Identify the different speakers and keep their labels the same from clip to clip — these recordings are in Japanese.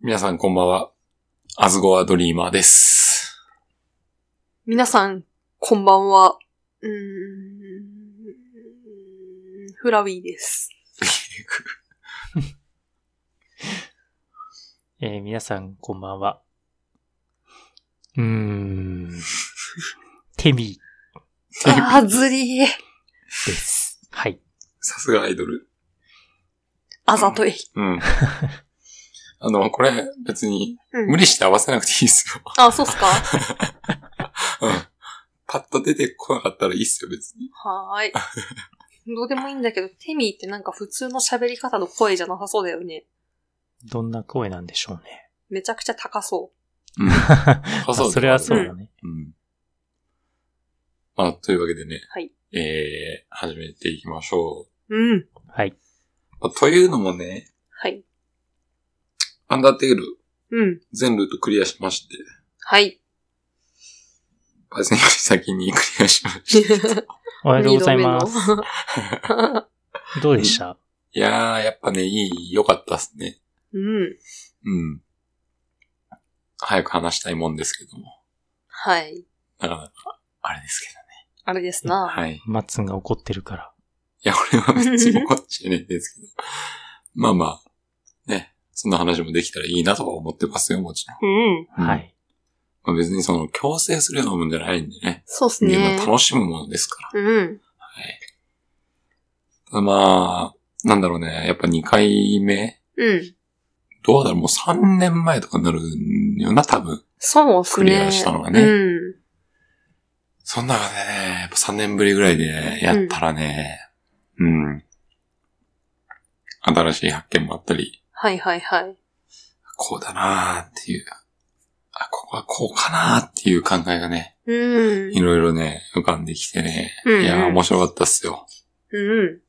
Speaker 1: 皆さんこんばんは。アズゴアドリーマーです。
Speaker 2: 皆さん、こんばんは。うーん、フラウィーです。
Speaker 3: えー皆さん、こんばんは。うーん。テミ
Speaker 2: あーずりー。
Speaker 3: です。はい。
Speaker 1: さすがアイドル。
Speaker 2: あざとい。
Speaker 1: うん。 あの、これ、別に、
Speaker 2: う
Speaker 1: 無
Speaker 2: ん。
Speaker 1: 理して合わせなくていいっすよ。
Speaker 2: あ、そうっすか
Speaker 1: うん。パッと出てこなかったらいいっすよ、別に。
Speaker 2: はーい。どうでもいいんだけど、テミーってなんか普通の喋り方の声じゃなさそうだよね。
Speaker 3: どんな声なんでしょうね。
Speaker 2: めちゃくちゃ高そ
Speaker 1: うん。
Speaker 3: あ
Speaker 1: そうだね
Speaker 3: それはそうだね。
Speaker 1: うん。まあ、というわけでね。
Speaker 2: はい。
Speaker 1: えー、始めていきましょ
Speaker 2: う。うん。
Speaker 3: はい。
Speaker 1: う。まあというのもね、
Speaker 2: はい。
Speaker 1: アンダーテール、
Speaker 2: うん。
Speaker 1: 全ルートクリアしまして、
Speaker 2: はい。
Speaker 1: パイセンより先にクリアしました。
Speaker 3: おはようございます。
Speaker 2: 二度目の
Speaker 3: どうでした
Speaker 1: いやー、やっぱね、いい、良かったっすね。
Speaker 2: うん。
Speaker 1: うん。早く話したいもんですけども。
Speaker 2: はい。
Speaker 1: なかなか、あれですけ
Speaker 2: あれです
Speaker 1: ど。
Speaker 2: な。
Speaker 1: はい。い
Speaker 3: マッツンが怒ってるから。
Speaker 1: や、俺は別に怒っちゃいないんですけど。まあまあ、ね、そんな話もできたらいいなとは思ってますよ、もちろん。
Speaker 2: うん。
Speaker 1: うん
Speaker 3: はい。
Speaker 1: まあ、別にその、強制するようなもんじゃないんでね。
Speaker 2: そうっす
Speaker 1: ゲー
Speaker 2: ね
Speaker 1: ムは。楽しむものですから。
Speaker 2: うん。
Speaker 1: ただまあ、なんだろうね、やっぱ2回目
Speaker 2: うん。
Speaker 1: どうだろう、もう3年前とかになるんよな、多分。
Speaker 2: そうっす
Speaker 1: ク
Speaker 2: ね。
Speaker 1: リアしたのがね
Speaker 2: うん。
Speaker 1: そんな中でね、やっぱ3年ぶりぐらいでやったらね、うん、新しい発見もあったり、
Speaker 2: はいはいはい。
Speaker 1: こうだなーっていう、あ、ここはこうかなーっていう考えがね、
Speaker 2: うん
Speaker 1: い。ろいろね、浮かんできてね、
Speaker 2: うんうん
Speaker 1: いやー面白かったっすよ。
Speaker 2: うん。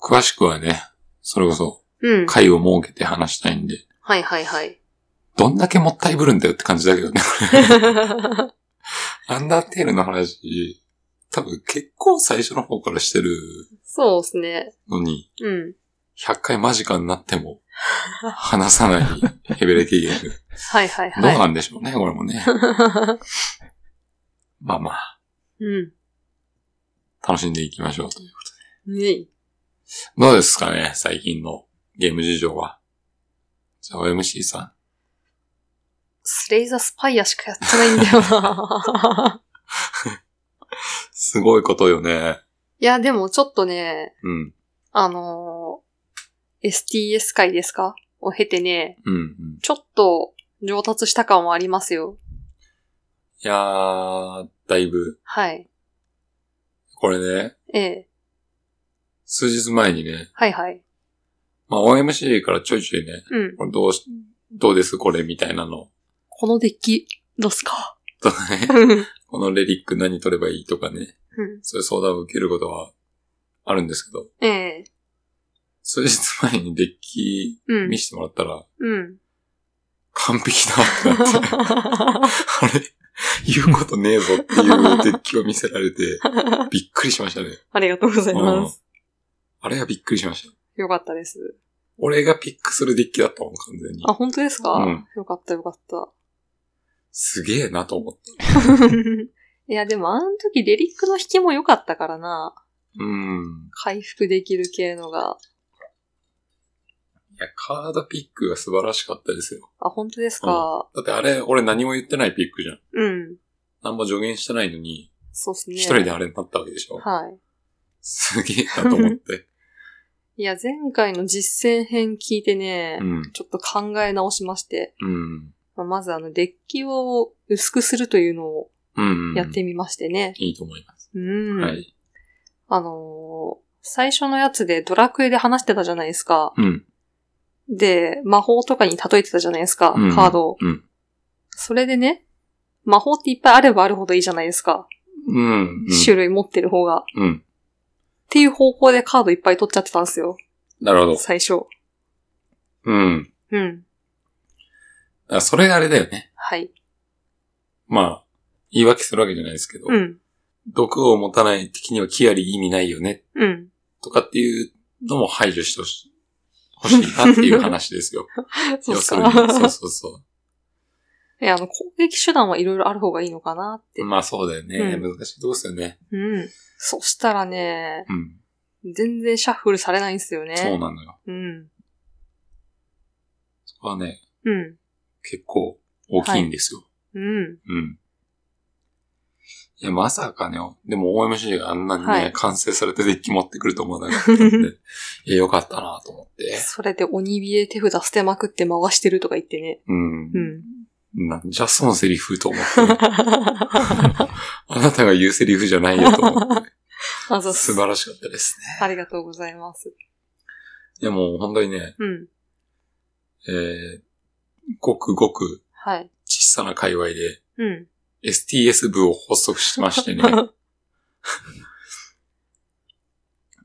Speaker 1: 詳しくはね、それこそ、
Speaker 2: うん。
Speaker 1: 会を設けて話したいんで、
Speaker 2: はいはいはい。
Speaker 1: どんだけもったいぶるんだよって感じだけど ね。アンダーテールの話、多分結構最初の方からしてる
Speaker 2: そうですね。
Speaker 1: のに、
Speaker 2: うん。
Speaker 1: 100回間近になっても、話さないヘベレティゲーム。
Speaker 2: はい はい
Speaker 1: どうな
Speaker 2: は
Speaker 1: んでしょうね、これも ね。まあまあ、
Speaker 2: い。う
Speaker 1: 楽しんでいきましょうという。
Speaker 2: ん。ね
Speaker 1: どうですかね、最近のゲーム事情は。じゃあ、OMC さ
Speaker 2: スレイザースパイアしかやってないんだよ
Speaker 1: ん。
Speaker 2: な。
Speaker 1: すごいことよね。
Speaker 2: いや、でもちょっとね、
Speaker 1: うん。
Speaker 2: あのー STS 会ですかを経てね、
Speaker 1: うん、うん。
Speaker 2: ちょっと上達した感はありますよ。
Speaker 1: いやー、だいぶ、
Speaker 2: はい。
Speaker 1: これね、
Speaker 2: ええ。
Speaker 1: 数日前にね、
Speaker 2: はいはい。
Speaker 1: まあ OMC からちょいちょいね、
Speaker 2: うん。
Speaker 1: これどうし、どうですこれみたいなの。
Speaker 2: このデッキ、どうすか
Speaker 1: とかね。
Speaker 2: うん。
Speaker 1: このレリック何取ればいいとかね。そういう相談を受けることはあるんですけど、
Speaker 2: ええ。
Speaker 1: 数日前にデッキ
Speaker 2: うん
Speaker 1: 見。せてもらったら、
Speaker 2: うん。
Speaker 1: 完璧だって なって、あれ言うことねえぞっていうデッキを見せられて、びっくりしましたね。
Speaker 2: ありがとうござい
Speaker 1: うん
Speaker 2: ます。
Speaker 1: あれはびっくりしました。
Speaker 2: よかったです。
Speaker 1: 俺がピックするデッキだったもん、完全に
Speaker 2: あ、。本当ですか、
Speaker 1: うん
Speaker 2: よかったよかった。
Speaker 1: すげえなと思った。
Speaker 2: いや、でもあの時レリックの引きも良かったからな。
Speaker 1: うん。
Speaker 2: 回復できる系のが。
Speaker 1: いや、カードピックが素晴らしかったですよ。
Speaker 2: あ、本当ですか、
Speaker 1: だってあれ、俺何も言ってないピックじゃん。
Speaker 2: うん、
Speaker 1: 何も助言してないのに、
Speaker 2: そうっすね。
Speaker 1: 一人であれになったわけでしょ。
Speaker 2: はい。
Speaker 1: すげえなと思っ て。
Speaker 2: いや、前回の実践編聞いてね、
Speaker 1: うん。
Speaker 2: ちょっと考え直しまして、
Speaker 1: うん。
Speaker 2: まあまずあの、デッキを薄くするというのを
Speaker 1: うん、うん。
Speaker 2: やってみましてね。
Speaker 1: いいと思います。
Speaker 2: うん。
Speaker 1: はい。
Speaker 2: あのー最初のやつでドラクエで話してたじゃないですか。
Speaker 1: うん。
Speaker 2: で、魔法とかに例えてたじゃないですか、
Speaker 1: うん
Speaker 2: カードを。
Speaker 1: うん
Speaker 2: それでね、魔法っていっぱいあればあるほどいいじゃないですか。
Speaker 1: うん。うん
Speaker 2: 種類持ってる方が。っ
Speaker 1: うん。
Speaker 2: ていう方向でカードいっぱい取っちゃってたんですよ、
Speaker 1: なるほど。
Speaker 2: 最初。
Speaker 1: うん。だ
Speaker 2: うん。
Speaker 1: からそれがあれだよね。
Speaker 2: はい。
Speaker 1: まあ、言い訳するわけじゃないですけど、
Speaker 2: うん。
Speaker 1: 毒を持たない敵には気あり意味ないよね、
Speaker 2: うん。
Speaker 1: とかっていうのも排除してほしい。欲しいなっていう話ですよ。
Speaker 2: そうっす
Speaker 1: 要するにそ
Speaker 2: か
Speaker 1: う。そうそ
Speaker 2: いや、あの、攻撃手段はいろいろある方がいいのかなって
Speaker 1: う。。まあそうだよね。
Speaker 2: う
Speaker 1: 難しいとこですよね。
Speaker 2: うん。そしたらね、
Speaker 1: うん。
Speaker 2: 全然シャッフルされないんですよね。
Speaker 1: そうなのよ。
Speaker 2: うん。
Speaker 1: そこはね、
Speaker 2: うん。
Speaker 1: 結構大きいんですよ。
Speaker 2: うん。
Speaker 1: うん。いや、まさかね、でも OMC があんなにね、
Speaker 2: はい
Speaker 1: 完成されてデッキ持ってくると思わなかったんで、いや、よかったなと思って。
Speaker 2: それで鬼火で手札捨てまくって回してるとか言ってね。
Speaker 1: うん。
Speaker 2: うん。
Speaker 1: なんじゃそのセリフと思って、あなたが言うセリフじゃないよと思って。
Speaker 2: あざっす
Speaker 1: 素晴らしかったですね。
Speaker 2: ありがとうございます。
Speaker 1: いや、もう本当にね、
Speaker 2: うん。
Speaker 1: えー、ごくごく
Speaker 2: はい。
Speaker 1: 小さな界隈で
Speaker 2: うん。
Speaker 1: STS 部を発足しましてね、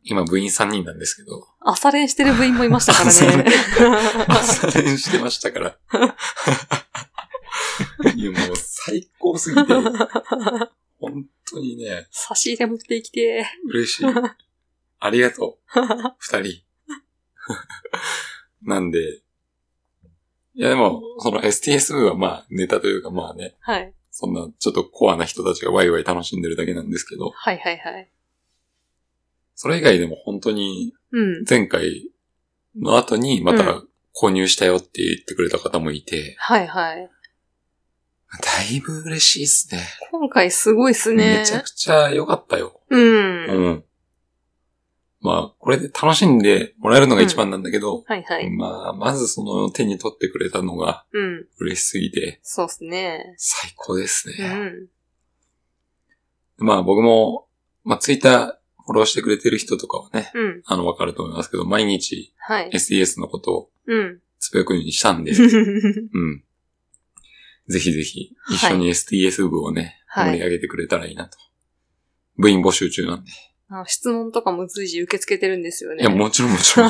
Speaker 1: 今部員3人なんですけど、
Speaker 2: 朝練してる部員もいました からね。
Speaker 1: 朝練してましたから。いや、もう最高すぎて、本当にね、
Speaker 2: 差し入れ持ってきて。
Speaker 1: 嬉しい。ありがと う。二人。 なんで、いやでも、その STS 部はまあネタというかまあね、
Speaker 2: はい。
Speaker 1: そんなちょっとコアな人たちがワイワイ楽しんでるだけなんですけど、
Speaker 2: はいはいはい。
Speaker 1: それ以外でも本当に
Speaker 2: うん。
Speaker 1: 前回の後にま
Speaker 2: う
Speaker 1: た購入したよって言ってくれた方もいて、
Speaker 2: はいはい。
Speaker 1: だいぶ嬉しいっすね。
Speaker 2: 今回すごいっすね
Speaker 1: め。ちゃくちゃ良かったよ。
Speaker 2: うん。
Speaker 1: うん。まあ、これで楽しんでもらえるのが一番なんだけど、
Speaker 2: はいはい。
Speaker 1: まあ、まずその手に取ってくれたのが
Speaker 2: うん。
Speaker 1: 嬉しすぎて、
Speaker 2: そうっすね。
Speaker 1: 最高です
Speaker 2: う
Speaker 1: ね。
Speaker 2: ん。
Speaker 1: まあ、僕も、まあ、ツイッターフォローしてくれてる人とかはね、
Speaker 2: うん。
Speaker 1: あの、わかると思いますけど、毎日
Speaker 2: はい。
Speaker 1: SDS のことを
Speaker 2: うん。
Speaker 1: つぶやくようにしたんで、うん。ぜひぜひ、一緒に SDS 部をね、
Speaker 2: はい
Speaker 1: 盛り上げてくれたらいいなと。部員募集中なんで。
Speaker 2: あの質問とかも随時受け付けてるんですよね。
Speaker 1: いや、 もちろんもちろん。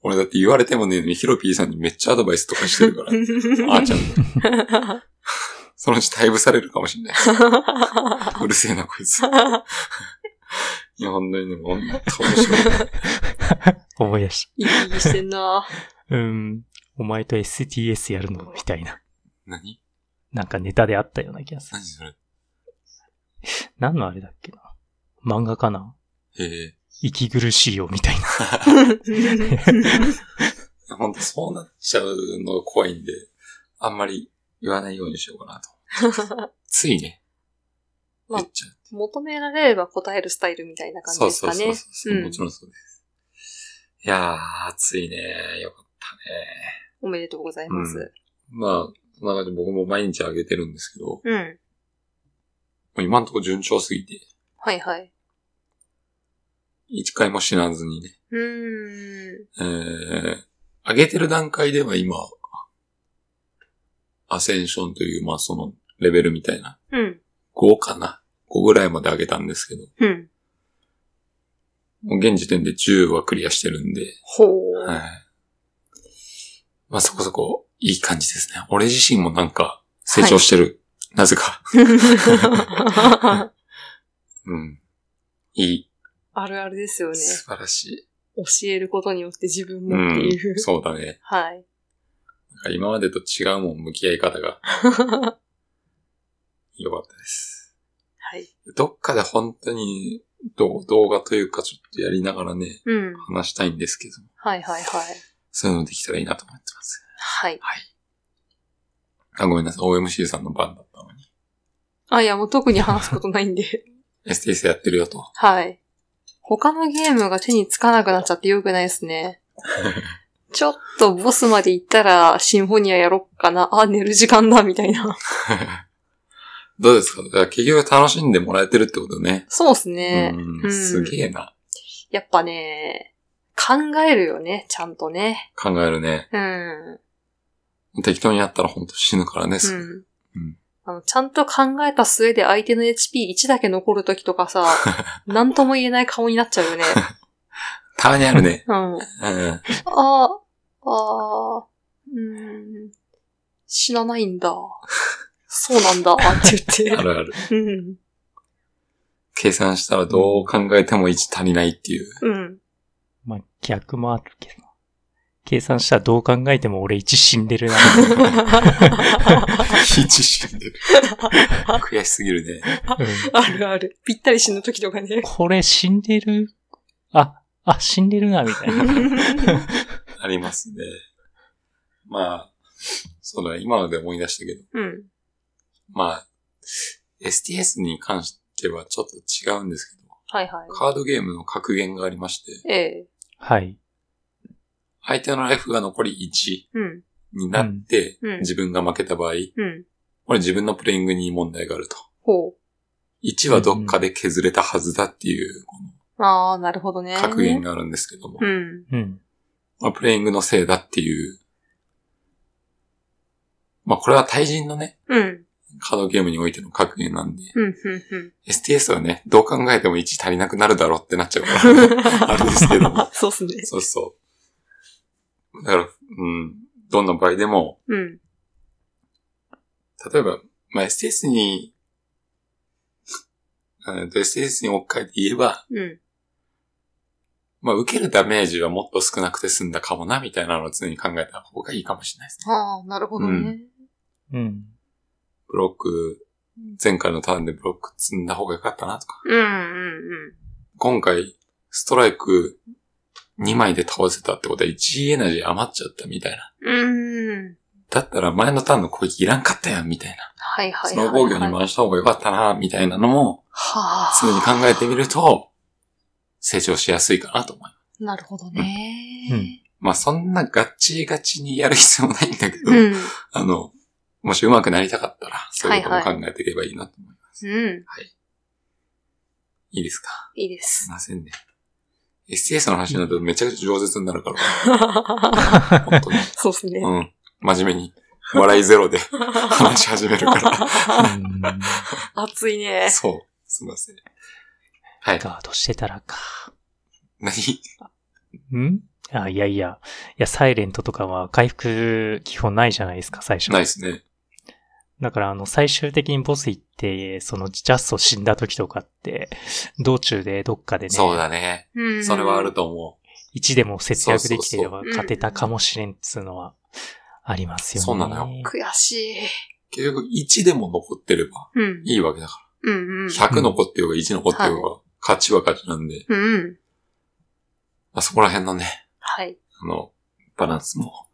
Speaker 1: 俺だって言われてもねえのに、ヒロピーさんにめっちゃアドバイスとかしてるから、あーちゃんに。そのうち退部されるかもしれない。うるせえな、こいつ。いや、本当にね、本当面白い。
Speaker 3: 思い出し
Speaker 2: いい生きしてん な。
Speaker 3: た。うん。お前と STS やるのみたいな。
Speaker 1: 何
Speaker 3: なんかネタであったような気がする
Speaker 1: 何。それ
Speaker 3: 何のあれだっけな。漫画かな
Speaker 1: へえ。
Speaker 3: 息苦しいよみたいな。
Speaker 1: 本当そうなっちゃうのが怖いんで、あんまり言わないようにしようかなと。ついね。
Speaker 2: まあ
Speaker 1: 言っちゃう。
Speaker 2: 求められれば答えるスタイルみたいな感じ
Speaker 1: そう
Speaker 2: です
Speaker 1: そう
Speaker 2: か
Speaker 1: そう
Speaker 2: ね。
Speaker 1: そう、
Speaker 2: うん
Speaker 1: もちろんそうです。いやー、暑いね。よかったね。
Speaker 2: おめでとうございます。
Speaker 1: まあ、そんな感じで僕も毎日あげてるんですけど、も
Speaker 2: うん。
Speaker 1: う今んとこ順調すぎて、
Speaker 2: はいはい。
Speaker 1: 一回も死なずにね。
Speaker 2: うーん。
Speaker 1: えー、上げてる段階では今、アセンションという、まあそのレベルみたいな、
Speaker 2: うん。
Speaker 1: 5かな ?5 ぐらいまで上げたんですけど、
Speaker 2: うん。
Speaker 1: もう現時点で10はクリアしてるんで、
Speaker 2: ほう。
Speaker 1: はい。まあそこそこいい感じですね。俺自身もなんか成長してる。なぜか。うん。いい。
Speaker 2: あるあるですよね。
Speaker 1: 素晴らしい。
Speaker 2: 教えることによって自分も
Speaker 1: う
Speaker 2: って
Speaker 1: ん
Speaker 2: いう。。
Speaker 1: そうだね。
Speaker 2: はい。
Speaker 1: なんか今までと違うもん、向き合い方 が
Speaker 2: は
Speaker 1: 良かったです。
Speaker 2: い。
Speaker 1: どっかで本当にどう動画というかちょっとやりながらね、
Speaker 2: うん。
Speaker 1: 話したいんですけど、
Speaker 2: はいはいはい。
Speaker 1: そういうのできたらいいなと思ってます。
Speaker 2: はい。
Speaker 1: あ、ごめんなさい。OMC さんの番だったのに。
Speaker 2: あ、いやもう特に話すことないん で。
Speaker 1: STS やってるよと。
Speaker 2: はい。他のゲームが手につかなくなっちゃって良くないですね。ちょっとボスまで行ったらシンフォニアやろっかな。あ、寝る時間だ、みたいな。
Speaker 1: どうですかだから結局楽しんでもらえてるってことね。
Speaker 2: そうですね。
Speaker 1: う。
Speaker 2: うんん
Speaker 1: すげえな。
Speaker 2: やっぱね、考えるよね、ちゃんとね。
Speaker 1: 考えるね。
Speaker 2: うん。
Speaker 1: 適当にやったら本当死ぬからね。
Speaker 2: う
Speaker 1: す
Speaker 2: ん
Speaker 1: うん
Speaker 2: あの、ちゃんと考えた末で相手の HP1 だけ残るときとか さ、なんとも言えない顔になっちゃうよね。
Speaker 1: たまにあるね。
Speaker 2: うん。
Speaker 1: うん。
Speaker 2: ああ、ああ、うーん、死なないんだ。そうなんだ、って言
Speaker 1: あ
Speaker 2: って。
Speaker 1: るある。
Speaker 2: うん。
Speaker 1: 計算したらどう考えても1足りないっていう。
Speaker 2: うん。
Speaker 3: まあ、逆もあるけど。計算したらどう考えても俺1死んでるな。
Speaker 1: 一死んでる。悔しすぎるね。
Speaker 3: うん
Speaker 2: あるある。ぴったり死ぬ時と かね。
Speaker 3: これ死んでるあ、あ、死んでるな、みたい な。
Speaker 1: ありますね。まあ、そうだね、今ので思い出したけど、
Speaker 2: うん。
Speaker 1: まあ、STS に関してはちょっと違うんですけど、
Speaker 2: はいは
Speaker 1: カードゲームの格言がありまして、
Speaker 2: い。ええ。
Speaker 3: はい。
Speaker 1: 相手のライフが残り1
Speaker 2: うん。
Speaker 1: になって、
Speaker 2: うんうん
Speaker 1: 自分が負けた場合、
Speaker 2: うん。
Speaker 1: これ自分のプレイングに問題があると。
Speaker 2: ほ
Speaker 1: 1はどっかで削れたはずだっていうこ
Speaker 2: う。ああ、なるほどね。
Speaker 1: の格言があるんですけども、
Speaker 2: うん。
Speaker 3: うん。
Speaker 1: まあ、プレイングのせいだっていう。まあこれは対人のね、
Speaker 2: うん。
Speaker 1: カードゲームにおいての格言なんで、
Speaker 2: うん。うん。うん。
Speaker 1: STS はね、どう考えても1足りなくなるだろうってなっちゃうから、あるんですけども。
Speaker 2: そうっすね。
Speaker 1: そうそう。だから、うん、どんな場合でも、
Speaker 2: うん。
Speaker 1: 例えば、まあ、STS に、うんと STS に置き換えて言えば、
Speaker 2: うん。
Speaker 1: まあ、受けるダメージはもっと少なくて済んだかもな、みたいなのを常に考えた方がいいかもしれないですね。
Speaker 2: ああ、なるほどね。
Speaker 3: うん。
Speaker 1: ブロック、前回のターンでブロック積んだ方が良かったなとか。
Speaker 2: うん。うん。
Speaker 1: 今回、ストライク2枚で倒せたってことは1エナジー余っちゃったみたいな。
Speaker 2: うん。うん。
Speaker 1: だったら前のターンの攻撃いらんかったやん、みたいな。
Speaker 2: はいはいはい、はい。
Speaker 1: スノー防御に回した方が良かったな、みたいなのも
Speaker 2: はあ。
Speaker 1: 常に考えてみると、成長しやすいかなと思います。
Speaker 2: なるほどね。
Speaker 1: まあそんなガチガチにやる必要ないんだけど、
Speaker 2: うん。うん。
Speaker 1: あの、もし上手くなりたかったら、そういうことを考えていけばいいなと思います。
Speaker 2: うん。
Speaker 1: い、いですか
Speaker 2: いいです
Speaker 1: い
Speaker 2: す。
Speaker 1: ませんね。STS の話になるとめちゃくちゃ饒舌になるから、 本当に。
Speaker 2: そうっすね。
Speaker 1: うん。真面目に。笑いゼロで話し始めるか
Speaker 3: うん
Speaker 2: 熱いね
Speaker 1: ら。。そう。すいません。はい。
Speaker 3: ガードしてたらか。
Speaker 1: 何
Speaker 3: んあ、いやいや。いや、サイレントとかは回復基本ないじゃないですか、最初。
Speaker 1: ないですね。
Speaker 3: だから、あの、最終的にボス行って、その、ジャスト死んだ時とかって、道中でどっかでね、
Speaker 1: そうだね。
Speaker 2: うん。
Speaker 1: それはあると思
Speaker 3: 1でも節約できてれ
Speaker 2: そ
Speaker 3: ば
Speaker 2: うそうそう
Speaker 3: 勝てたかもしれんっつうのは、ありますよね。
Speaker 1: そうなの
Speaker 3: よ。
Speaker 2: 悔しい。
Speaker 1: う。結局1でも残ってれば
Speaker 2: うん。
Speaker 1: いいわけだか
Speaker 2: うんうん
Speaker 1: ら。。100残ってようが1残ってようが、勝ちは勝ちなんで、
Speaker 2: うんうん。
Speaker 1: まあ、そこら辺のね、
Speaker 2: はい。
Speaker 1: あの、バランスも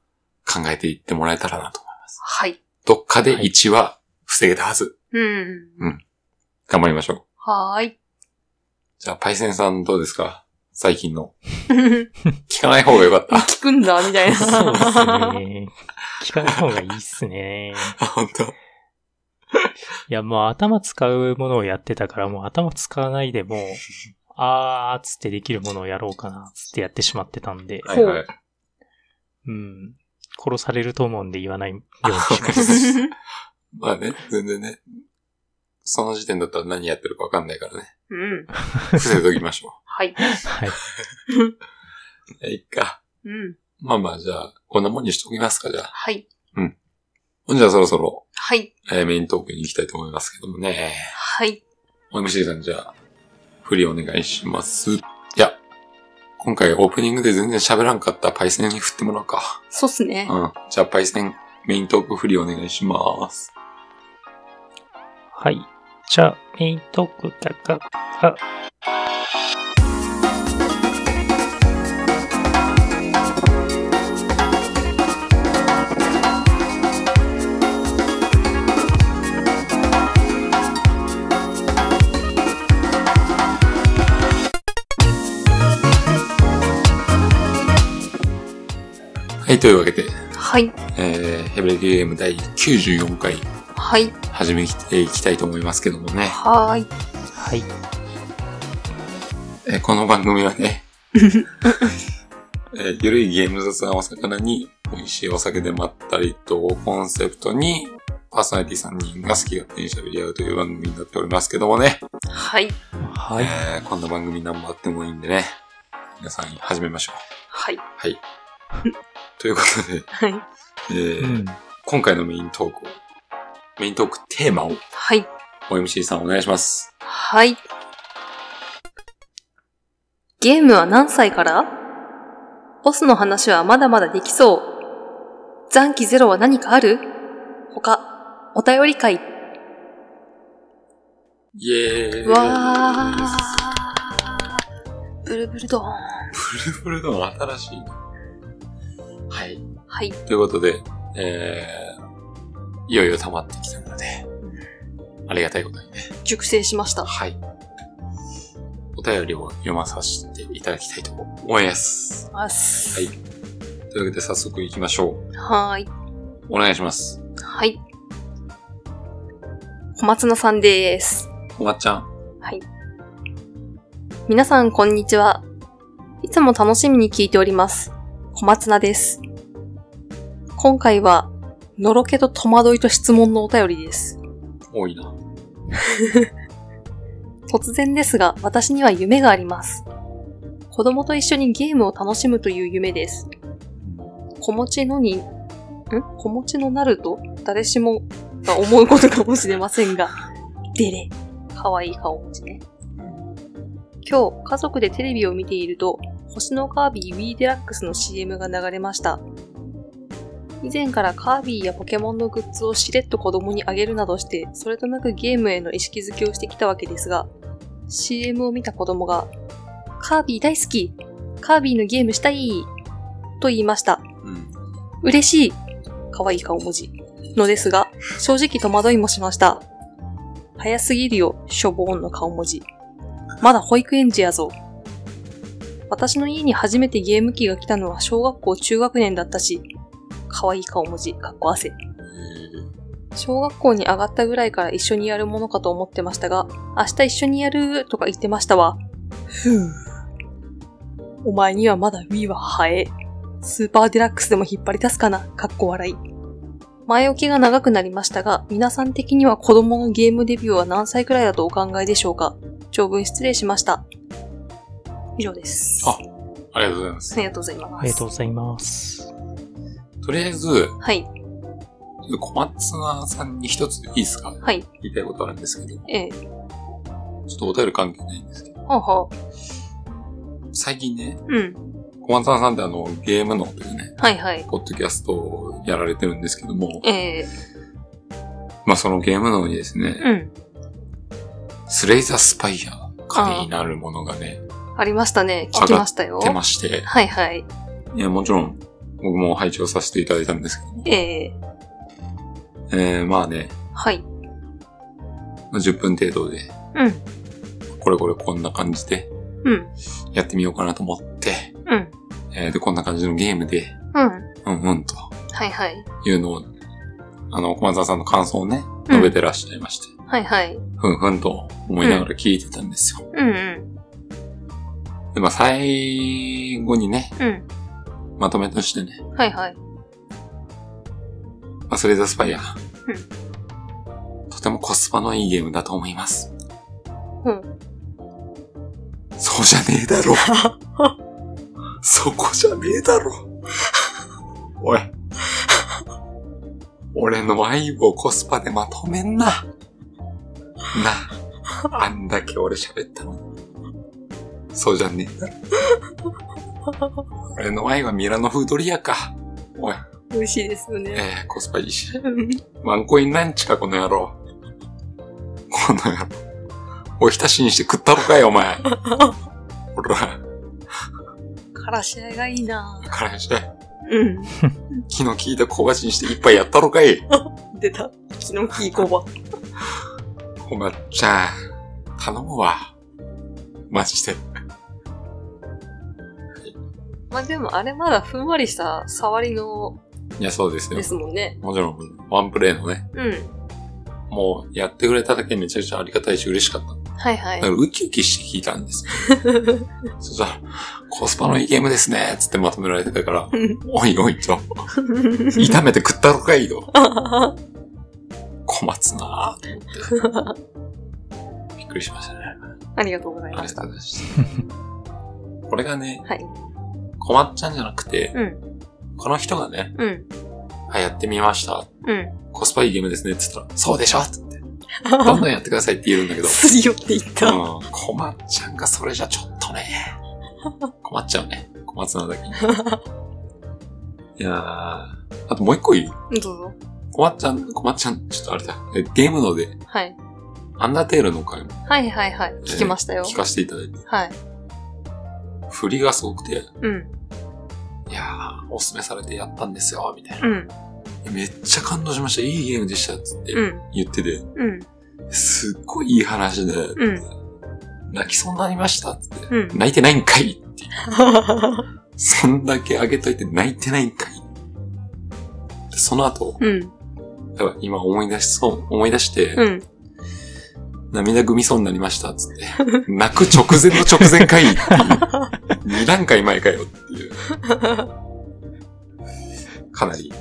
Speaker 1: 考えていってもらえたらなと。
Speaker 2: はい。
Speaker 1: どっかで1は防げたはず。
Speaker 2: うん。
Speaker 1: 頑張りましょう。
Speaker 2: はーい。
Speaker 1: じゃあ、パイセンさんどうですか最近の。聞かない方がよかった。
Speaker 2: 聞くんだ、みたいな。
Speaker 3: そうですね。聞かない方がいいっすね。
Speaker 1: あ、本当。
Speaker 3: いや、もう頭使うものをやってたから、もう頭使わないでもう、あーっつってできるものをやろうかな、つってやってしまってたんで、
Speaker 1: はいはい。
Speaker 3: うん。殺されると思うんで言わないようにし
Speaker 1: そう
Speaker 3: ます。
Speaker 1: ですまあね、全然ね。その時点だったら何やってるかわかんないからね。
Speaker 2: うん。
Speaker 1: 伏せときましょ
Speaker 2: はい。
Speaker 3: はい。
Speaker 1: う。 いいっか。
Speaker 2: うん。
Speaker 1: まあまあ、じゃあ、こんなもんにしときますか、じゃあ。
Speaker 2: はい。
Speaker 1: ほんじゃそろそろ、
Speaker 2: はい。
Speaker 1: えーメイントークに行きたいと思いますけどもね。
Speaker 2: はい。
Speaker 1: MC さん、じゃあ、振りお願いします。いや、今回オープニングで全然喋らんかったパイセンに振ってもらおうか。
Speaker 2: そうっすね。
Speaker 1: うん。じゃあ、パイセン、メイントーク振りお願いします。
Speaker 3: はい。じゃあ、メイントークだが、あ。
Speaker 1: はい、というわけで、
Speaker 2: はい。
Speaker 1: えー、ヘブレゲーム第94回
Speaker 2: はい。
Speaker 1: 始めていきたいと思いますけどもね、
Speaker 2: はーい。
Speaker 3: はい。
Speaker 1: えーこの番組はね、 えーゆるいゲーム雑談を魚に美味しいお酒でまったりとをコンセプトにパーソナリティ3人が好き勝手に喋り合うという番組になっておりますけどもね、
Speaker 2: はい。
Speaker 3: はい。
Speaker 1: えーこんな番組何もあってもいいんでね、皆さん始めましょう。
Speaker 2: はい。
Speaker 1: ということで、
Speaker 2: はい。
Speaker 1: え
Speaker 3: う
Speaker 1: ー
Speaker 3: ん。
Speaker 1: 今回のメイントークを、メイントークテーマを
Speaker 2: はい。
Speaker 1: OMC さんお願いします。
Speaker 2: はい。ゲームは何歳からボスの話はまだまだできそう。残機ゼロは何かある他、お便り会。
Speaker 1: イエーイ。
Speaker 2: わー。ブルブルドー
Speaker 1: ブ
Speaker 2: ン。
Speaker 1: ルブルドーン新しいな。はい。
Speaker 2: はい。
Speaker 1: ということで、えー、いよいよ溜まってきたので、ありがたいことにね。
Speaker 2: 熟成しました。
Speaker 1: はい。お便りを読まさせていただきたいと思います。
Speaker 2: あっす。
Speaker 1: はいというわけで早速行きましょう。
Speaker 2: はーい。
Speaker 1: お願いします。
Speaker 2: はい。小松菜さんです。
Speaker 1: おまっちゃん。
Speaker 2: 皆さん、こんにちは。いつも楽しみに聞いております。小松菜です。今回は、のろけと戸惑いと質問のお便りです。
Speaker 1: 多いな。
Speaker 2: 突然ですが、私には夢があります。子供と一緒にゲームを楽しむという夢です。子持ちのに、ん子持ちのなると、誰しもが思うことかもしれませんが、デレ。かわいい顔持ちね。今日、家族でテレビを見ていると、星のカービィ Wii デラックスの CM が流れました。以前からカービィやポケモンのグッズをしれっと子供にあげるなどして、それとなくゲームへの意識づけをしてきたわけですが、CM を見た子供が、カービィ大好きカービィのゲームしたいと言いました。
Speaker 1: うん。
Speaker 2: 嬉しい可愛い顔文字。のですが、正直戸惑いもしました。早すぎるよ、しょぼーんの顔文字。まだ保育園児やぞ。私の家に初めてゲーム機が来たのは小学校中学年だったし、可愛い顔文字、かっこ汗。
Speaker 1: えー
Speaker 2: 小学校に上がったぐらいから一緒にやるものかと思ってましたが、明日一緒にやるとか言ってましたわ。ふぅ。お前にはまだ Wii は早え。スーパーデラックスでも引っ張り出すかな、かっこ笑い。前置きが長くなりましたが、皆さん的には子供のゲームデビューは何歳くらいだとお考えでしょうか長文失礼しました。以上です。
Speaker 1: あありがとうございます。
Speaker 2: ありがとうございます。
Speaker 3: ありがとうございます。
Speaker 1: とりあえず、
Speaker 2: はい、
Speaker 1: 小松菜さんに一ついいですか
Speaker 2: はい、
Speaker 1: 言いたいことあるんですけど、
Speaker 2: ええ
Speaker 1: ちょっとお便り関係ないんですけど、
Speaker 2: はあ、はあ、
Speaker 1: 最近ね、
Speaker 2: うん、
Speaker 1: 小松菜さんってあの、ゲームのというね、
Speaker 2: はい、はい、
Speaker 1: ポッドキャストをやられてるんですけども、
Speaker 2: ええ
Speaker 1: まあそのゲームのにですね、
Speaker 2: うん、
Speaker 1: スレイザースパイア、鍵になるものがね、
Speaker 2: ありましたね。聞きましたよ。
Speaker 1: 出まして、
Speaker 2: はいはい。
Speaker 1: いやもちろん僕も拝聴させていただいたんですけど、
Speaker 2: ええ
Speaker 1: えー、まあね、
Speaker 2: はい。
Speaker 1: 10分程度で、
Speaker 2: うん、
Speaker 1: これこれこんな感じで
Speaker 2: うん、
Speaker 1: やってみようかなと思って、
Speaker 2: うん、
Speaker 1: えー、で、こんな感じのゲームで、
Speaker 2: うん。
Speaker 1: うんうんと
Speaker 2: はいはい。
Speaker 1: いうのを、あの、小松田さんの感想をね、述べてらっしゃいまして、
Speaker 2: はいはい。
Speaker 1: ふんふんと思いながら聞いてたんですよ。
Speaker 2: うんうん、
Speaker 1: で、まあ最後にね、
Speaker 2: うん。
Speaker 1: まとめとしてね、
Speaker 2: はいはい。
Speaker 1: まあ、スレイザースパイア。とてもコスパのいいゲームだと思います。
Speaker 2: うん。
Speaker 1: そうじゃねえだ ろ。そこじゃねえだろ。おい。俺の愛をコスパでまとめんな。なあ。あんだけ俺喋ったのに。そうじゃねえだろ。俺の愛はミラノ風ドリアか。おい、
Speaker 2: 美味しいですよ
Speaker 1: え
Speaker 2: ね。
Speaker 1: ー、コスパいいし。
Speaker 2: うん
Speaker 1: ワンコインランチか、この野郎。この野郎。おひたしにして食ったろかい、お前。ほら、
Speaker 2: からし合いがいいな
Speaker 1: からして、
Speaker 2: うん。
Speaker 1: 気の利いた小鉢にして一杯やったろかい。
Speaker 2: 出た。気の利い子ば。
Speaker 1: おまっちゃん、頼むわ。マジで。
Speaker 2: まあでもあれまだふんわりした触りの
Speaker 1: いや、そうですよ
Speaker 2: で。すもんね。
Speaker 1: もちろん、ワンプレイのね、
Speaker 2: うん。
Speaker 1: もうやってくれただけめちゃくちゃありがたいし嬉しかった。
Speaker 2: はいは
Speaker 1: だ
Speaker 2: い
Speaker 1: か。らウキウキして聞いたんですよ。 そしたら、コスパのいいゲームですね、つってまとめられてたから、おいおいと、炒めて食ったろかいと。小松なぁと思って。びっくりしましたね。
Speaker 2: ありがとうござい
Speaker 1: あり
Speaker 2: ま
Speaker 1: が
Speaker 2: し
Speaker 1: と
Speaker 2: た
Speaker 1: う。ございました。これがね、
Speaker 2: はい。
Speaker 1: 小松ちゃんじゃなくて、
Speaker 2: うん、
Speaker 1: この人がね、
Speaker 2: うん、
Speaker 1: あ、やってみました。
Speaker 2: うん。
Speaker 1: コスパいいゲームですね。って言ったら、そうでしょって言って、どんどんやってくださいって言えるんだけど、
Speaker 2: すり寄っていった。
Speaker 1: うん、小松ちゃんがそれじゃちょっとね、困っちゃうね。小松菜だけに。いやー。あともう一個いい
Speaker 2: どうぞ。
Speaker 1: こまっちゃん、こまっちゃん、ちょっとあれだ。えゲームので、
Speaker 2: はい。
Speaker 1: アンダーテールの回も
Speaker 2: はいはいはい。聞きましたよ。
Speaker 1: 聞かせていただいて、
Speaker 2: はい。
Speaker 1: 振りがすごくて、
Speaker 2: うん。
Speaker 1: いやー、おすすめされてやったんですよ、みたいな。
Speaker 2: うん。
Speaker 1: めっちゃ感動しました。いいゲームでした、つって
Speaker 2: うん。
Speaker 1: 言ってて、
Speaker 2: うん。
Speaker 1: すっごいいい話で、
Speaker 2: うん。
Speaker 1: 泣きそうになりました、つって。
Speaker 2: うん。
Speaker 1: 泣いてないんかいっていう。そんだけあげといて泣いてないんかい。でその後、
Speaker 2: うん。
Speaker 1: だから今思い出しそう、思い出して、
Speaker 2: うん。
Speaker 1: 涙ぐみそうになりました、つって。泣く直前の直前かいっていう。2段階前かよって いう。かなり、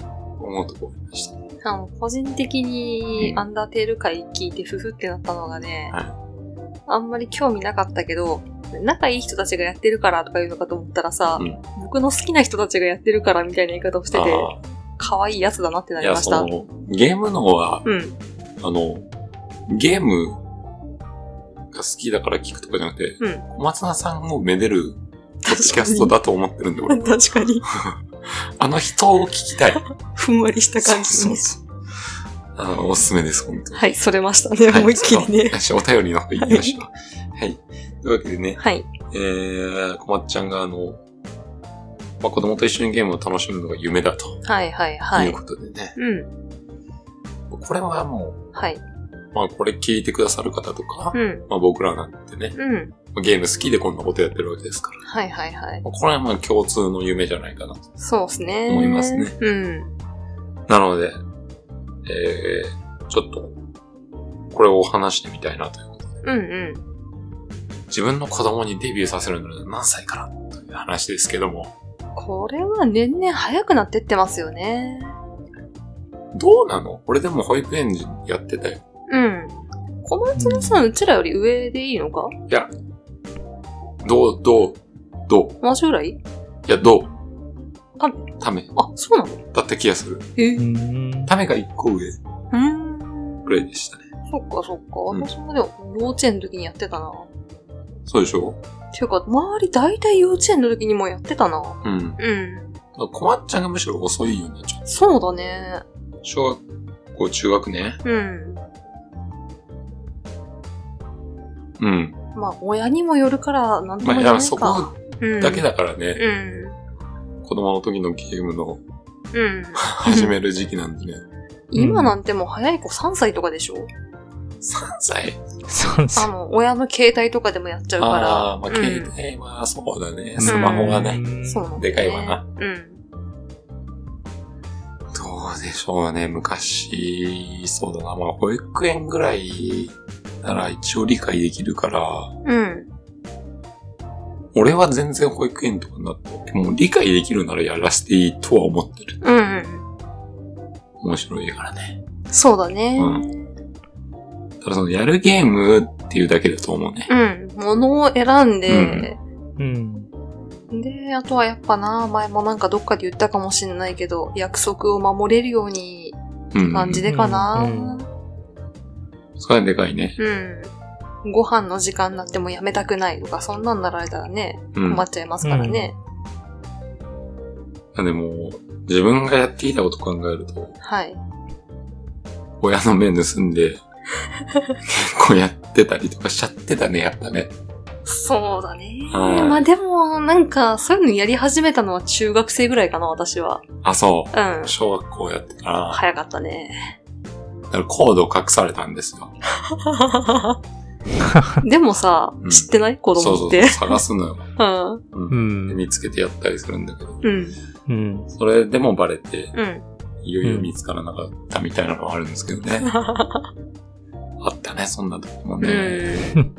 Speaker 1: 思うとこありましたね。
Speaker 2: あの、個人的にアンダーテール回聞いてふふってなったのがね、あんまり興味なかったけど、仲いい人たちがやってるからとか言うのかと思ったらさ、
Speaker 1: うん
Speaker 2: 僕の好きな人たちがやってるからみたいな言い方をしてて、可愛いやつだなって
Speaker 1: あ
Speaker 2: な
Speaker 1: ーい
Speaker 2: り
Speaker 1: や、
Speaker 2: まし
Speaker 1: そ
Speaker 2: た。
Speaker 1: の、ゲームのは、
Speaker 2: うん。
Speaker 1: あの、ゲームが好きだから聞くとかじゃなくて、
Speaker 2: うん
Speaker 1: 小松菜さんをめでるポッドキャストだと思ってるんで、 俺。
Speaker 2: 確かに、
Speaker 1: あの人を聞きたい。
Speaker 2: ふんわりした感じ
Speaker 1: そう
Speaker 2: に。
Speaker 1: そうそうあの、おすすめです、本当に。
Speaker 2: はい、それましたね、 思いっきりね。
Speaker 1: ちょっとよしお便りの方行きましょう。はい。というわけでね、
Speaker 2: はい。
Speaker 1: えー、こまっちゃんがあの、まあ、子供と一緒にゲームを楽しむのが夢だと
Speaker 2: はいはいはいいう
Speaker 1: こ。とでね。
Speaker 2: うん。
Speaker 1: これはも
Speaker 2: はい。
Speaker 1: う、まあこれ聞いてくださる方とか、
Speaker 2: うん。
Speaker 1: まあ僕らなんてね、
Speaker 2: うん。
Speaker 1: まあゲーム好きでこんなことやってるわけですから。
Speaker 2: はいはいはい。
Speaker 1: まあこれはまあ共通の夢じゃないかなと。
Speaker 2: そうですね。
Speaker 1: 思いますね。
Speaker 2: うん。
Speaker 1: なので、えー、ちょっと、これを話してみたいなということで。
Speaker 2: うんうん。
Speaker 1: 自分の子供にデビューさせるのは何歳からという話ですけども。
Speaker 2: これは年々早くなってってますよね。
Speaker 1: どうなの俺でも保育園児やってたよ。
Speaker 2: うん。小松菜さん、うちらより上でいいのか
Speaker 1: いや、どう、どう、どう、
Speaker 2: 同じぐらい
Speaker 1: いや、どう。
Speaker 2: ため
Speaker 1: ため。
Speaker 2: あ、そうなの
Speaker 1: だった気がする。
Speaker 2: え
Speaker 3: う
Speaker 2: ー、
Speaker 3: ーん。
Speaker 1: ためが一個上
Speaker 2: うーん。
Speaker 1: くらいでしたね。
Speaker 2: そっかそっか。
Speaker 1: うん
Speaker 2: 私もでも幼稚園の時にやってたな。
Speaker 1: そうでしょ
Speaker 2: ていうか、周り大体幼稚園の時にもやってたな。
Speaker 1: うん。
Speaker 2: うん。
Speaker 1: 困っちゃんがむしろ遅いよね。ちょっ
Speaker 2: そうだね。
Speaker 1: と小学校、中学年
Speaker 2: うん。
Speaker 1: うん。
Speaker 2: まあ、親にもよるから、なんと
Speaker 1: ま
Speaker 2: も
Speaker 1: あ、
Speaker 2: 言
Speaker 1: い
Speaker 2: えない
Speaker 1: や、
Speaker 2: か。
Speaker 1: そこ
Speaker 2: うん
Speaker 1: だけだからね、
Speaker 2: うん。
Speaker 1: 子供の時のゲームの
Speaker 2: うん。
Speaker 1: 始める時期なんでね。
Speaker 2: 今なんてもう早い子3歳とかでしょ
Speaker 1: 3歳
Speaker 3: そう
Speaker 2: あ
Speaker 3: そう。
Speaker 2: の、親の携帯とかでもやっちゃうから。
Speaker 1: ああ、まあ、
Speaker 2: うん
Speaker 1: 携帯はそうだね。スマホがね。
Speaker 3: うん
Speaker 2: そうなんだ、ね。
Speaker 1: でかいわな。
Speaker 2: うん。
Speaker 1: どうでしょうね。昔、そうだな。まあ、保育園ぐらいなら一応理解できるから、
Speaker 2: うん。
Speaker 1: 俺は全然保育園とかになって、もう理解できるならやらせていいとは思ってる。
Speaker 2: うんうん。
Speaker 1: 面白いからね。
Speaker 2: そうだね。
Speaker 1: うただそのやるゲームっていうだけだと思うね。
Speaker 2: うん。物を選んで、
Speaker 3: うん。
Speaker 2: で、あとはやっぱな、前もなんかどっかで言ったかもしれないけど、約束を守れるように
Speaker 1: うん。
Speaker 2: 感じでかな。
Speaker 3: うん
Speaker 1: それはでかいね。
Speaker 2: うん。ご飯の時間になってもやめたくないとか、そんなんなられたらね、
Speaker 1: うん。
Speaker 2: 困っちゃいますからね。
Speaker 1: なんでもう、自分がやっていたこと考えると、
Speaker 2: はい。
Speaker 1: 親の目盗んで、結構やってたりとかしちゃってたね、やったね。
Speaker 2: そうだね。
Speaker 1: はい
Speaker 2: まあでも、なんか、そういうのやり始めたのは中学生ぐらいかな、私は。
Speaker 1: あ、そうう。
Speaker 2: ん。
Speaker 1: 小学校やってたな。
Speaker 2: 早かっ たね。
Speaker 1: だからコードを隠されたんですよ。
Speaker 2: でもさ
Speaker 1: うん、
Speaker 2: 知ってない子
Speaker 1: そうそう
Speaker 2: 供っ
Speaker 1: そう、
Speaker 2: て。
Speaker 1: 探すのよ。
Speaker 2: うん。
Speaker 1: う。
Speaker 3: うん
Speaker 1: で
Speaker 3: ん。
Speaker 1: 見つけてやったりするんだけど、
Speaker 2: うん。
Speaker 3: うん。
Speaker 1: それでもバレて、
Speaker 2: うん。
Speaker 1: いよいよ見つからなかったみたいなのがあるんですけどね。 あったね、そんなとこも
Speaker 2: う
Speaker 1: ね。
Speaker 2: ん。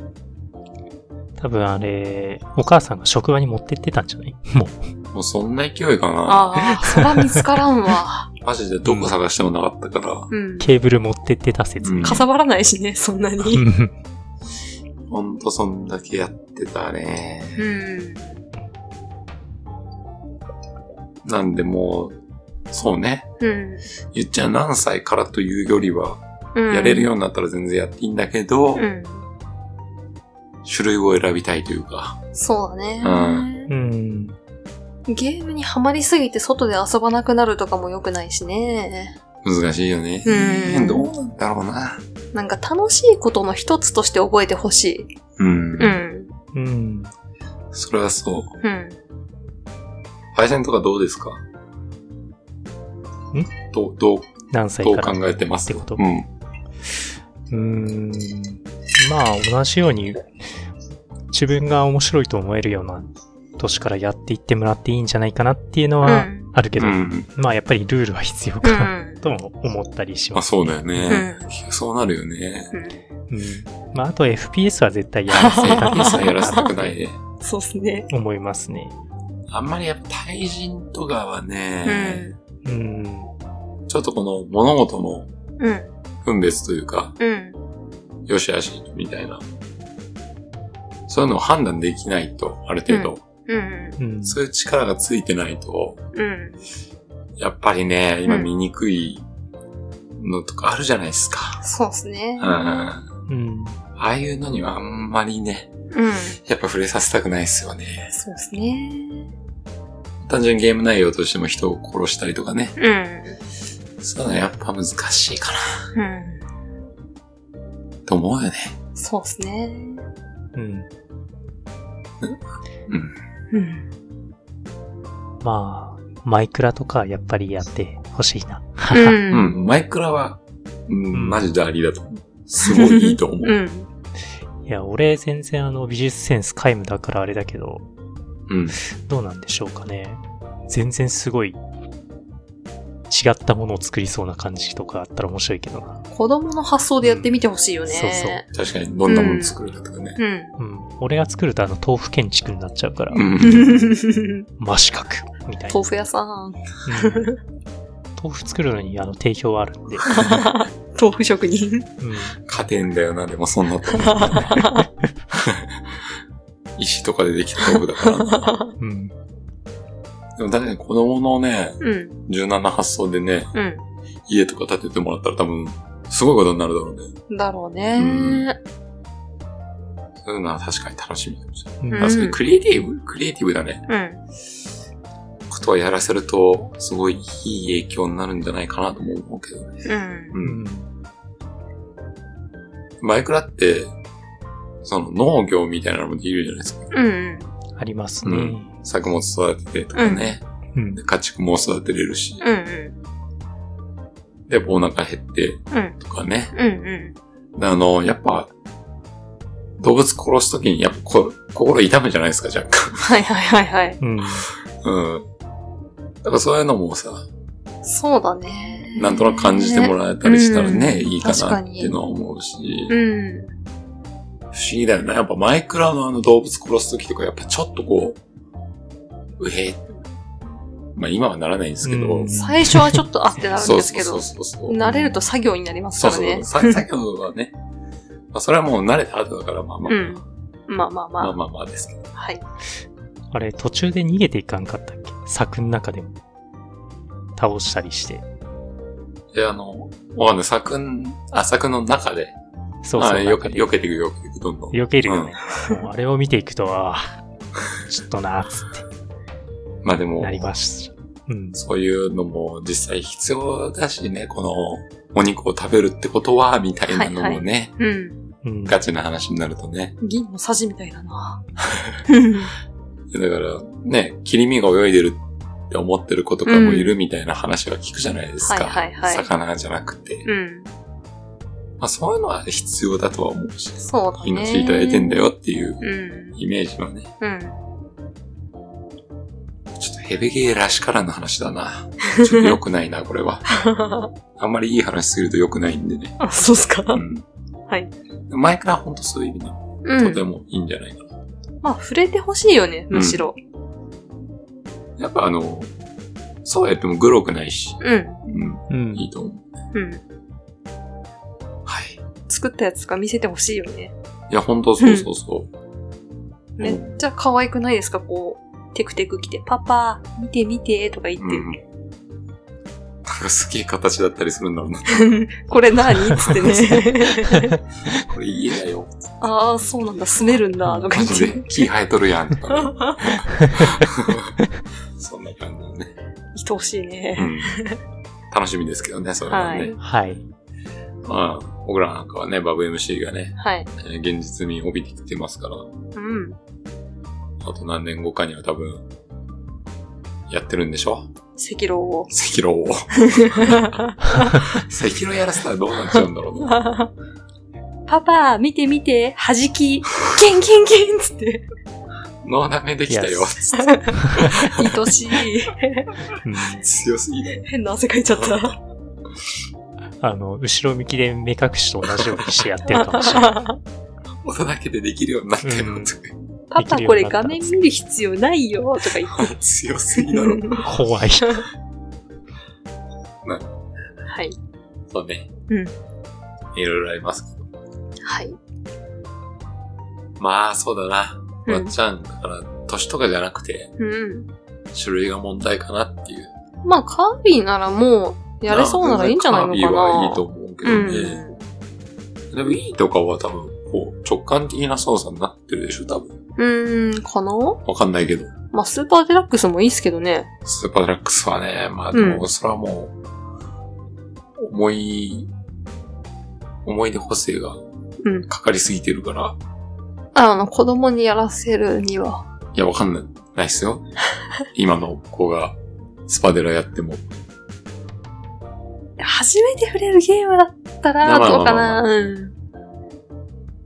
Speaker 3: 多分あれ、お母さんが職場に持ってってたんじゃない も
Speaker 1: もうそんな勢いかな。
Speaker 2: ああ、そら見つからん わ。
Speaker 1: マジでどこ探してもなかったから、
Speaker 2: うん
Speaker 3: う、。ケーブル持ってってた説。
Speaker 1: うん
Speaker 2: かさばらないしね、そんな
Speaker 3: う
Speaker 2: に。
Speaker 3: ん
Speaker 1: ほんとそんだけやってたね。
Speaker 2: うん。
Speaker 1: なんでもう、そうね。
Speaker 2: うん。
Speaker 1: ゆっちゃん何歳からというよりは、
Speaker 2: うん。
Speaker 1: やれるようになったら全然やっていいんだけど、
Speaker 2: うん。
Speaker 1: 種類を選びたいというか、
Speaker 2: そうだね。
Speaker 1: う
Speaker 2: ね
Speaker 3: う。ん。
Speaker 2: ゲームにはまりすぎて外で遊ばなくなるとかも良くないしね。
Speaker 1: 難しいよね。
Speaker 2: うん
Speaker 1: どうなんだろうな。
Speaker 2: なんか楽しいことの一つとして覚えてほしい。
Speaker 1: うん。
Speaker 2: うん。
Speaker 3: うん。
Speaker 1: それはそう。
Speaker 2: うん。
Speaker 1: 配線とかどうですかんどう、どう、
Speaker 3: 何歳
Speaker 1: どう
Speaker 3: から
Speaker 1: 考えてます
Speaker 3: ってこと
Speaker 1: うん。
Speaker 3: うーんまあ同じように自分が面白いと思えるような年からやっていってもらっていいんじゃないかなっていうの
Speaker 2: う
Speaker 3: は
Speaker 2: ん。
Speaker 3: あるけど、
Speaker 1: うん。
Speaker 3: まあやっぱりルールは必要
Speaker 2: う
Speaker 3: かな、
Speaker 2: ん。
Speaker 3: とも思ったりし
Speaker 1: ま
Speaker 3: ま
Speaker 1: あ
Speaker 3: す。
Speaker 1: そうだよ
Speaker 2: う
Speaker 1: ね。
Speaker 2: ん。
Speaker 1: そうなるよね。
Speaker 3: うんまああと FPS は絶対やらせた
Speaker 1: 一切や
Speaker 3: い
Speaker 1: らせたくないね。
Speaker 2: そうっすね。
Speaker 3: と思いますね。
Speaker 1: あんまりやっぱ対人とかは
Speaker 2: う
Speaker 1: ね、
Speaker 2: ん。
Speaker 3: うん。
Speaker 1: ちょっとこの物事の
Speaker 2: うん。
Speaker 1: 分別というか、
Speaker 2: うん。
Speaker 1: 良し悪しみたいな。そういうのを判断できないと、ある程度。
Speaker 2: うん。
Speaker 3: うん。
Speaker 1: そういう力がついてないと、
Speaker 2: うん。
Speaker 1: やっぱりね、今
Speaker 2: うん
Speaker 1: 見にくいのとかあるじゃないですか。
Speaker 2: そうっすね
Speaker 1: うん。。あ
Speaker 3: うん。
Speaker 1: あいうのにはあんまりね、
Speaker 2: うん。
Speaker 1: やっぱ触れさせたくないですよね。
Speaker 2: そうっすね。
Speaker 1: 単純にゲーム内容としても人を殺したりとかね。
Speaker 2: うん。
Speaker 1: そういうのはやっぱ難しいかな。
Speaker 2: うん。
Speaker 1: と思うよね。
Speaker 2: そうっすね。
Speaker 3: うん。
Speaker 1: うん。
Speaker 2: うん。
Speaker 3: まあ、マイクラとかやっぱりやってほしいな。
Speaker 1: う
Speaker 2: うん。
Speaker 1: ん。マイクラは、うん、
Speaker 3: ん
Speaker 1: マジでありだと思う。すごいいいと思
Speaker 2: う
Speaker 1: う。
Speaker 2: ん。
Speaker 3: いや、俺全然あの美術センス皆無だからあれだけど、
Speaker 1: うん。
Speaker 3: どうなんでしょうかね。全然すごい違ったものを作りそうな感じとかあったら面白いけどな。
Speaker 2: 子供の発想でやってみてほしいよね。
Speaker 3: そうそう
Speaker 1: 確かに、どんなもの作るかとかね。
Speaker 2: うん。
Speaker 3: うん。俺が作るとあの豆腐建築になっちゃうから、
Speaker 1: うん。
Speaker 3: 真四角みたいな。
Speaker 2: 豆腐屋さん。
Speaker 3: うん豆腐作るのにあの定評はあるんで。
Speaker 2: 豆腐職人。
Speaker 3: うん。
Speaker 1: 勝てんだよな、でもそんなと。石とかでできた豆腐だからな。
Speaker 3: うん。
Speaker 1: でも確かに子供のね、
Speaker 2: うん。
Speaker 1: 柔軟な発想でね、
Speaker 2: う
Speaker 1: 家とか建ててもらったら多分、すごいことになるだろうね。
Speaker 2: ん。だろうね。
Speaker 1: そういうのは確かに楽しみかもしれない。
Speaker 3: うん
Speaker 2: うん
Speaker 1: 確かにクリエイティブ、クリエイティブだね。
Speaker 2: うん。
Speaker 1: ことはやらせると、すごいいい影響になるんじゃないかなとも思うけどね。
Speaker 2: うん。
Speaker 1: う。
Speaker 3: うんん
Speaker 1: マイクラって、その農業みたいなのもできるじゃないですか。
Speaker 2: うん。
Speaker 3: ありますね。
Speaker 1: う
Speaker 3: うんん。
Speaker 1: 作物育ててとかね。
Speaker 3: うん
Speaker 1: で。家畜も育てれるし。
Speaker 2: うん。うん。
Speaker 1: で、お腹減って
Speaker 2: うん。
Speaker 1: とかね。
Speaker 2: うん。
Speaker 1: あの、やっぱ、動物殺すときに、やっぱこ、心痛むじゃないですか、若干。
Speaker 2: はいはいはいはい。
Speaker 3: うん。
Speaker 1: うん。だからそういうのもさ、
Speaker 2: そうだね。
Speaker 1: なんとなく感じても
Speaker 2: う。
Speaker 1: らえたりしたらね、
Speaker 2: うん
Speaker 1: いいか
Speaker 2: 確
Speaker 1: な
Speaker 2: か
Speaker 1: って
Speaker 2: に
Speaker 1: いうのは思うし、
Speaker 2: うん。
Speaker 1: 不思議だよね。やっぱマイクラのあの動物殺すときとか、やっぱちょっとこう、うへえ。まあ今はならないんですけど、
Speaker 3: うん
Speaker 2: 最初はちょっとあってなるん
Speaker 1: そう
Speaker 2: です
Speaker 1: そう
Speaker 2: け
Speaker 1: そ
Speaker 2: ど
Speaker 1: う、そうそう。
Speaker 2: 慣れると作業になります
Speaker 1: そう
Speaker 2: から
Speaker 1: そう
Speaker 2: ね。
Speaker 1: さ 作業はね、まあそれはもう慣れた後だから、まあまあ、
Speaker 2: うん。まあまあま
Speaker 1: まあ
Speaker 2: あ。
Speaker 1: まあまあですけど。
Speaker 2: はい。
Speaker 3: あれ、途中で逃げていかんかったっけ柵の中でも。倒したりして。
Speaker 1: で、あの、わかんない。作ん、あ、作の中で、
Speaker 3: そうそう。
Speaker 1: あよけ避
Speaker 3: よ
Speaker 1: けていく、避けていく、どんどん。
Speaker 3: 避けるよね。もうあれを見ていくと、ああ、ちょっとなーっつ って
Speaker 1: まあでも
Speaker 3: な、りました。うん。
Speaker 1: そういうのも実際必要だしね、このお肉を食べるってことは、みたいなのもね、
Speaker 2: うん。
Speaker 3: うん。
Speaker 1: ガチな話になるとね。
Speaker 2: 銀のさじみたい だな。
Speaker 1: だから、ね、切り身が泳いでるって思ってる子とかもいるみたいな話は聞くじゃないですか。
Speaker 2: うんはいはいはい
Speaker 1: 魚じゃなくて。
Speaker 2: うん。
Speaker 1: まあそういうのは必要だとは思うし、
Speaker 2: そうだね。
Speaker 1: 命いただいてんだよっていう
Speaker 2: うん。
Speaker 1: イメージはね、
Speaker 2: うん。
Speaker 1: ちょっとヘビゲーらしからぬ話だな。ちょっと良くないな、これは。あんまりいい話すぎると良くないんで ね。
Speaker 2: あ、そうっすか
Speaker 1: う。ん。
Speaker 2: はい。
Speaker 1: マイクラは本当そういう意味で、
Speaker 2: う
Speaker 1: とて
Speaker 2: ん。
Speaker 1: もいいんじゃないかな。
Speaker 2: まあ、触れてほしいよね、むしろ。
Speaker 1: やっぱあの、そうやってもグロくないし、
Speaker 2: うん。
Speaker 1: うん、
Speaker 3: うん
Speaker 1: いいと思
Speaker 2: うん。
Speaker 1: う。はい。
Speaker 2: 作ったやつが見せてほしいよね。
Speaker 1: いや、本当そうそうそう。
Speaker 2: めっちゃ可愛くないですかこう、テクテク来て、パパ、見て見て、とか言
Speaker 1: う
Speaker 2: っ
Speaker 1: ん。これすげえ形だったりするんだろうな。
Speaker 2: これ何 つってね。
Speaker 1: これ家だよ。
Speaker 2: ああ、そうなんだ、住めるんだ、とか
Speaker 1: マ
Speaker 2: 言っ
Speaker 1: ジ
Speaker 2: て
Speaker 1: で。木生えとるやん。とか ね そんな感じだね。
Speaker 2: 愛おしいね。
Speaker 1: うん。楽しみですけどね、それはね。
Speaker 3: はい。
Speaker 1: まあ、僕らなんかはね、バブ MC がね、
Speaker 2: はい。
Speaker 1: えー現実味帯びてきてますから、
Speaker 2: うん。
Speaker 1: あと何年後かには多分、やってるんでしょ
Speaker 2: 赤老を。
Speaker 1: 赤狼を。赤狼やらせたらどうなっちゃうんだろ うな。
Speaker 2: パパ、見て見て、弾き、キンキンキンつって。
Speaker 1: 脳ダメできたよ。
Speaker 2: 愛しい。
Speaker 3: うん
Speaker 1: 強すぎない。
Speaker 2: 変な汗かいちゃった。
Speaker 3: あの、後ろ向きで目隠しと同じようにしてやってるかもしれない。
Speaker 1: 音だけでできるようになってる
Speaker 3: うん
Speaker 2: パパ、これ画面見る必要ないよ、とか言って。
Speaker 1: 強すぎだろ。
Speaker 3: 怖い。
Speaker 2: はい。
Speaker 1: そうね。
Speaker 2: うん
Speaker 1: いろいろありますけど。
Speaker 2: はい。
Speaker 1: まあ、そうだな。
Speaker 2: う
Speaker 1: わっ
Speaker 2: ん
Speaker 1: ちゃん、だから、年とかじゃなくて、
Speaker 2: うん。
Speaker 1: 種類が問題かなっていう。
Speaker 2: まあ、カービィならもう、やれそうならいいんじゃないのかな。
Speaker 1: カービィはいいと思うけど
Speaker 2: う
Speaker 1: ね。
Speaker 2: ん。
Speaker 1: でも、いいとかは多分、こう、直感的な操作になってるでしょ、多分。
Speaker 2: うーん、かな
Speaker 1: わかんないけど。
Speaker 2: まあ、スーパーデラックスもいいっすけどね。
Speaker 1: スーパーデラックスはね、まあでも、それはもう、思い、思い出補正が
Speaker 2: うん
Speaker 1: かかりすぎてるから、
Speaker 2: あの、子供にやらせるには。
Speaker 1: いや、わかんない、ないっす よ。今の子が、スパデラやっても。
Speaker 2: 初めて触れるゲームだった
Speaker 1: まあ
Speaker 2: ら、
Speaker 1: まあまあ
Speaker 2: どうか
Speaker 1: まあ
Speaker 2: な。
Speaker 1: ま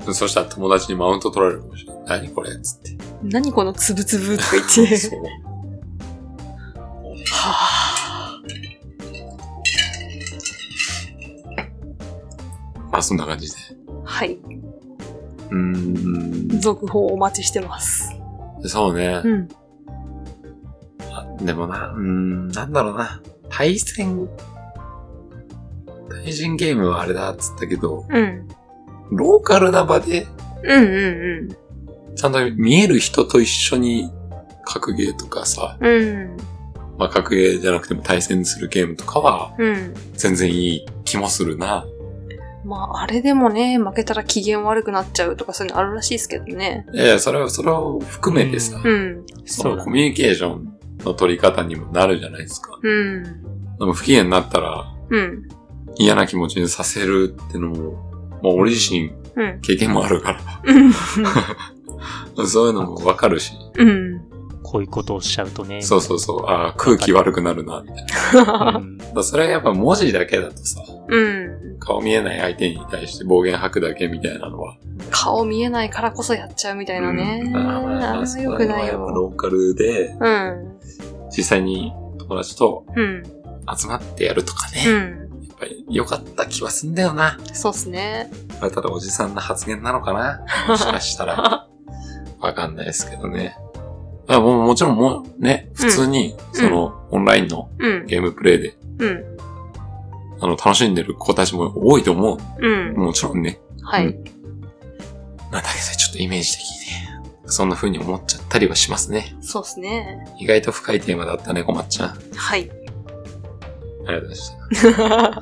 Speaker 2: うん。
Speaker 1: そしたら友達にマウント取られるかもしれない。何これつって。
Speaker 2: 何このつぶつぶとか言っ て。
Speaker 1: そう。
Speaker 2: は
Speaker 1: まあそんな感じで。
Speaker 2: ぁはい。
Speaker 1: うーん。
Speaker 2: 続報お待ちしてます。
Speaker 1: そうね。
Speaker 2: うん。
Speaker 1: でもな、うーん、なんだろうな。対戦、対人ゲームはあれだっつったけど、
Speaker 2: うん。
Speaker 1: ローカルな場で、
Speaker 2: うんうん
Speaker 1: ちゃんと見える人と一緒に、格ゲーとかさ、
Speaker 2: うん。うん。
Speaker 1: まあ、格ゲーじゃなくても対戦するゲームとかは、
Speaker 2: うん。
Speaker 1: 全然いい気もするな。
Speaker 2: まあ、あれでもね、負けたら機嫌悪くなっちゃうとかそういうのあるらしいですけどね。
Speaker 1: いやいや、それは、それを含めてさ、
Speaker 2: うん。
Speaker 1: そ
Speaker 3: そう
Speaker 1: の
Speaker 3: だ
Speaker 1: コ
Speaker 3: ね。
Speaker 1: ミュニケーションの取り方にもなるじゃないですか。
Speaker 2: うん。
Speaker 1: でも不機嫌になったら
Speaker 2: うん。
Speaker 1: 嫌な気持ちにさせるってのも、もう俺自身
Speaker 2: うん。
Speaker 1: 経験もあるか
Speaker 2: うん。
Speaker 1: ら、 そういうのもわかるし、
Speaker 2: うん。
Speaker 3: こういうことをしちゃうとね。
Speaker 1: そうそうそう、ああ、空気悪くなるな、みたいな。だ
Speaker 3: うん。
Speaker 1: からそれはやっぱ文字だけだとさ、
Speaker 2: うん。
Speaker 1: 顔見えない相手に対して暴言吐くだけみたいなのは。
Speaker 2: 顔見えないからこそやっちゃうみたいなね。
Speaker 1: うん
Speaker 2: あれは良くない
Speaker 1: それはやっぱ
Speaker 2: よ。
Speaker 1: ローカルで、
Speaker 2: うん。
Speaker 1: 実際に友達と
Speaker 2: うん。
Speaker 1: 集まってやるとか
Speaker 2: う
Speaker 1: ね。
Speaker 2: ん。
Speaker 1: やっぱり良かった気はすんだよな。
Speaker 2: そうっすね。
Speaker 1: これただおじさんの発言なのか なもしかしたら。わかんないですけどね。あもうもちろんもうね、普通に、
Speaker 2: うん
Speaker 1: その、オンラインの
Speaker 2: うん。
Speaker 1: ゲームプレイで、
Speaker 2: うん。
Speaker 1: あの、楽しんでる子たちも多いと思
Speaker 2: うん
Speaker 1: う。。もちろんね。
Speaker 2: は
Speaker 1: う
Speaker 2: い
Speaker 1: ん。なんだけど、ちょっとイメージ的にね。そんな風に思っちゃったりはしますね。
Speaker 2: そうっすね。
Speaker 1: 意外と深いテーマだったね、ごまっちゃん。あ
Speaker 2: はい。
Speaker 1: りがとうございました。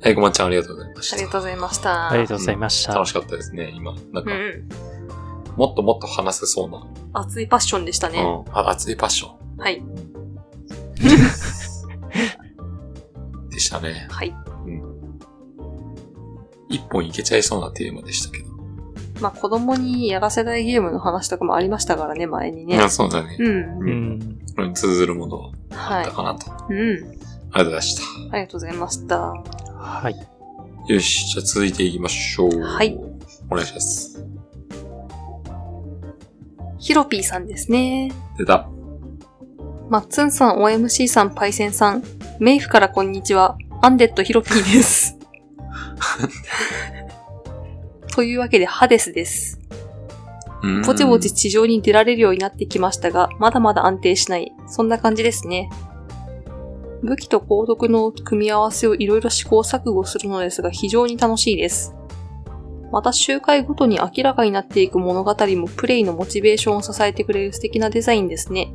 Speaker 1: はい、ごまっちゃんありがとうございまし
Speaker 2: ありが
Speaker 1: た。
Speaker 2: とうございました。
Speaker 3: ありがとうございました。
Speaker 1: 楽しかったですね、今。なんか
Speaker 2: う、ん。
Speaker 1: もっともっと話せそうな。
Speaker 2: 熱いパッションでしたね。
Speaker 1: うん。あ熱いパッショ
Speaker 2: はい。
Speaker 1: ンでしたね。
Speaker 2: はい。
Speaker 1: 一本いけちゃいそうなテーマでしたけど。
Speaker 2: まあ、子供にやらせないゲームの話とかもありましたからね、前にね
Speaker 1: あ。そうだね。
Speaker 2: うん。
Speaker 3: うん。
Speaker 1: これに通ずるものはあ
Speaker 2: は
Speaker 1: ったかなと。
Speaker 2: い。う
Speaker 1: あ
Speaker 2: ん。
Speaker 1: りがとうございました。
Speaker 2: ありがとうございました。
Speaker 3: はい。
Speaker 1: よし、じゃあ続いていきましょう。
Speaker 2: はい。
Speaker 1: お願いします。
Speaker 2: ヒロピーさんですね。
Speaker 1: 出た。
Speaker 2: マッツンさん、OMC さん、パイセンさん。メイフからこんにちは。アンデッドヒロピーです。というわけで、ハデスです。
Speaker 1: うん
Speaker 2: ぼちぼち。地上に出られるようになってきましたが、まだまだ安定しない。そんな感じですね。武器と鉱毒の組み合わせをいろいろ試行錯誤するのですが、非常に楽しいです。また周回ごとに明らかになっていく物語もプレイのモチベーションを支えてくれる素敵なデザインですね。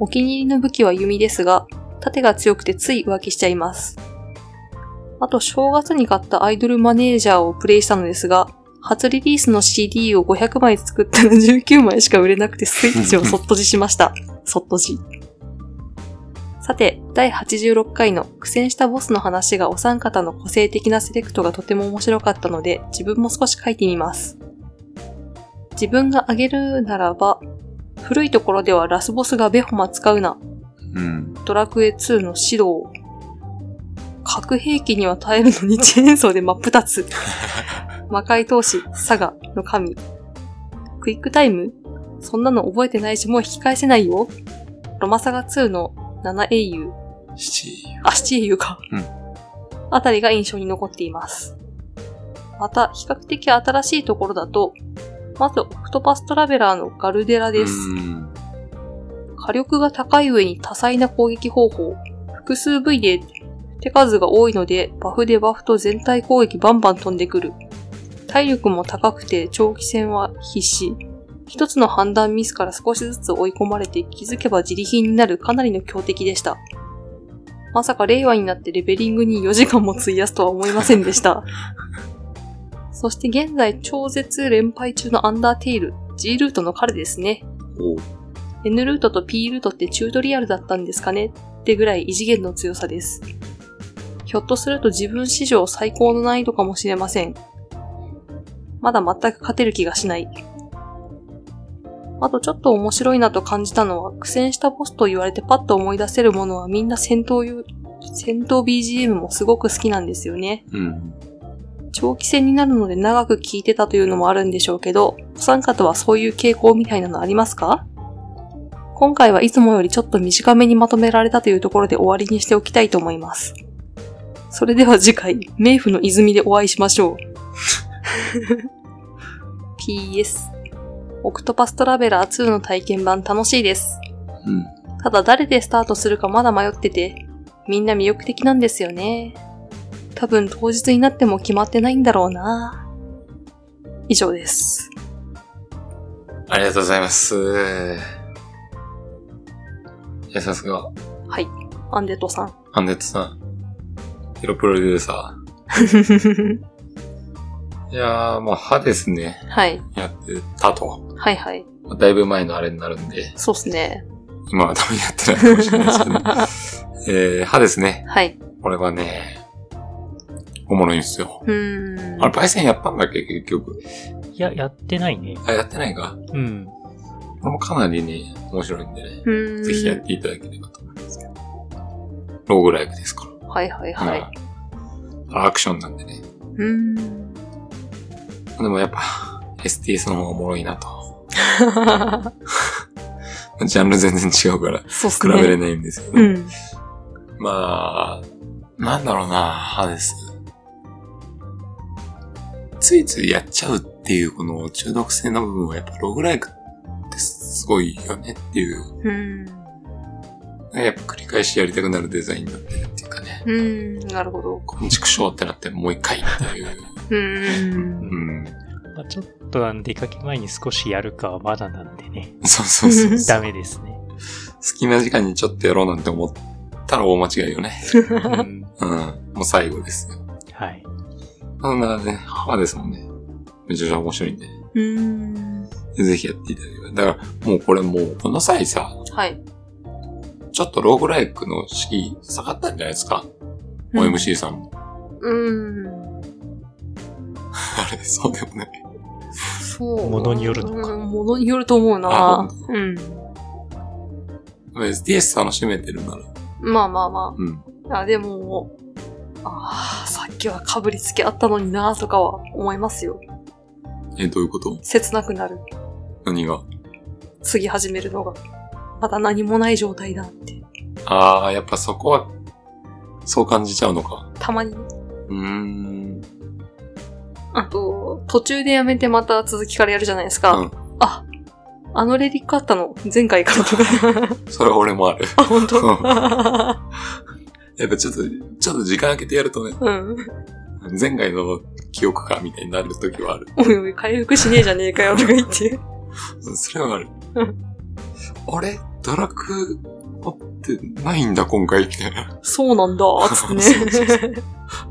Speaker 2: お気に入りの武器は弓ですが、盾が強くてつい浮気しちゃいます。あと正月に買ったアイドルマネージャーをプレイしたのですが、初リリースの CD を500枚作ったら19枚 しか売れなくてスイッチをそっとじしました。そっとじ。さて、第86回の苦戦したボスの話がお三方の個性的なセレクトがとても面白かったので、自分も少し書いてみます。自分が挙げるならば、古いところではラスボスがベホマ使うな、
Speaker 1: うん。
Speaker 2: ドラクエ2の指導。核兵器には耐えるのにチェーンソーで真っ 二つ。魔界闘士、サガの神。クイックタイムそんなの覚えてないしもう引き返せないよ。ロマサガ2の7英雄。
Speaker 1: 七。
Speaker 2: あ、七英雄か。
Speaker 1: うん
Speaker 2: あたりが印象に残っています。また、比較的新しいところだと、まず、オクトパストラベラーのガルデラです。
Speaker 1: うん。
Speaker 2: 火力が高い上に多彩な攻撃方法、複数部位で手数が多いので、バフでバフと全体攻撃バンバン飛んでくる。体力も高くて長期戦は必至。一つの判断ミスから少しずつ追い込まれて気づけば自利品になるかなりの強敵でした。まさか令和になってレベリングに4時間も費やすとは思いませんでした。そして現在超絶連敗中のアンダーテイル、G ルートの彼ですね。
Speaker 1: おう
Speaker 2: N ルートと P ルートってチュートリアルだったんですかねってぐらい異次元の強さです。ひょっとすると自分史上最高の難易度かもしれません。まだ全く勝てる気がしない。あとちょっと面白いなと感じたのは、苦戦したボスと言われてパッと思い出せるものはみんな戦闘ゆ、戦闘 BGM もすごく好きなんですよね。
Speaker 1: うん。
Speaker 2: 長期戦になるので長く聞いてたというのもあるんでしょうけど、お三方はそういう傾向みたいなのありますか今回はいつもよりちょっと短めにまとめられたというところで終わりにしておきたいと思います。それでは次回、冥府の泉でお会いしましょう。PS。オクトパストラベラー2の体験版楽しいです。
Speaker 1: うん。
Speaker 2: ただ誰でスタートするかまだ迷ってて、みんな魅力的なんですよね。多分当日になっても決まってないんだろうな。以上です。
Speaker 1: ありがとうございます。いや、さすが、
Speaker 2: はい。アンデ トさん。
Speaker 1: アンデットさん。ヒロプロデューサー。いやー、まあ、歯ですね。
Speaker 2: はい。
Speaker 1: やってたと。
Speaker 2: はいはい。
Speaker 1: まあだいぶ前のあれになるんで、
Speaker 2: そうっすね。
Speaker 1: 今は多分やってないかもしれ ないですけど。えー、歯ですね。
Speaker 2: はい。
Speaker 1: これはね、おもろいんですよ。
Speaker 2: うーん。
Speaker 1: あれ、焙煎やったんだっけ、結局。
Speaker 3: いや、やってないね。
Speaker 1: あ、やってないか。
Speaker 3: うん。
Speaker 1: これもかなりね、面白いんでね。
Speaker 2: うーん
Speaker 1: ぜひやっていただければと思いますけど。ローグライブですから。
Speaker 2: はいはいはい。
Speaker 1: まあアクションなんでね。
Speaker 2: うーん。
Speaker 1: でもやっぱ、STS の方がおもろいなと。ジャンル全然違うから、
Speaker 2: そうっす
Speaker 1: 比
Speaker 2: ね。
Speaker 1: べれないんですけど、
Speaker 2: うん。
Speaker 1: まあ、なんだろうな、歯です。ついついやっちゃうっていう、この中毒性の部分はやっぱログライクってすごいよねっていう、
Speaker 2: うーん。
Speaker 1: やっぱ繰り返しやりたくなるデザインになってるっていうかね、
Speaker 2: うーん。なるほど。
Speaker 1: この畜生ってなってもう一回っていう。
Speaker 2: うーん。
Speaker 1: うん。
Speaker 3: まあ、ちょっとあの出かけ前に少しやるかはまだなんでね。
Speaker 1: そうそうそうそう。
Speaker 3: ダメですね。
Speaker 1: 隙間時間にちょっとやろうなんて思ったら大間違いよね。
Speaker 3: うん。
Speaker 1: うん。もう最後ですよ。
Speaker 3: はい。
Speaker 1: なんだね、歯ですもんね。めちゃくちゃ面白いんで。
Speaker 2: うーん。
Speaker 1: ぜひやっていただければ。だから、もうこれもう、この際さ、
Speaker 2: はい。
Speaker 1: ちょっとローグライクの敷居下がったんじゃないですか、?OMC さんも。
Speaker 2: うん。うーん。
Speaker 1: あれ、そうでもない。
Speaker 2: そう。
Speaker 3: 物によるのか
Speaker 2: うん物によると思う
Speaker 1: あ
Speaker 2: な
Speaker 1: ほん
Speaker 2: うん。
Speaker 1: SDS 楽しめてるなら。
Speaker 2: まあまあま
Speaker 1: うん。
Speaker 2: あ。あでも、ああ、さっきはかぶりつきあったのになとかは思いますよ。
Speaker 1: え、どういうこと
Speaker 2: 切なくなる。
Speaker 1: 何が
Speaker 2: 次始めるのが。まだ何もない状態だって。
Speaker 1: あー、やっぱそこは、そう感じちゃうのか。
Speaker 2: たまに。
Speaker 1: うーん。
Speaker 2: あと、途中でやめてまた続きからやるじゃないですか。
Speaker 1: うん
Speaker 2: あ、あのレディックあったの前回か らとか。
Speaker 1: それは俺もある。
Speaker 2: あ、本当
Speaker 1: やっぱちょっと、ちょっと時間空けてやるとね、
Speaker 2: うん。
Speaker 1: 前回の記憶かみたいになる時はある。
Speaker 2: おいおい、回復しねえじゃねえかよとか言って。
Speaker 1: それはある
Speaker 2: う。
Speaker 1: あれ堕落あってないんだ、今回、み たいな。
Speaker 2: そうなんだ、つっ て
Speaker 1: そうそうそ
Speaker 2: ね。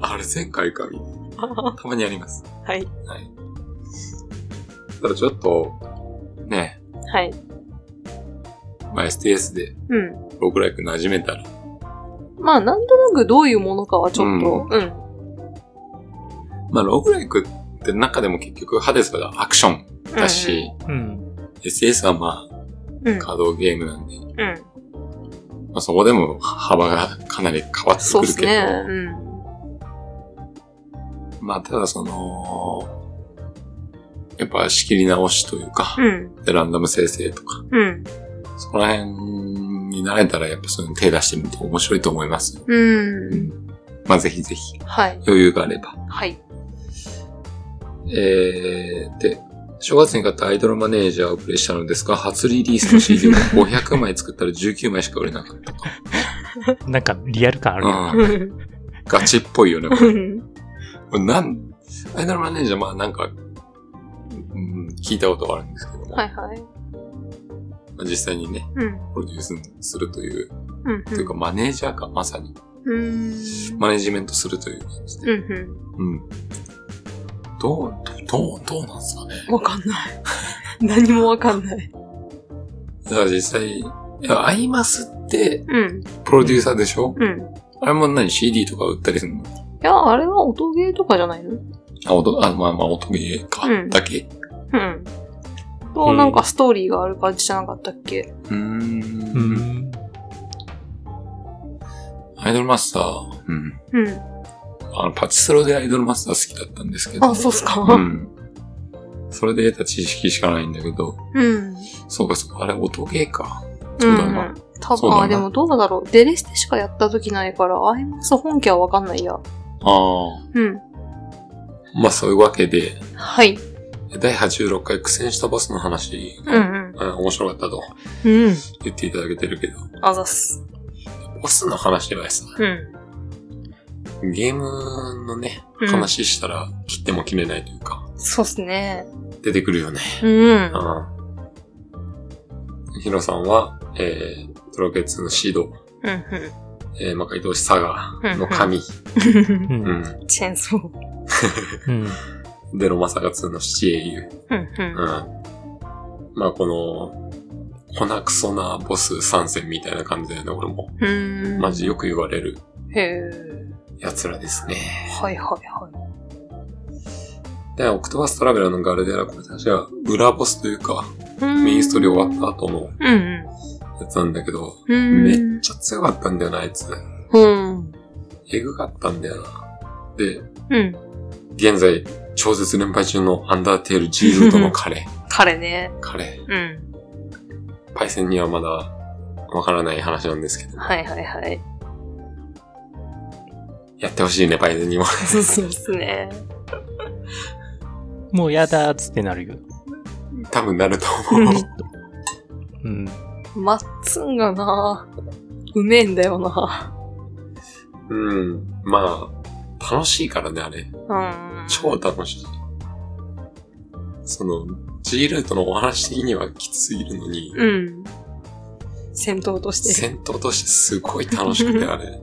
Speaker 1: あれ、前回か、みたいな。たまにあります。
Speaker 2: はい。
Speaker 1: はい。ただちょっと、ね、
Speaker 2: はい。
Speaker 1: まあ、STS で
Speaker 2: うん。
Speaker 1: ローグライク馴染めたら、
Speaker 2: まあ、なんとなくどういうものかはちょっと、うん。
Speaker 1: まあ、ローグライクって中でも結局、ハデスがアクション
Speaker 2: うん
Speaker 1: だ、し、
Speaker 3: うん。
Speaker 1: SS はまあ、
Speaker 2: うん。
Speaker 1: 稼働ゲームなんで、
Speaker 2: うん。
Speaker 1: まあ、そこでも幅がかなり変わって
Speaker 2: そ
Speaker 1: く
Speaker 2: うで
Speaker 1: る
Speaker 2: す
Speaker 1: けど、
Speaker 2: ね。うん。
Speaker 1: まあ、ただその、やっぱ仕切り直しというか、
Speaker 2: うん。
Speaker 1: でランダム生成とか、
Speaker 2: うん。
Speaker 1: そこら辺に慣れたらやっぱそういうの手出してみると面白いと思いますよ。
Speaker 2: う。
Speaker 1: うんん。まあ、ぜひぜひ、
Speaker 2: はい。
Speaker 1: 余裕があれば。
Speaker 2: はい。
Speaker 1: えー、で、正月に買ったアイドルマネージャーをプレイしたのですが、初リリースの CD が500枚作ったら19枚しか売れなかったとか。
Speaker 3: なんかリアル感あるよ。
Speaker 1: うん。ガチっぽいよね、これ。
Speaker 2: うん
Speaker 1: これなん、アイドルマネージャー、まあなんか、うん、聞いたことがあるんですけども、
Speaker 2: はいはい。
Speaker 1: まあ実際にね、
Speaker 2: うん。
Speaker 1: プロデュースするという、
Speaker 2: うん。
Speaker 1: というかマネージャーか、まさに。
Speaker 2: うん。
Speaker 1: マネジメントするという感じで。
Speaker 2: うんう
Speaker 1: うん。どう、どう、どうなんですかね。
Speaker 2: ん。わかんない。 何もわかんない。
Speaker 1: だから実際、いやアイマスって、
Speaker 2: うん。
Speaker 1: プロデューサーでしょ、
Speaker 2: うん。
Speaker 1: あれも何 ?CD とか売ったりするの
Speaker 2: いや、あれは音ゲーとかじゃないの
Speaker 1: あ、音、あ、まあまあ、音ゲーか、
Speaker 2: うん
Speaker 1: だけ。
Speaker 2: うん。と、
Speaker 3: うん
Speaker 2: なんかストーリーがある感じじゃなかったっけ
Speaker 1: うー。
Speaker 3: うんん。
Speaker 1: アイドルマスター、うん。
Speaker 2: うん。
Speaker 1: あの、パチスロでアイドルマスター好きだったんですけど。
Speaker 2: あ、そうっすか。
Speaker 1: う
Speaker 2: うん。
Speaker 1: ん。それで得た知識しかないんだけど、
Speaker 2: うん。
Speaker 1: そうかそうか、あれ音ゲーか。
Speaker 2: う。
Speaker 1: そうだなん
Speaker 2: 多
Speaker 1: そうだ
Speaker 2: 分、
Speaker 1: な
Speaker 2: あ、でもどうだろう。デレステしかやった時ないから、アイマス本家はわかんないや。
Speaker 1: ああ。
Speaker 2: うん。
Speaker 1: まあそういうわけで、
Speaker 2: はい。
Speaker 1: 第86回苦戦したボスの話
Speaker 2: う、ん
Speaker 1: あ面白かったと
Speaker 2: うん。うん。
Speaker 1: 言っていただけてるけど、
Speaker 2: あざっす。
Speaker 1: ボスの話はさ、
Speaker 2: うん。
Speaker 1: ゲームのね、
Speaker 2: うん
Speaker 1: 話したら切っても切れないというか、
Speaker 2: そうっすね。
Speaker 1: 出てくるよね。
Speaker 2: うん。
Speaker 1: うん。ヒロさんは、えー、トロケツのシード、
Speaker 2: うん。う
Speaker 1: えー、魔界同士サガの神、
Speaker 2: ん。
Speaker 1: う
Speaker 3: う。
Speaker 1: んん。
Speaker 2: チェーンソー。
Speaker 3: うん。
Speaker 1: デロマサガ2の七英雄、
Speaker 2: うん。うん。
Speaker 1: うん。まあこの、粉クソなボス参戦みたいな感じだよね、俺も。
Speaker 2: うん。
Speaker 1: マジよく言われる
Speaker 2: へえ。
Speaker 1: 奴らですね。
Speaker 2: はいはいはい。
Speaker 1: で、オクトバストラベラーのガルデラ、これ確か裏ボスというか、
Speaker 2: うん
Speaker 1: メインストーリー終わった後の
Speaker 2: うん
Speaker 1: やつなんだけど、
Speaker 2: うん。うん。
Speaker 1: めっちゃ強かったんだよな、あいつ。
Speaker 2: うん。
Speaker 1: えぐかったんだよな。で、
Speaker 2: うん。
Speaker 1: 現在、超絶連敗中のアンダーテールジールドの彼。
Speaker 2: 彼ね。
Speaker 1: 彼。
Speaker 2: うん。
Speaker 1: パイセンにはまだわからない話なんですけど、
Speaker 2: はいはいはい。
Speaker 1: やってほしいね、パイセンにも。
Speaker 2: そうそうっすね。
Speaker 3: もうやだーっつってなるよ。
Speaker 1: 多分なると思 う。
Speaker 3: うん。
Speaker 2: マッツンがなうめえんだよな
Speaker 1: うん。まあ、楽しいからね、あれ。
Speaker 2: うん。
Speaker 1: 超楽しい。その、G ルートのお話的にはきつすぎるのに、
Speaker 2: うん。戦闘として。
Speaker 1: 戦闘としてすごい楽しくて、あれ。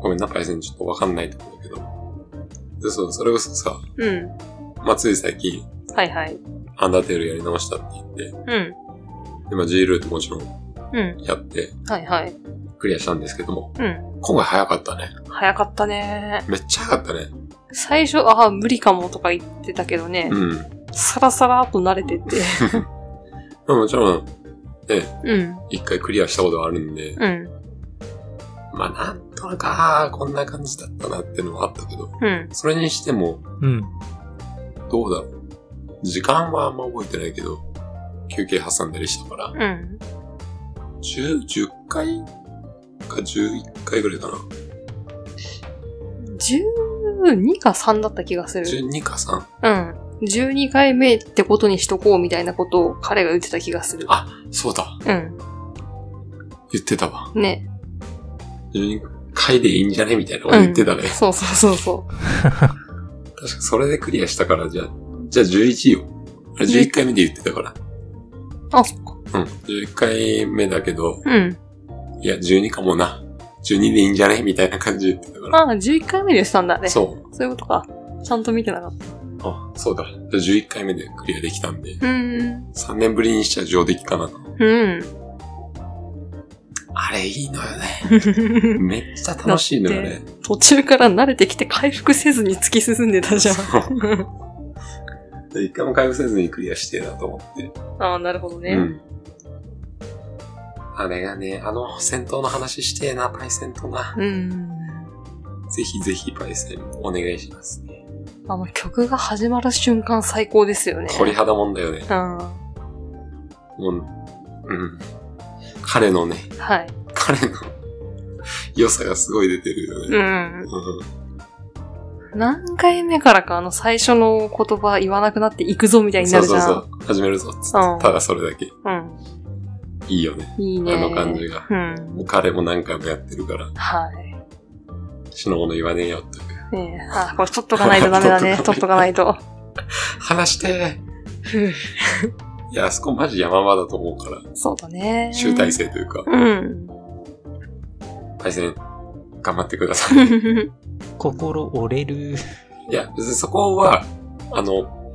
Speaker 1: ごめんな、パイセンちょっとわかんないと思うけど。で、そう、それこそさ、
Speaker 2: うん。
Speaker 1: まあ、つい最近、
Speaker 2: はいはい。
Speaker 1: アンダーテールやり直したって言って、
Speaker 2: うん。
Speaker 1: で、まあ、G ルートもちろん
Speaker 2: う
Speaker 1: やって、
Speaker 2: ん。はいはい。
Speaker 1: クリアしたんですけども、
Speaker 2: うん。
Speaker 1: 今回早かったね。
Speaker 2: 早かったね
Speaker 1: めっちゃ早かったね。
Speaker 2: 最初、ああ、無理かもとか言ってたけどね。
Speaker 1: うん。
Speaker 2: さらさらっと慣れてって。
Speaker 1: まあ、もちろん、ね、
Speaker 2: うん。
Speaker 1: 一回クリアしたことはあるんで、
Speaker 2: うん。
Speaker 1: まあなんとなく、ああ、こんな感じだったなっていうのはあったけど、
Speaker 2: うん。
Speaker 1: それにしても、
Speaker 3: うん。
Speaker 1: どうだろう。時間はあんま覚えてないけど、休憩挟んだりしたから、
Speaker 2: うん。
Speaker 1: 10、10回か11回ぐらいかな。
Speaker 2: 12か3だった気がする。
Speaker 1: 12か3。
Speaker 2: うん。12回目ってことにしとこうみたいなことを彼が言ってた気がする。
Speaker 1: あそうだ。
Speaker 2: うん。
Speaker 1: 言ってたわ。
Speaker 2: ね。
Speaker 1: 12回でいいんじゃねみたいなこと言ってたね。
Speaker 2: そうそうそうそ
Speaker 1: 確かそれでクリアしたから、じゃあ、じゃあ11よ。あれ11回目で言ってたから。
Speaker 2: う。あ、そっか。
Speaker 1: うん。11回目だけど、
Speaker 2: うん。
Speaker 1: いや、12かもな。12でいいんじゃねみたいな感じで言ってたか
Speaker 2: ああ、11回目でしたんだね。
Speaker 1: ら。
Speaker 2: そう。
Speaker 1: そう。
Speaker 2: いうことか。ちゃんと見てなかった。
Speaker 1: あ、そうだ。11回目でクリアできたんで、
Speaker 2: うん。
Speaker 1: 3年ぶりにしちゃ上出来かな。
Speaker 2: うん。
Speaker 1: あれいいのよね。めっちゃ楽しいのよね。
Speaker 2: 途中から慣れてきて回復せずに突き進んでたじゃん。
Speaker 1: 一回も回復せずにクリアしてえなと思って。
Speaker 2: ああ、なるほどね。
Speaker 1: うん。あれがね、あの戦闘の話してえな、パイセンとな。
Speaker 2: うん。
Speaker 1: ぜひぜひパイセンお願いしますね。
Speaker 2: あの曲が始まる瞬間最高ですよね。
Speaker 1: 鳥肌もんだよね。
Speaker 2: うん。
Speaker 1: もう、うん。彼のね、
Speaker 2: はい。
Speaker 1: 彼の 良さがすごい出てるよね。
Speaker 2: うん。
Speaker 1: うん
Speaker 2: 何回目からかあの最初の言葉言わなくなっていくぞみたいにな
Speaker 1: そう
Speaker 2: るじ
Speaker 1: そ
Speaker 2: ゃ。
Speaker 1: うんそう。始めるぞっつって。
Speaker 2: うん
Speaker 1: ただそれだけ。いいよね。
Speaker 2: うん。いいね。
Speaker 1: あの感じが
Speaker 2: うん
Speaker 1: もう。彼も何回もやってるから、
Speaker 2: はい。
Speaker 1: 死のもの言わねえよって。
Speaker 2: ねえあ、これ取っとかないとダメ だね。取っとかないと。
Speaker 1: 話して
Speaker 2: ふう
Speaker 1: いや、あそこマジ山場だと思うから、
Speaker 2: そうだね。
Speaker 1: 集大。成というか、
Speaker 2: うん。
Speaker 1: 対戦、頑張ってください。
Speaker 3: 心折れる。
Speaker 1: いや、別にそこは、あの、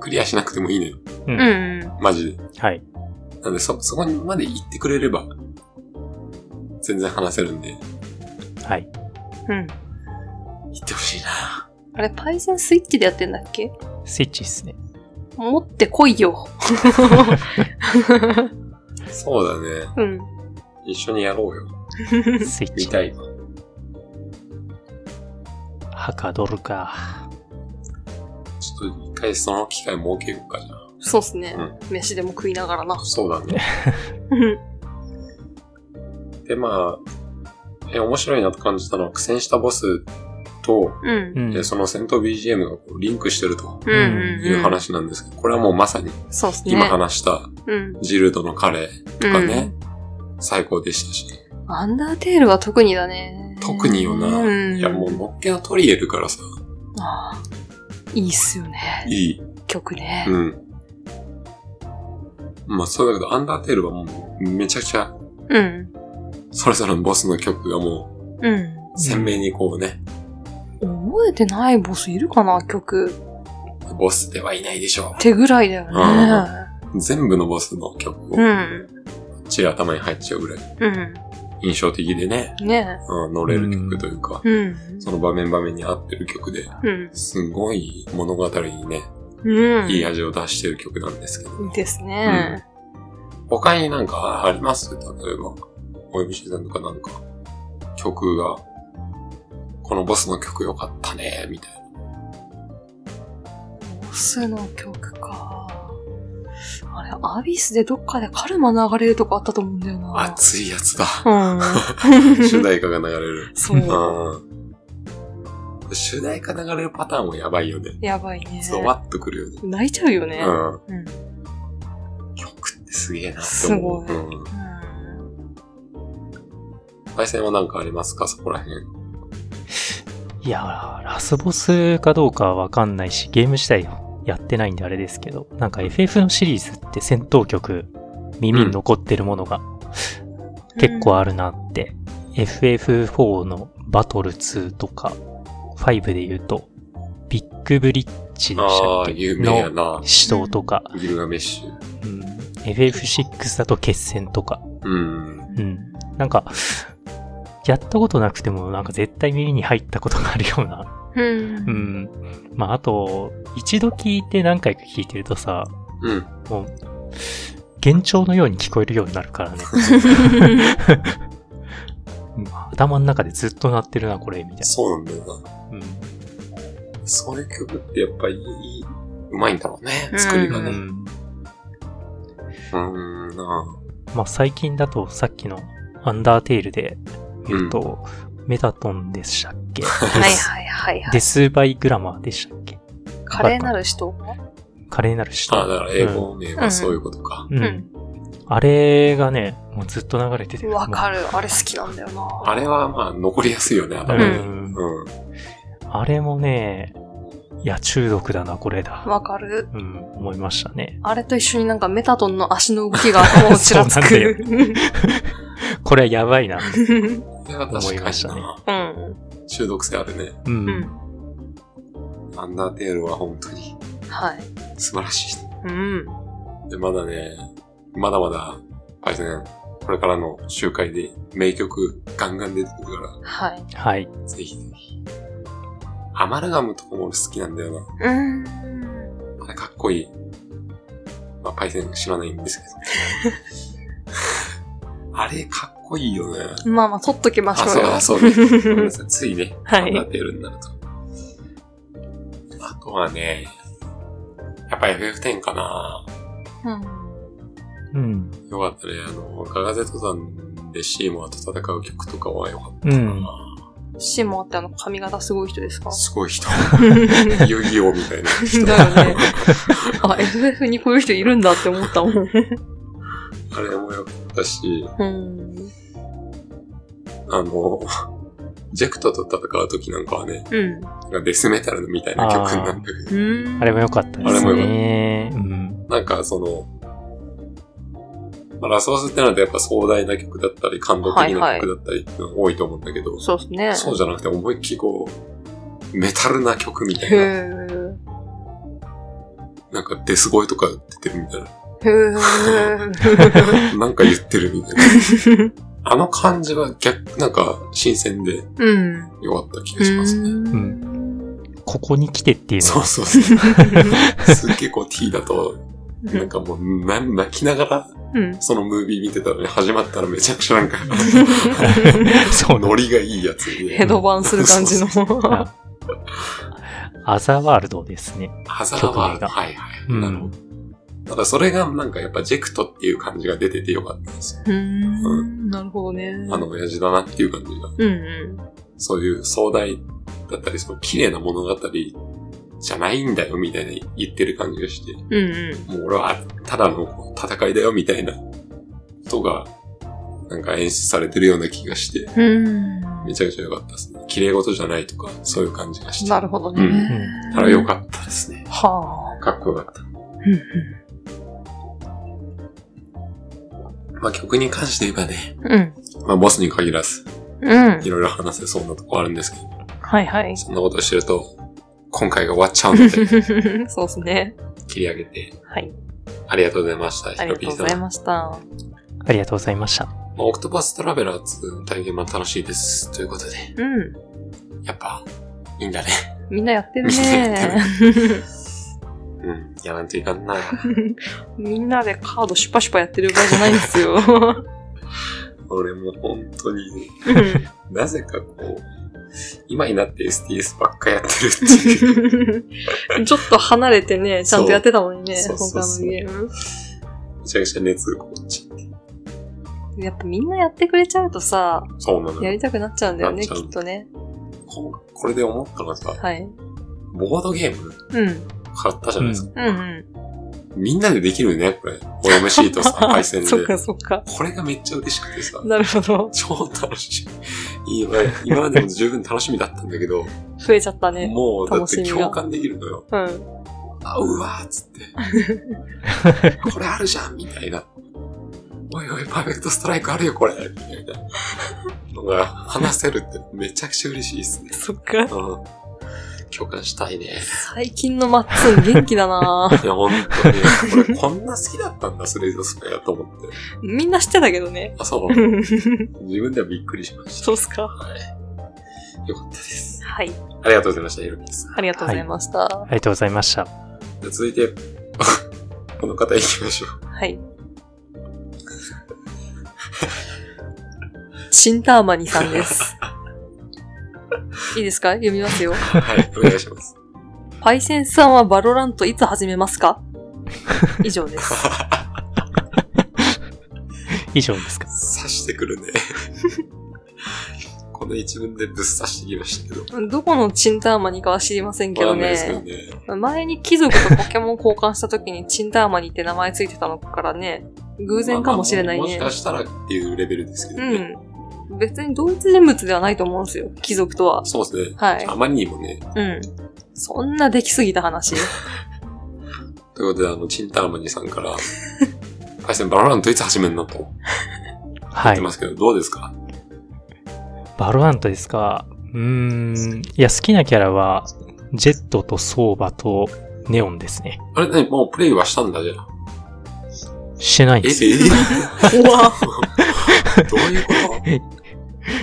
Speaker 1: クリアしなくてもいいのよ。
Speaker 2: うん。
Speaker 1: マジで。
Speaker 3: はい。
Speaker 1: なんで、そ、そこまで行ってくれれば、全然話せるんで、行
Speaker 3: はい。
Speaker 2: うん。
Speaker 1: ってほしいな
Speaker 2: あれ、パイセンスイッチでやってんだっけ
Speaker 3: スイッチっすね。
Speaker 2: 持ってこい よ。
Speaker 1: そうだね。
Speaker 2: うん。
Speaker 1: 一緒にやろうよ。
Speaker 3: スイッ
Speaker 1: 見
Speaker 3: チ。
Speaker 1: たいわ。
Speaker 3: はかどるか。
Speaker 1: ちょっと一回その機会設けようかじゃ
Speaker 2: そうっすね
Speaker 1: う。
Speaker 2: 飯でも食いながらな
Speaker 1: あ。。そうだね。
Speaker 2: うん
Speaker 1: で、まあ、え、面白いなと感じたのは、苦戦したボスと、
Speaker 2: うん。
Speaker 3: うん
Speaker 1: え。その戦闘 BGM がこうリンクしてると
Speaker 2: うん。
Speaker 1: い
Speaker 2: うん
Speaker 1: う。話なんですけど、これはもうまさに
Speaker 2: そうっすね。
Speaker 1: 今話した
Speaker 2: うん。
Speaker 1: ジルドの彼とかね、
Speaker 2: う
Speaker 1: 最高でしたし、
Speaker 2: ん。アンダーテールは特にだね。
Speaker 1: 特によな、
Speaker 2: うん。
Speaker 1: いやもうのっけの取り入れるからさ、
Speaker 2: ああいいっすよね。
Speaker 1: いい。
Speaker 2: 曲ね。
Speaker 1: うん。まあそうだけど、アンダーテールはもうめちゃくちゃ、
Speaker 2: うん。
Speaker 1: それぞれのボスの曲がも
Speaker 2: うん。
Speaker 1: う鮮明にこうね、
Speaker 2: 覚えてないボスいるかな曲。
Speaker 1: ボスではいないでしょ
Speaker 2: ってぐらいだよね。
Speaker 1: う。全部のボスの曲を、
Speaker 2: う
Speaker 1: こ
Speaker 2: ん。
Speaker 1: っちり頭に入っちゃうぐらい
Speaker 2: うん。
Speaker 1: 印象的でね、
Speaker 2: ね
Speaker 1: うん、乗れる曲というか、
Speaker 2: え。うん。
Speaker 1: その場面場面に合ってる曲で、
Speaker 2: うん。
Speaker 1: すごい物語にね、
Speaker 2: うん。
Speaker 1: いい味を出してる曲なんですけど、
Speaker 2: ですね。
Speaker 1: 他になんかあります例えば、OMC さんとかなんか、曲が、このボスの曲良かったね、みたいな。
Speaker 2: ボスの曲か。あれ、アビスでどっかでカルマ流れるとこあったと思うんだよな。
Speaker 1: 熱いやつ だ。
Speaker 2: うん。
Speaker 1: 主題歌が流れる。
Speaker 2: そう。
Speaker 1: うん。主題歌流れるパターンもやばいよね。
Speaker 2: やばいね。
Speaker 1: ゾワッとくるよね。
Speaker 2: 泣いちゃうよね。
Speaker 1: う
Speaker 2: うん
Speaker 1: ん。曲ってすげえなって思う。
Speaker 2: すごい
Speaker 1: うん。対戦はなんかありますかそこら辺。
Speaker 3: いや、ラスボスかどうかはわかんないし、ゲーム自体やってないんであれですけど、なんか FF のシリーズって戦闘曲、耳に残ってるものが結構あるなって。FF4 のバトル2とか、5で言うと、ビッグブリッジでした
Speaker 1: あ
Speaker 3: っ
Speaker 1: あ、
Speaker 3: け
Speaker 1: 有名や
Speaker 3: の
Speaker 1: な。
Speaker 3: 死闘とか、
Speaker 1: ギルガメッシュ。
Speaker 3: うん、FF6 だと決戦とか、
Speaker 1: うん。
Speaker 3: うん。なんか、やったことなくても、なんか絶対耳に入ったことがあるような。
Speaker 2: うん。
Speaker 3: う
Speaker 2: うん。
Speaker 3: ん。まあ、あと、一度聞いて何回か聞いてるとさ、
Speaker 1: うん。
Speaker 3: もう、幻聴のように聞こえるようになるからね。うん頭の中でずっと鳴ってるな、これ、みたいな。
Speaker 1: そうなんだよな。
Speaker 3: うん。
Speaker 1: そういう曲ってやっぱりいい、うまいんだろうね。作りが
Speaker 3: う
Speaker 1: ね。
Speaker 3: ん
Speaker 1: うん、ん、な
Speaker 3: まあ、最近だと、さっきのアンダーテールで言うと、メタトンでしたっ け
Speaker 2: はいはいはいは
Speaker 3: デ
Speaker 2: い。
Speaker 3: スバイグラマーでしたっけ
Speaker 2: 華麗なる人
Speaker 3: 華麗なる人。
Speaker 1: あ。あ、だから英語名はそういうことか。
Speaker 3: うん。
Speaker 2: うん
Speaker 3: あれがね、もうずっと流れてて。
Speaker 2: わかる。あれ好きなんだよな。
Speaker 1: あれはまあ残りやすいよね、
Speaker 3: もう
Speaker 1: 頭
Speaker 3: う
Speaker 1: に。
Speaker 3: ん。
Speaker 1: うん。
Speaker 3: あれもね、いや、中毒だな、これだ。
Speaker 2: わかる。
Speaker 3: うん、思いましたね。
Speaker 2: あれと一緒になんかメタトンの足の動きが頭をちらつ
Speaker 3: そうなん
Speaker 2: く。
Speaker 3: これはやばいな。
Speaker 1: いや、確かにな
Speaker 3: 思いましたね
Speaker 2: うん。
Speaker 1: 中毒性あるね。
Speaker 3: うん。
Speaker 2: うん。
Speaker 1: アンダーテールは本当に
Speaker 2: はい。
Speaker 1: 素晴らしい。
Speaker 2: うん。
Speaker 1: で、まだね、まだまだ、あれですね、これからの集会で名曲ガンガン出てくるか
Speaker 2: はい。
Speaker 3: はい。
Speaker 1: ら、ぜひぜひ。アマルガムとかも俺好きなんだよ
Speaker 2: うん。
Speaker 1: な。あれかっこいい。まあ、パイセン知らないんですけど。あれかっこいいよね。
Speaker 2: まあまあ、取っときましょうよ。
Speaker 1: あそうあそうごめんなさいついね、
Speaker 2: はい
Speaker 1: アンダーテールになると。あとはね、やっぱ FF10 かな
Speaker 2: うん
Speaker 3: うん。
Speaker 1: よかったね。あの、ガガゼトさんでシーモアと戦う曲とかはよかった
Speaker 3: う
Speaker 1: な。
Speaker 3: ん
Speaker 2: シーモアってあの髪型すごい人ですか
Speaker 1: すごい人。
Speaker 2: だよ
Speaker 1: 遊戯王みたいな人。
Speaker 2: ね。あ、FF にこういう人いるんだって思ったもん。
Speaker 1: あれもよかったし、
Speaker 2: うん。
Speaker 1: あの、ジェクトと戦う時なんかはね、
Speaker 2: うん。
Speaker 1: なんかデスメタルみたいな曲になってる。
Speaker 2: うん
Speaker 3: あれも良かったで
Speaker 1: あれも
Speaker 3: す
Speaker 1: 良かっ
Speaker 3: ね。うん。
Speaker 1: なんかその、まあ、ラスボスってのはやっぱ壮大な曲だったり、感動的な曲だったりっていうのが多いと思うんだけど、
Speaker 2: そうですね。
Speaker 1: そうじゃなくて思いっきりこう、メタルな曲みたい
Speaker 2: へ
Speaker 1: な、
Speaker 2: ー
Speaker 1: なんかデス声とか出てるみたいな。
Speaker 2: へー
Speaker 1: なんか言ってるみたいな。あの感じは逆、なんか新鮮で
Speaker 2: うん。
Speaker 1: 良かった気がしますね。
Speaker 3: う
Speaker 2: うん。
Speaker 3: ここに来てっていうの
Speaker 1: そう
Speaker 3: は
Speaker 1: そうそう。すっげえこう T だと、なんかもうな泣きながら
Speaker 2: うん。
Speaker 1: そのムービー見てたのに始まったらめちゃくちゃなんか
Speaker 3: そうね
Speaker 1: ノリがいいやつで。
Speaker 2: ヘドバンする感じの。
Speaker 3: あアザワールドですね。
Speaker 1: ハザードワールド。
Speaker 3: 曲名が
Speaker 1: はいはい。
Speaker 3: うん
Speaker 1: なるほど。ただそれがなんかやっぱジェクトっていう感じが出ててよかったんですよ。
Speaker 2: うん。なるほどね。
Speaker 1: あの親父だなっていう感じが。
Speaker 2: うんうん。
Speaker 1: そういう壮大だったり、その綺麗な物語じゃないんだよみたいな言ってる感じがして。
Speaker 2: うんうん。
Speaker 1: もう俺はただのこう戦いだよみたいなことが、なんか演出されてるような気がして、
Speaker 2: うん。
Speaker 1: めちゃくちゃ良かったですね。綺麗事じゃないとか、そういう感じがして。
Speaker 2: なるほどね。
Speaker 1: うんうんただ良かったですね。
Speaker 2: はあ。
Speaker 1: かっこよかった。
Speaker 2: うんう
Speaker 1: まあ曲に関して言えばね、
Speaker 2: ん。うん。
Speaker 1: まあボスに限らず、
Speaker 2: うん
Speaker 1: い。ろいろ話せそうなとこあるんですけど、
Speaker 2: はいはい。
Speaker 1: そんなことしてると、今回が終わっちゃうの で、
Speaker 2: そうですね。
Speaker 1: 切り上げて、
Speaker 2: はい。
Speaker 1: ありがとうございました、
Speaker 2: あ
Speaker 1: ヒ
Speaker 2: りが
Speaker 1: ロ
Speaker 2: と
Speaker 1: ピ
Speaker 2: う
Speaker 1: ー
Speaker 2: ご
Speaker 1: さ
Speaker 2: ざい
Speaker 1: ん。ま
Speaker 2: ました。
Speaker 3: ありがとうございました。
Speaker 1: あオクトパストラベラーズの体験も楽しいです。ということで、
Speaker 2: うん。
Speaker 1: やっぱ、いいんだね。
Speaker 2: みんなやってる
Speaker 1: みんなや
Speaker 2: ね。
Speaker 1: うん、やらんといか んな。
Speaker 2: みんなでカードシュパシュパやってる場合じゃないんですよ。
Speaker 1: 俺も本当に、
Speaker 2: うん
Speaker 1: なぜかこう、今になって STS ばっかやってる っていう。
Speaker 2: ちょっと離れてね、ちゃんとやってたもんね、
Speaker 1: そう
Speaker 2: 今回のゲーム。
Speaker 1: めちゃくちゃ熱がこっちゃって。
Speaker 2: やっぱみんなやってくれちゃうとさ、
Speaker 1: そうなの
Speaker 2: や
Speaker 1: よ。
Speaker 2: りたくなっちゃうんだよ
Speaker 1: な
Speaker 2: ね、
Speaker 1: っち
Speaker 2: き
Speaker 1: ゃう
Speaker 2: っとね。
Speaker 1: ここれで思ったのはさ、
Speaker 2: はい。
Speaker 1: ボードゲーム
Speaker 2: うん。
Speaker 1: 買ったじゃないですか。
Speaker 2: うんうん。
Speaker 1: みんなでできるね、これ。お嫁シート さ、配線で。
Speaker 2: そっかそっか。
Speaker 1: これがめっちゃ嬉しくてさ、
Speaker 2: なるほど。
Speaker 1: 超楽しい。いいわ今までも十分楽しみだったんだけど、
Speaker 2: 増えちゃったね。
Speaker 1: もうだっ
Speaker 2: 楽してみが
Speaker 1: 共感できるのよ。
Speaker 2: うん。
Speaker 1: あ、うわーっつって。 これあるじゃんみたいな。おいおい、パーフェクトストライクあるよ、これみたいなのが話せるってめちゃくちゃ嬉しいですね。
Speaker 2: そっか。
Speaker 1: うん。共感したいね。
Speaker 2: 最近のマッツン元気だない
Speaker 1: や、本当に。俺こんな好きだったんだ、スレイドスペアと思って。
Speaker 2: みんな知ってたけどね。
Speaker 1: あ、そうう。
Speaker 2: ん
Speaker 1: 自分ではびっくりしました。
Speaker 2: そうっすか。
Speaker 1: はい。よかったです。
Speaker 2: はい。
Speaker 1: ありがとうございました、エルピーさん。
Speaker 2: ありがとうございました。
Speaker 3: あ
Speaker 2: は
Speaker 3: りがとうございました。
Speaker 1: じゃあ続いて、 この方行きましょう。
Speaker 2: い。チンターマニさんです。いいですか読みますよ。
Speaker 1: はい、お願いします。
Speaker 2: パイセンさんはバロラントいつ始めますか以上です。
Speaker 3: 以上ですか。
Speaker 1: 刺してくるね。 この一文でぶっ刺してきましたけど。
Speaker 2: どこのチンターマニかは知りませんけ
Speaker 1: わ
Speaker 2: ど
Speaker 1: かんないですけど
Speaker 2: ね。
Speaker 1: ね。
Speaker 2: 前に貴族とポケモン交換した時にチンターマニって名前ついてたのからね、偶然かもしれない
Speaker 1: まあ
Speaker 2: ね
Speaker 1: まあも。しかしたらっていうレベルですけど
Speaker 2: う
Speaker 1: ね。
Speaker 2: ん。別に同一人物ではないと思うんですよ。貴族とは。
Speaker 1: そうですね。
Speaker 2: はい
Speaker 1: あ。まりにもね、
Speaker 2: うん。そんなできすぎた 話。
Speaker 1: ということで、あの、チンターマニさんから、 大戦バロラントいつ始めんのと言
Speaker 3: は
Speaker 1: って
Speaker 3: い。
Speaker 1: ますけど、どうですか
Speaker 3: バロラントですか。うーん。いや、好きなキャラは、ジェットとソーバとネオンですね。
Speaker 1: あれ、ね、もうプレイはしたんだじゃあ。
Speaker 3: してないん
Speaker 1: え、え
Speaker 3: ですよ。
Speaker 2: うわ
Speaker 1: どういうこと
Speaker 3: い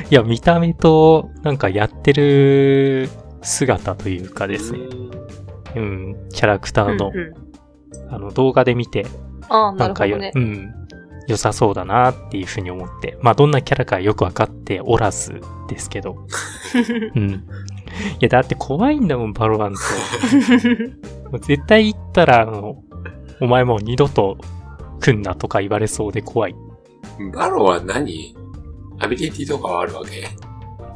Speaker 3: や、見た目と、なんかやってる姿というかですね。うん。キャラクターの
Speaker 2: うん、うん
Speaker 3: あの、動画で見て、
Speaker 2: ああ、な
Speaker 3: なん
Speaker 2: る
Speaker 3: か
Speaker 2: ほ
Speaker 3: よ、
Speaker 2: どね
Speaker 3: う。ん。良さそうだなっていうふうに思って。まあ、どんなキャラかよくわかっておらずです けど。うん。いや、だって怖いんだもん、バロラント。もう絶対行ったら、あの、お前もう二度と来んなとか言われそうで怖い。
Speaker 1: うんバロは何アビリティとかはあるわけ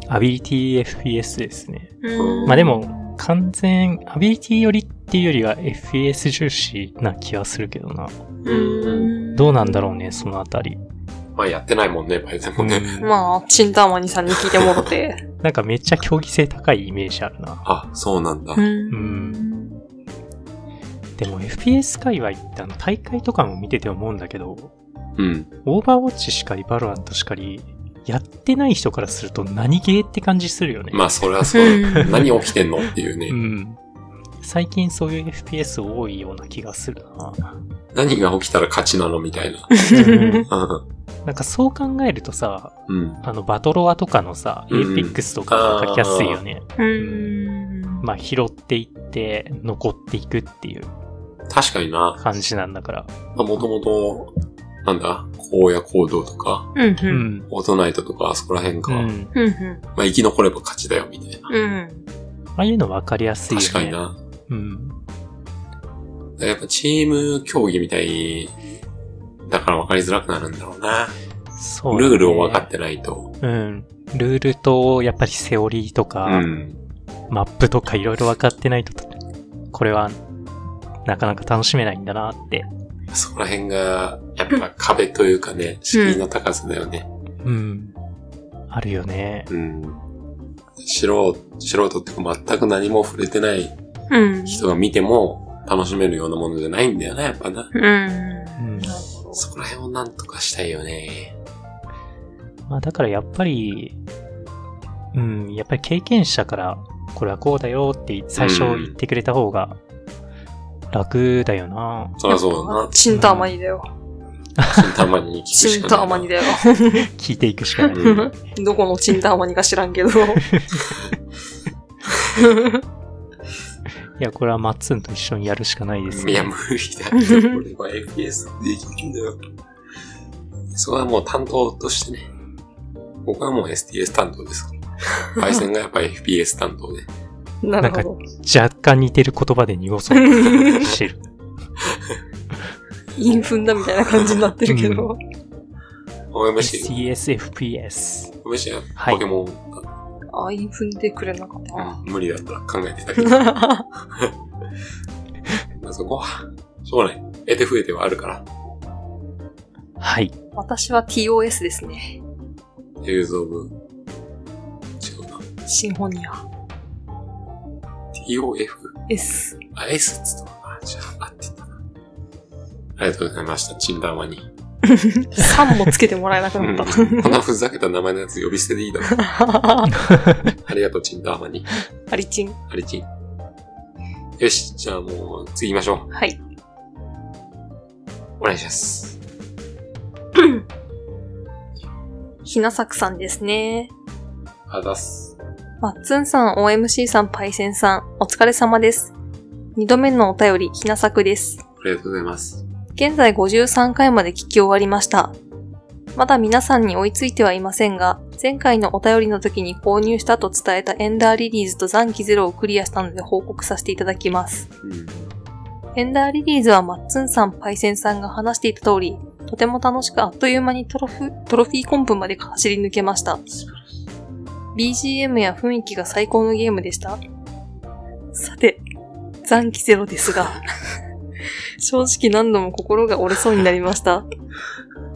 Speaker 3: アビリティ FPS ですね。
Speaker 2: うん
Speaker 3: まあでも、完全、アビリティよりっていうよりは FPS 重視な気はするけどな。
Speaker 2: うん
Speaker 3: どうなんだろうね、そのあたり。
Speaker 1: まあやってないもんね、バイゼンも
Speaker 3: う
Speaker 1: ね。
Speaker 3: ん
Speaker 2: まあ、チンターマニさんに聞いてもろて。
Speaker 3: なんかめっちゃ競技性高いイメージあるな。
Speaker 1: あ、そうなんだ。
Speaker 2: うん。
Speaker 3: でも FPS 界隈ってあの大会とかも見てて思うんだけど、
Speaker 1: うん。
Speaker 3: オーバーウォッチしかり、バロアントしかり、やってない人からすると何ゲーって感じするよね。
Speaker 1: まあそれはそう。何起きてんのっていうね。
Speaker 3: うん。最近そういう FPS 多いような気がするな。
Speaker 1: 何が起きたら勝ちなのみたいな。
Speaker 3: うん
Speaker 1: うん
Speaker 3: なんかそう考えるとさ、
Speaker 1: うん。
Speaker 3: あのバトロワとかのさ、
Speaker 1: うん
Speaker 3: エイペックスとか書きやすいよね。
Speaker 2: うん。
Speaker 3: まあ拾っていって、残っていくっていう
Speaker 1: 確かにな。
Speaker 3: 感じなんだから。
Speaker 1: まあもともと、なんだ、荒野行動とか、
Speaker 2: うん。う。
Speaker 3: うんん。
Speaker 1: オートナイトとか、あそこら辺
Speaker 3: う
Speaker 1: か。
Speaker 3: ん。
Speaker 2: うん。うん
Speaker 1: まあ生き残れば勝ちだよ、みたいな。
Speaker 2: うん。
Speaker 3: ああいうの分かりやすいよね。
Speaker 1: 確かにな。
Speaker 3: うん。
Speaker 1: やっぱチーム競技みたいだから分かりづらくなるんだろうな。
Speaker 3: そう、
Speaker 1: ルールを分かっ。てないと。
Speaker 3: うん。ルールと、やっぱりセオリーとか、
Speaker 1: うん。
Speaker 3: マップとかいろいろ分かってないと、これは、なかなか楽しめないんだなって。
Speaker 1: そこら辺が、やっぱ壁というかね、敷居の高さだよね。
Speaker 3: うん。あるよね。
Speaker 1: うん。素人、素人っていうか全く何も触れてない
Speaker 2: うん。
Speaker 1: 人が見ても楽しめるようなものじゃないんだよな、やっぱな。
Speaker 2: うん。
Speaker 3: うん。
Speaker 1: そこら辺をなんとかしたいよね。
Speaker 3: まあだからやっぱり、うん、やっぱり経験者から、これはこうだよって最初言ってくれた方が楽だよな。
Speaker 1: そりゃそうだ な。
Speaker 2: チンターマニだよ。
Speaker 1: たまに聞く
Speaker 2: チ
Speaker 1: し
Speaker 2: ン
Speaker 1: か
Speaker 2: タ
Speaker 1: ない。
Speaker 2: ーマニだよ。
Speaker 3: 聞いていくしかない。
Speaker 1: うん
Speaker 2: どこのチンターマニか知らんけど。
Speaker 3: いや、これはマッツンと一緒にやるしかないです
Speaker 1: い
Speaker 3: ね。
Speaker 1: や、無理だって、これは FPS できるんだよ。そこはもう担当としてね。僕はもう STS 担当 ですから。配線がやっぱ FPS 担当で。
Speaker 2: な るほど。
Speaker 3: 若干似てる言葉で濁そうとしてる。
Speaker 2: インフンだみたいな感じになってるけど。
Speaker 1: OMC、
Speaker 3: CSFPS。
Speaker 1: OMC は
Speaker 3: はい
Speaker 1: ポケモン、
Speaker 2: あ、インフンでくれなか った
Speaker 1: うん無理だったら考えてたけ ど。
Speaker 2: な。
Speaker 1: まあそこは、しょうがない。得て増えてはあるから。
Speaker 3: はい。
Speaker 2: 私は TOS ですね。
Speaker 1: ユーズオブ、違うな。
Speaker 2: シンフォニア。
Speaker 1: TOF?
Speaker 2: S。
Speaker 1: あ、S っつったのか。じゃあ、合ってたな。ありがとうございました。チンダマに。
Speaker 2: 3もつけてもらえなく
Speaker 1: う
Speaker 2: なんった。
Speaker 1: こんなふざけた名前のやつ呼び捨てでいいだろ。ありがとう、チンダーマに。
Speaker 2: アリチン。
Speaker 1: ありちん。よし、じゃあもう、次行きましょう。
Speaker 2: はい。
Speaker 1: お願いします。
Speaker 2: ひなさくさんですね。
Speaker 1: あざっす。
Speaker 2: マッツンさん、OMC さん、パイセンさん、お疲れ様です。二度目のお便り、ひなさくです。
Speaker 1: ありがとうございます。
Speaker 2: 現在53回まで聞き終わりました。まだ皆さんに追いついてはいませんが、前回のお便りの時に購入したと伝えたエンダーリリーズと残機ゼロをクリアしたので報告させていただきます。
Speaker 1: うん。
Speaker 2: エンダーリリーズはマッツンさん、パイセンさんが話していた通り、とても楽しくあっという間にトロフトロフィーコンプまで走り抜けました。BGM や雰囲気が最高のゲームでした。さて、残機ゼロですが、 正直何度も心が折れそうになりました。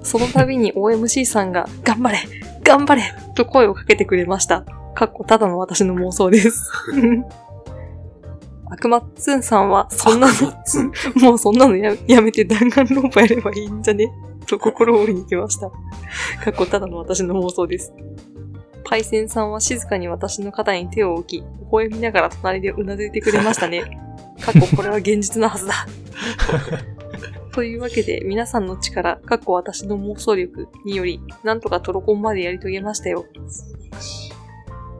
Speaker 2: その度に OMC さんが、頑張れ頑張れと声をかけてくれました。かっこただの私の妄想です。悪魔っつんさんは、そんな
Speaker 1: あ
Speaker 2: の、
Speaker 1: っつん
Speaker 2: もうそんなのややめて弾丸ローパやればいいんじゃねと心を折りに来ました。かっこただの私の妄想です。パイセンさんは静かに私の肩に手を置き、微笑みながら隣でうなずいてくれましたね。かっここれは現実のはずだ。というわけで、皆さんの力、かっこ私の妄想力により、なんとかトロコンまでやり遂げましたよ。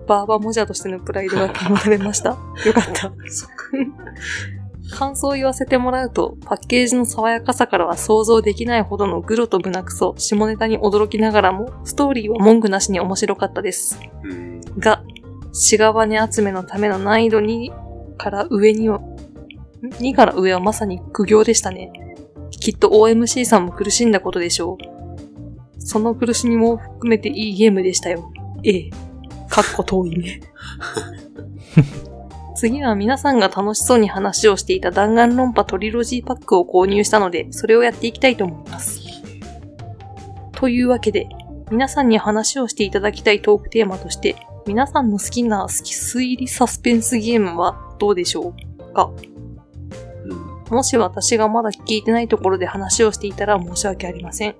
Speaker 2: バーバモジャとしてのプライドが保たれました。よかった。
Speaker 1: そっか
Speaker 2: 感想を言わせてもらうと、パッケージの爽やかさからは想像できないほどのグロと胸クソ、下ネタに驚きながらも、ストーリーは文句なしに面白かったです。
Speaker 1: うん。
Speaker 2: が、シガバネ集めのための難易度2から上には、ん2から上はまさに苦行でしたね。きっと OMC さんも苦しんだことでしょう。その苦しみも含めていいゲームでしたよ。ええ。かっこ遠いね。次は皆さんが楽しそうに話をしていた弾丸論破トリロジーパックを購入したので、それをやっていきたいと思います。というわけで、皆さんに話をしていただきたいトークテーマとして、皆さんの好きな好き推理サスペンスゲームはどうでしょうか
Speaker 1: うん
Speaker 2: もし私がまだ聞いてないところで話をしていたら申し訳ありません。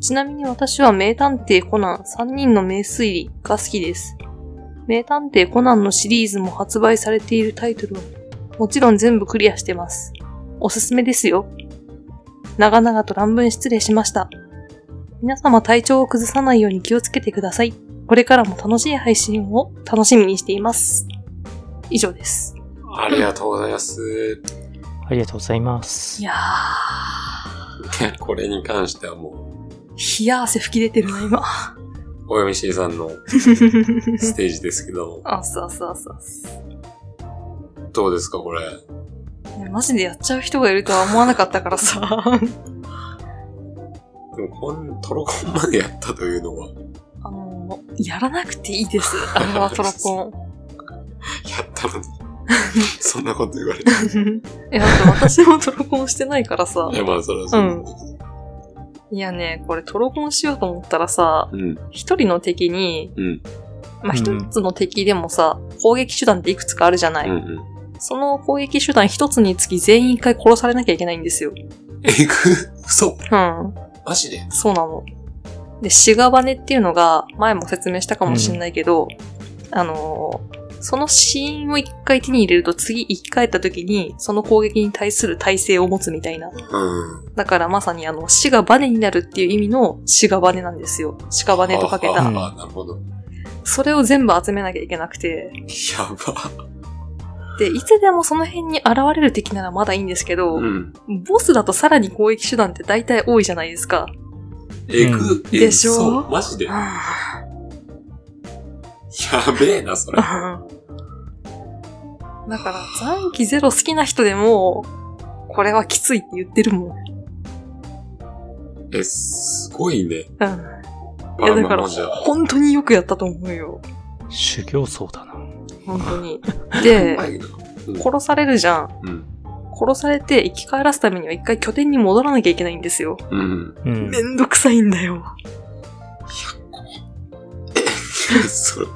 Speaker 2: ちなみに私は名探偵コナン3人の名推理が好きです。名探偵コナンのシリーズも発売されているタイトルはもちろん全部クリアしてます。おすすめですよ。長々と乱文失礼しました。皆様体調を崩さないように気をつけてください。これからも楽しい配信を楽しみにしています。以上です。
Speaker 1: ありがとうございます。
Speaker 3: ありがとうございます。
Speaker 2: いやー、
Speaker 1: ね これに関してはも
Speaker 2: 冷や汗吹き出てるな、今。、
Speaker 1: う、OMC さんのステージですけど
Speaker 2: あっさあっさあっさあ
Speaker 1: どうですか、これ。
Speaker 2: っねマジでやっちゃう人がいるとは思わなかったからさ。
Speaker 1: でもこん、トロコンまでやったというのは、
Speaker 2: あの、やらなくていいです。あれはトロコン。
Speaker 1: やったのに。 そんなこと言わ れて。
Speaker 2: いや、だって私もトロコンしてないからさ
Speaker 1: い。や、まあ、それはそうなんだけ
Speaker 2: いやね、これトロコンしようと思ったらさ、
Speaker 1: ど。うん。
Speaker 2: 一人の敵に、
Speaker 1: うん。
Speaker 2: まあ、
Speaker 3: うん
Speaker 2: 一つの敵でもさ、攻撃手段っていくつかあるじゃない。
Speaker 1: うんうん。
Speaker 2: その攻撃手段一つにつき全員一回殺されなきゃいけないんですよ。
Speaker 1: えぐ嘘
Speaker 2: うん。
Speaker 1: マジで
Speaker 2: そうなの。で、シガバネっていうのが、前も説明したかもしれないけど、あのー、その死因を一回手に入れると次生き返った時に、その攻撃に対する耐性を持つみたいな。
Speaker 1: うん。
Speaker 2: だからまさにあの、死がバネになるっていう意味の死がバネなんですよ。死がバネとかけ
Speaker 1: あ
Speaker 2: た。
Speaker 1: ああ、なるほど。
Speaker 2: それを全部集めなきゃいけなくて。
Speaker 1: やば。
Speaker 2: で、いつでもその辺に現れる敵ならまだいいんですけど、
Speaker 1: うん。
Speaker 2: ボスだとさらに攻撃手段って大体多いじゃないですか。
Speaker 1: えぐ、え
Speaker 2: でしょ
Speaker 1: そうマジでやべえな、それ。
Speaker 2: だから、残機ゼロ好きな人でも、これはきついって言ってるもん。
Speaker 1: え、すごいね。
Speaker 2: うん。い
Speaker 1: バ
Speaker 2: や、
Speaker 1: ー
Speaker 2: だか
Speaker 1: マ
Speaker 2: ら、
Speaker 1: ンじゃ。
Speaker 2: 本当によくやったと思うよ。
Speaker 3: 修行僧だな。
Speaker 2: 本当に。で
Speaker 1: う、まいな。
Speaker 2: 殺されるじゃん。
Speaker 1: うん。
Speaker 2: 殺されて生き返らすためには一回拠点に戻らなきゃいけないんですよ。
Speaker 1: うん。
Speaker 3: うん。
Speaker 2: めんどくさいんだよ。
Speaker 1: それ、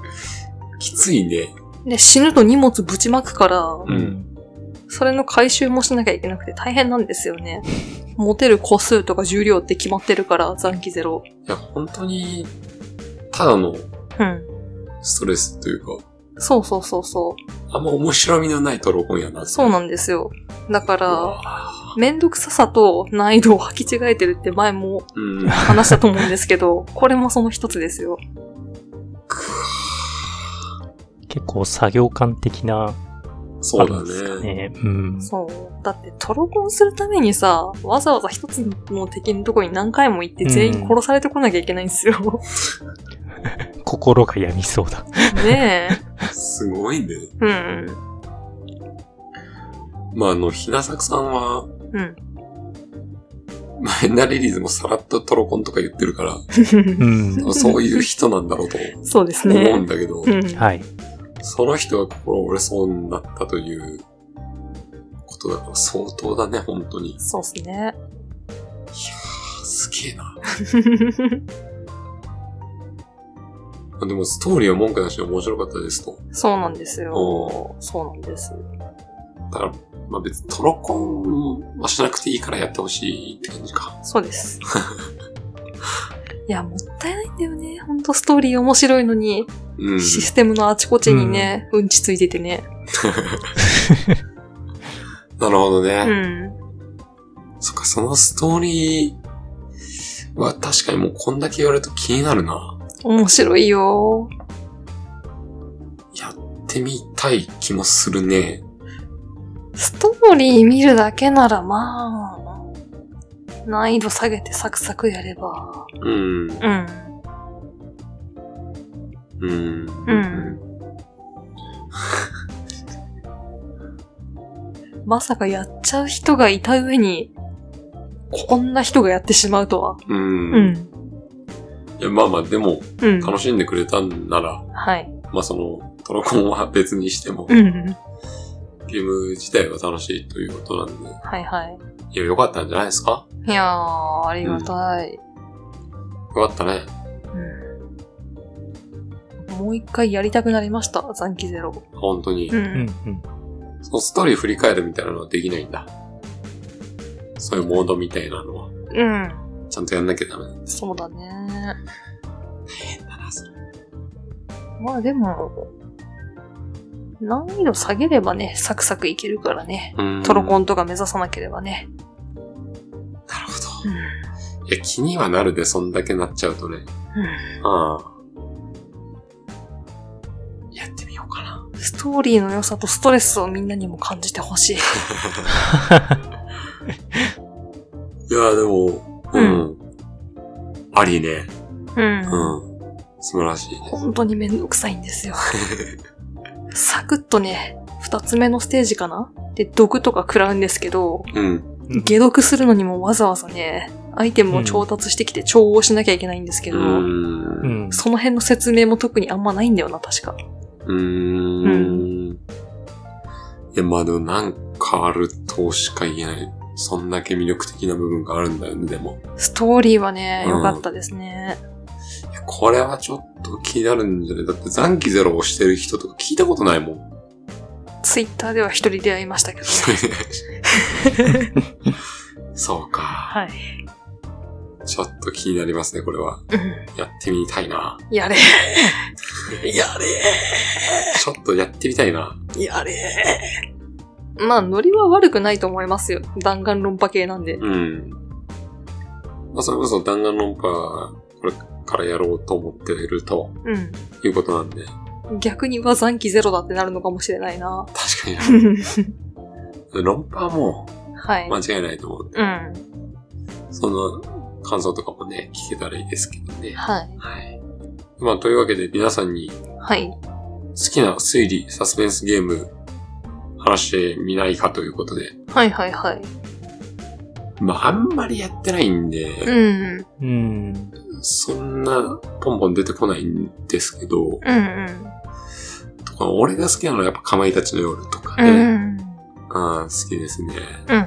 Speaker 1: きついね。
Speaker 2: で、死ぬと荷物ぶちまくから、
Speaker 1: うん
Speaker 2: それの回収もしなきゃいけなくて大変なんですよね。持てる個数とか重量って決まってるから、残機ゼロ。
Speaker 1: いや、本当に、ただの
Speaker 2: うん。
Speaker 1: ストレスというか、
Speaker 2: そうそうそうそう。
Speaker 1: あんま面白みのないトロコンやな。
Speaker 2: そうなんですよ。だから、めんどくささと難易度を履き違えてるって前も
Speaker 1: うん。
Speaker 2: 話したと思うんですけど、これもその一つですよ。
Speaker 3: 結構作業感的な、
Speaker 1: そうだ
Speaker 3: あるんですか
Speaker 1: ね。
Speaker 3: ね。うん。
Speaker 2: そう。だって、トロコンするためにさ、わざわざ一つの敵のとこに何回も行って全員殺されてこなきゃいけないんですよ。
Speaker 3: 心が病みそうだ。
Speaker 2: ね
Speaker 1: すごいね。
Speaker 2: え。うん。
Speaker 1: まあ、あの、ひなさくさんは、
Speaker 2: うん。
Speaker 1: まあ、エンナリリーズもさらっとトロコンとか言ってるから、
Speaker 3: うん。
Speaker 1: そういう人なんだろうと
Speaker 2: そうです
Speaker 1: 思う
Speaker 2: ね
Speaker 1: ん。だけど、
Speaker 2: うん。
Speaker 3: はい。
Speaker 1: その人が心折れそうになったということだから相当だね、本当に。
Speaker 2: そうっすね。
Speaker 1: すげえな。でも、ストーリーは文句なしで面白かったですと。
Speaker 2: そうなんです
Speaker 1: お
Speaker 2: よ。そうなんです。
Speaker 1: だから、まあ別にトロコンはしなくていいからやってほしいって感じか。
Speaker 2: そうです。いや、もったいないんだよね。ほんとストーリー面白いのに、
Speaker 1: うん。
Speaker 2: システムのあちこちにね、うんちついててね。
Speaker 1: なるほどね。
Speaker 2: うん。
Speaker 1: そっか、そのストーリーは確かにもうこんだけ言われると気になるな。
Speaker 2: 面白いよ。
Speaker 1: やってみたい気もするね。
Speaker 2: ストーリー見るだけならまあ、難易度下げてサクサクやれば。
Speaker 1: うん。
Speaker 2: うん。
Speaker 1: うん。
Speaker 2: うんまさかやっちゃう人がいた上に、こんな人がやってしまうとは。
Speaker 1: うん。
Speaker 2: う
Speaker 1: い
Speaker 2: ん。
Speaker 1: やまあまあ、でも、
Speaker 2: うん。
Speaker 1: 楽しんでくれたんなら、
Speaker 2: はい。
Speaker 1: まあその、トロコンは別にしても、
Speaker 2: うん。
Speaker 1: ゲーム自体は楽しいということなんで、
Speaker 2: はいはい。
Speaker 1: いや、よかったんじゃないですか
Speaker 2: いやー、ありがたい。
Speaker 1: よかったね。
Speaker 2: うんもう一回やりたくなりました、残機ゼロ。
Speaker 1: 本当に。
Speaker 2: う
Speaker 3: うん
Speaker 2: ん。
Speaker 3: うん。
Speaker 1: そのストーリー振り返るみたいなのはできないんだ。そういうモードみたいなのは、
Speaker 2: うん。
Speaker 1: ちゃんとやんなきゃダメなんです。
Speaker 2: そうだね。
Speaker 1: だな、それ。
Speaker 2: まあでも、難易度下げればね、サクサクいけるからね。
Speaker 1: うん
Speaker 2: トロコ
Speaker 1: ン。
Speaker 2: ンとか目指さなければね。
Speaker 1: なるほど。いや、気にはなるで、そんだけなっちゃうとね。
Speaker 2: う
Speaker 1: ああ。やってみようかな。
Speaker 2: んストーリーの良さとストレスをみんなにも感じてほしい。
Speaker 1: いや、でも、うん。ありね。
Speaker 2: う
Speaker 1: う
Speaker 2: ん。
Speaker 1: ん。素晴らしいです。
Speaker 2: 本当にめんどくさいんですよ。サクッとね、二つ目のステージかなで、毒とか食らうんですけど、
Speaker 1: うん。
Speaker 2: 解毒するのにもわざわざね、アイテムを調達してきて調合しなきゃいけないんですけど、
Speaker 3: う
Speaker 1: うん。
Speaker 3: ん。
Speaker 2: その辺の説明も特にあんまないんだよな、確か。
Speaker 1: うん。いや、まあでもなんかあるとしか言えない。そんだけ魅力的な部分があるんだよね、でも。
Speaker 2: ストーリーはね、
Speaker 1: うん
Speaker 2: 良かったですね。
Speaker 1: いやこれはちょっと気になるんじゃないだって残機ゼロをしてる人とか聞いたことないもん。
Speaker 2: ツイッターでは一人出会いましたけど。
Speaker 1: そうか。
Speaker 2: はい。
Speaker 1: ちょっと気になりますね、これは。
Speaker 2: うん
Speaker 1: やってみたいな。
Speaker 2: やれ。 や
Speaker 1: ちょっとやってみたいな。
Speaker 2: れ。やれ。まあ、ノリは悪くないと思いますよ。弾丸論破系なんで。
Speaker 1: うん。まあ、それこそ弾丸論破、これからやろうと思っていると
Speaker 2: うん。
Speaker 1: いうことなんで、
Speaker 2: 逆には残機ゼロだってなるのかもしれない な。
Speaker 1: 確かに
Speaker 2: は
Speaker 1: 論破はも
Speaker 2: い。
Speaker 1: う間違いないと思うんで、
Speaker 2: うん。
Speaker 1: その感想とかもね、聞けたらいいですけどね。
Speaker 2: はい。
Speaker 1: はい。まあ、というわけで皆さんに
Speaker 2: はい。
Speaker 1: 好きな推理、サスペンスゲーム、話してみないかということで、
Speaker 2: はいはいはい。
Speaker 1: まあ、あんまりやってないんで、
Speaker 2: うん。
Speaker 3: うん。
Speaker 1: そんなポンポン出てこないんですけど、
Speaker 2: うんうん。
Speaker 1: とか俺が好きなのはやっぱかまいたちの夜とか
Speaker 2: う
Speaker 1: ね、
Speaker 2: ん。
Speaker 1: ああ、好きですね。
Speaker 2: うん、うん、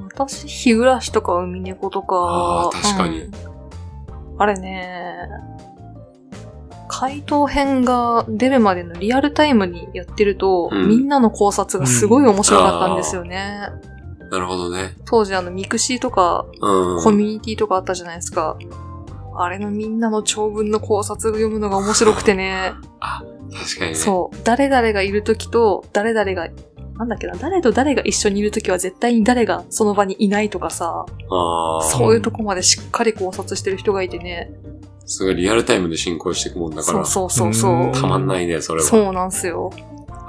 Speaker 2: うん。私、日暮らしとか海猫とか
Speaker 1: あ。ー確かに
Speaker 2: うんあれね、回答編が出るまでのリアルタイムにやってると、
Speaker 1: うん
Speaker 2: みんなの考察がすごい面白かったんですよね。
Speaker 1: なるほどね。
Speaker 2: 当時あの、ミクシーとか、
Speaker 1: うん。
Speaker 2: コミュニティとかあったじゃないですか。あれのみんなの長文の考察を読むのが面白くてね。
Speaker 1: 確かにね。
Speaker 2: そう。誰々がいるときと、誰々が、なんだっけな、誰と誰が一緒にいるときは絶対に誰がその場にいないとかさ、
Speaker 1: ああ。
Speaker 2: そういうとこまでしっかり考察してる人がいてね。
Speaker 1: すごいリアルタイムで進行していくもんだか
Speaker 2: そ
Speaker 1: ら
Speaker 2: う、そうそうそう
Speaker 3: う。
Speaker 1: たまんないね、それは。
Speaker 2: そうなんすよ。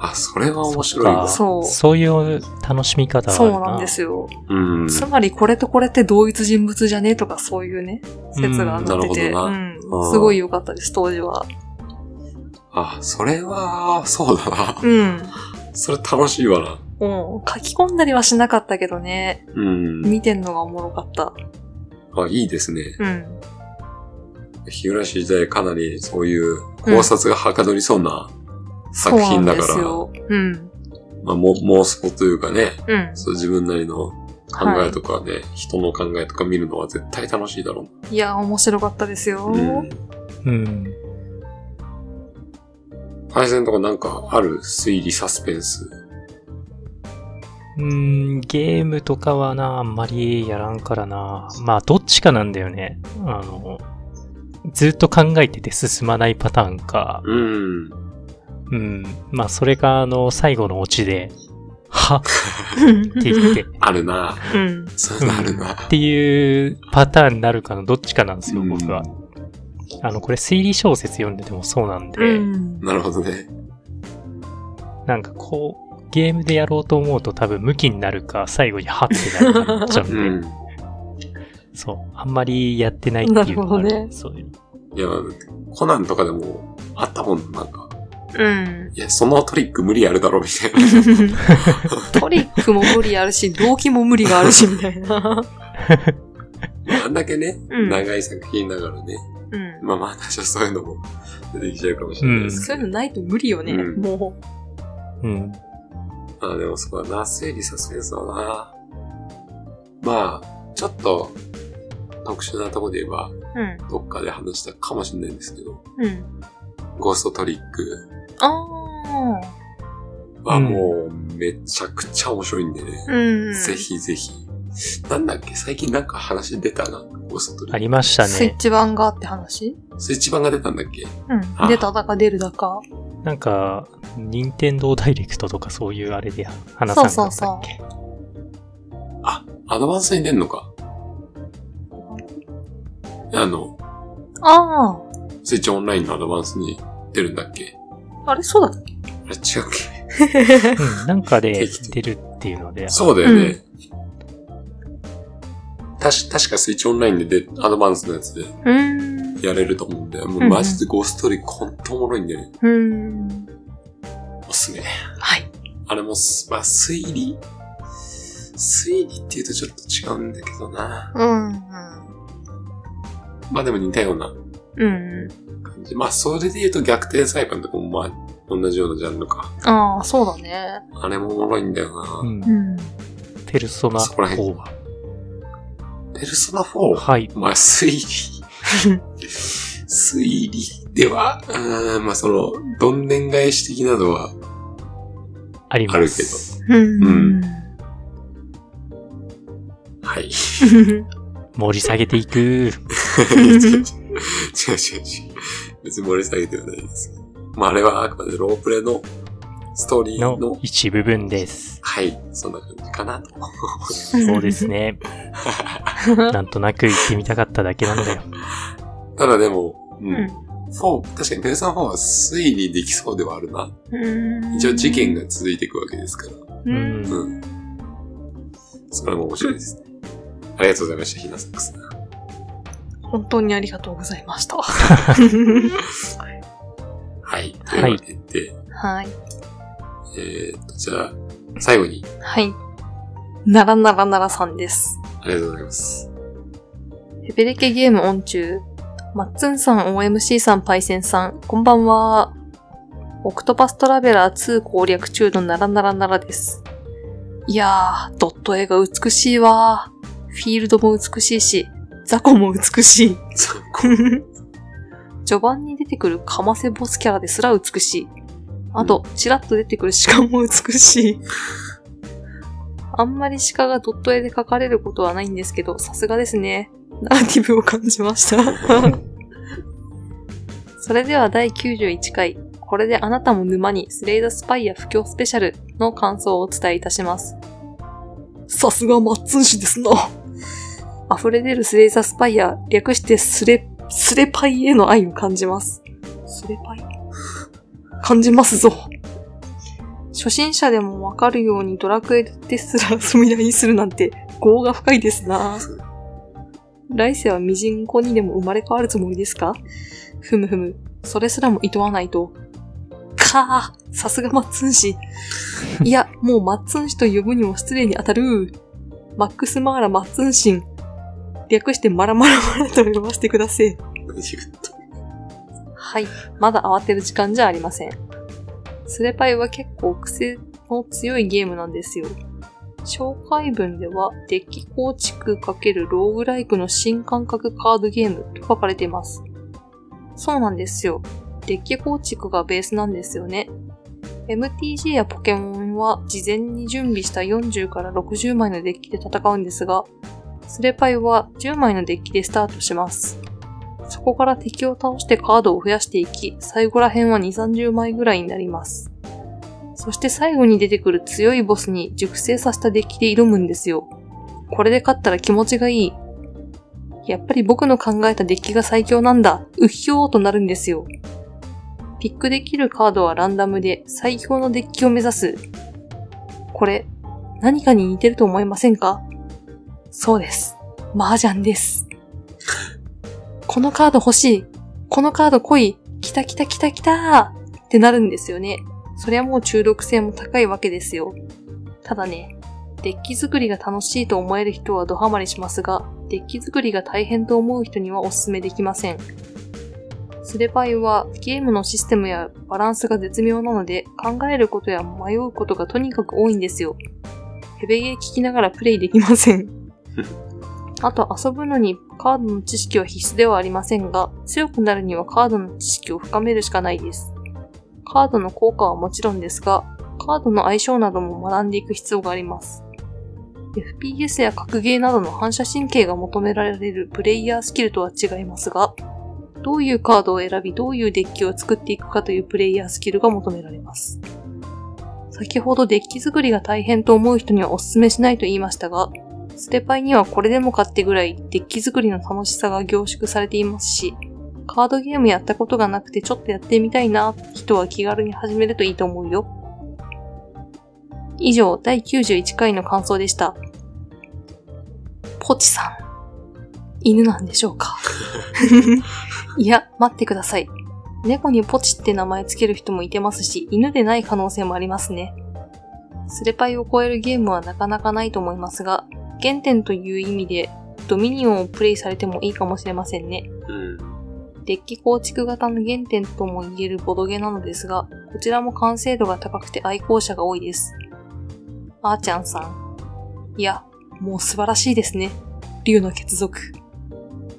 Speaker 1: あ、それは面白い
Speaker 3: か
Speaker 1: わ。
Speaker 2: そう
Speaker 3: そういう楽しみ方はあ
Speaker 2: そ
Speaker 3: る
Speaker 2: うなんですよ。
Speaker 1: うん。
Speaker 2: つまりこれとこれって同一人物じゃねとかそういうね、説が載ってて。
Speaker 1: うんなるほど
Speaker 2: うん
Speaker 1: あー。
Speaker 2: すごい良かったです、当時は。
Speaker 1: あ、それは、そうだな。
Speaker 2: うん。
Speaker 1: それ楽しいわな。
Speaker 2: うん。書き込んだりはしなかったけどね、
Speaker 1: うん。
Speaker 2: 見てんのがおもろかった。
Speaker 1: あ、いいですね。
Speaker 2: うん。
Speaker 1: 日暮らし時代かなりそういう考察がはかどりそうな、作品だから
Speaker 2: そうなんですよ。うん。
Speaker 1: まあ、も妄想というかね、
Speaker 2: うん。
Speaker 1: そう自分なりの考えとかね、人の考えとか見るのは絶対楽しいだろ
Speaker 2: いや、面白かったですよ。
Speaker 1: うな。うん。
Speaker 3: うん。
Speaker 1: 林さんとかなんかある推理サスペンス。
Speaker 3: うーん、ゲームとかはな、あんまりやらんからな。まあ、どっちかなんだよね。あの、ずっと考えてて進まないパターンか。
Speaker 1: うん。
Speaker 3: うん。まあ、それか、あの、最後のオチで、はっって言って、っ
Speaker 1: あるな。
Speaker 2: うん。
Speaker 1: そういうのあるな。
Speaker 3: ていうパターンになるかのどっちかなんですよ、
Speaker 1: うん
Speaker 3: 僕は。あの、これ推理小説読んでてもそうなんで、
Speaker 2: うん。
Speaker 1: なるほどね。
Speaker 3: なんかこう、ゲームでやろうと思うと多分向きになるか、最後にはってなるかになっちゃうん
Speaker 1: う
Speaker 3: で、
Speaker 1: ん。
Speaker 3: そう、あんまりやってないっていうのがあ
Speaker 2: なるほどね
Speaker 3: そういう。
Speaker 1: いや、コナンとかでもあったもん、なんか。
Speaker 2: うん。
Speaker 1: いや、そのトリック無理あるだろ、みたいな。
Speaker 2: トリックも無理あるし、動機も無理があるし、みたい な。
Speaker 1: まああんだけね、
Speaker 2: うん
Speaker 1: 長い作品ながらね。
Speaker 2: うん。
Speaker 1: まあまあ、多少そういうのも出てきちゃうかもしれないです
Speaker 2: そう
Speaker 1: け
Speaker 2: いう
Speaker 1: ど。
Speaker 2: のないと無理よね、
Speaker 1: うん
Speaker 2: も
Speaker 3: うん。
Speaker 1: ああ、でもそうだな、推理サスペンスだな。まあ、ちょっと特殊なとこで言えば、
Speaker 2: う。うん。
Speaker 1: どっかで話したかもしれないんですけど、
Speaker 2: うん。
Speaker 1: ゴーストトリック
Speaker 2: ああ。
Speaker 1: はもうめちゃくちゃ面白いんでね。
Speaker 2: うん。
Speaker 1: ぜ。ひぜひ。なんだっけ最近なんか話出たな、ゴーストトリ
Speaker 3: あ
Speaker 1: ッ
Speaker 3: りました
Speaker 2: スイッ
Speaker 3: ね。
Speaker 2: チ版がって話
Speaker 1: ク。スイッチ版が出たんだっけ
Speaker 2: う
Speaker 1: あ
Speaker 2: ん。出ただか出るだか。
Speaker 3: なんか、任天堂ダイレクトとかそういうあれで話
Speaker 2: そう
Speaker 3: さ
Speaker 2: そ
Speaker 3: な
Speaker 2: う
Speaker 3: かった
Speaker 2: そ
Speaker 3: っけ
Speaker 1: あ、アドバンスに出んのか。あの、
Speaker 2: う。あ
Speaker 1: スイッチオンラインのアドバンスに出るんだっけ
Speaker 2: あ。あれ、そうだっけ
Speaker 1: あれ違うっけ
Speaker 3: うん、なんかで
Speaker 1: 適当
Speaker 3: 出るっていうので、
Speaker 1: そうだよね。たし、確かスイッチオンラインでで、アドバンスのやつで
Speaker 2: うーん。
Speaker 1: やれると思うんだよ。も
Speaker 2: んう
Speaker 1: うんマジでゴーストトリックほんとおもろいんだよね。
Speaker 2: うーん。
Speaker 1: おすすめ。
Speaker 2: はい。
Speaker 1: あれもす、まあ推理推理っていうとちょっと違うんだけどな。
Speaker 2: うん。うん
Speaker 1: まあでも似たような
Speaker 2: うん。
Speaker 1: 感じ。まあそれで言うと逆転裁判とかもまあ同じようなジャンルか。
Speaker 2: ああ、そうだね。
Speaker 1: あれもおもろいんだよな。
Speaker 3: うん
Speaker 2: うん。
Speaker 3: ペルソナ
Speaker 1: そこら
Speaker 3: 4
Speaker 1: 辺
Speaker 3: は。
Speaker 1: ペルソナ 4?
Speaker 3: はい。
Speaker 1: まあ、推理。推理では、うーんまあ、その、どんでん返し的なのは、
Speaker 3: あります。
Speaker 2: うん。
Speaker 1: はい。違
Speaker 3: 盛り下げていく。
Speaker 1: う違う違う。違う違う違う別に盛り下げてはないですけど。まあ、あれはあくまでロープレのストーリーの、
Speaker 3: の一部分です。
Speaker 1: はい、そんな感じかなと。
Speaker 3: そうです ね。なんとなく行ってみたかっただけなんだよ。
Speaker 1: ただでも、う。
Speaker 2: うん
Speaker 1: 4、確かにペルソナ4は推理できそうではあるな。
Speaker 2: ん。
Speaker 1: 一応事件が続いていくわけですから。
Speaker 2: う
Speaker 3: うん
Speaker 2: ん。
Speaker 1: うん。それも面白いですね。ありがとうございました、ひなさくさん。
Speaker 2: 本当にありがとうございました。
Speaker 1: はい。というわけで、
Speaker 2: はい。
Speaker 1: えーっと、じゃあ、最後に、
Speaker 2: はい。ならならならさんです。
Speaker 1: ありがとうございます。
Speaker 2: ヘベレケゲームオン中。マッツンさん、OMC さん、パイセンさん、こんばんは。オクトパストラベラー2攻略中のならならならです。いやー、ドット絵が美しいわー。フィールドも美しいし、雑魚も美しい。
Speaker 1: そこ
Speaker 2: 序盤に出てくるかませボスキャラですら美しい。あと、ちらっと出てくる鹿も美しい。あんまり鹿がドット絵で描かれることはないんですけど、さすがですね。ナラティブを感じました。 それでは第91回、これであなたも沼にスレイドスパイや不況スペシャルの感想をお伝えいたします。さすがマッツン氏ですな。溢れ出るスレイザースパイア、略してスレ、スレパイへの愛を感じます。スレパイ感じますぞ。初心者でもわかるようにドラ クエですら墨みにするなんて、業が深いですな。来世はミジンコにでも生まれ変わるつもりですかふむふむ。それすらも厭わないと。かあ、さすがマッツン氏。いや、もうマッツン氏と呼ぶにも失礼に当たる。マックスマーラマッツン氏。略してマラマラマラと呼ばせてください。
Speaker 1: 何言った
Speaker 2: はい。まだ慌てる時間じゃありません。スレパイは結構癖の強いゲームなんですよ。紹介文では、デッキ構築×ローグライクの新感覚カードゲームと書かれています。そうなんですよ。デッキ構築がベースなんですよね。MTG やポケモンは事前に準備した40から60枚のデッキで戦うんですが、スレパイは10枚のデッキでスタートします。そこから敵を倒してカードを増やしていき、最後ら辺は2、30枚ぐらいになります。そして最後に出てくる強いボスに熟成させたデッキで挑むんですよ。これで勝ったら気持ちがいい。やっぱり僕の考えたデッキが最強なんだ。うっひょーとなるんですよ。ピックできるカードはランダムで最強のデッキを目指す。これ、何かに似てると思いませんかそうです。麻雀です。このカード欲しい。このカード来い。来た来た来た来たーってなるんですよね。そりゃもう中毒性も高いわけですよ。ただね、デッキ作りが楽しいと思える人はドハマりしますが、デッキ作りが大変と思う人にはおすすめできません。スレパイはゲームのシステムやバランスが絶妙なので考えることや迷うことがとにかく多いんですよ。ヘベゲー聞きながらプレイできません。あと遊ぶのにカードの知識は必須ではありませんが、強くなるにはカードの知識を深めるしかないです。カードの効果はもちろんですが、カードの相性なども学んでいく必要があります。FPS や格ゲーなどの反射神経が求められるプレイヤースキルとは違いますが、どういうカードを選び、どういうデッキを作っていくかというプレイヤースキルが求められます。先ほどデッキ作りが大変と思う人にはおすすめしないと言いましたが、ステパイにはこれでもかってぐらいデッキ作りの楽しさが凝縮されていますし、カードゲームやったことがなくてちょっとやってみたいなって人は気軽に始めるといいと思うよ。以上、第91回の感想でした。ポチさん、犬なんでしょうかいや、待ってください。猫にポチって名前つける人もいてますし、犬でない可能性もありますね。スレパイを超えるゲームはなかなかないと思いますが、原点という意味で、ドミニオンをプレイされてもいいかもしれませんね。
Speaker 1: うん。
Speaker 2: デッキ構築型の原点とも言えるボドゲなのですが、こちらも完成度が高くて愛好者が多いです。あーちゃんさん。いや、もう素晴らしいですね。竜の血族。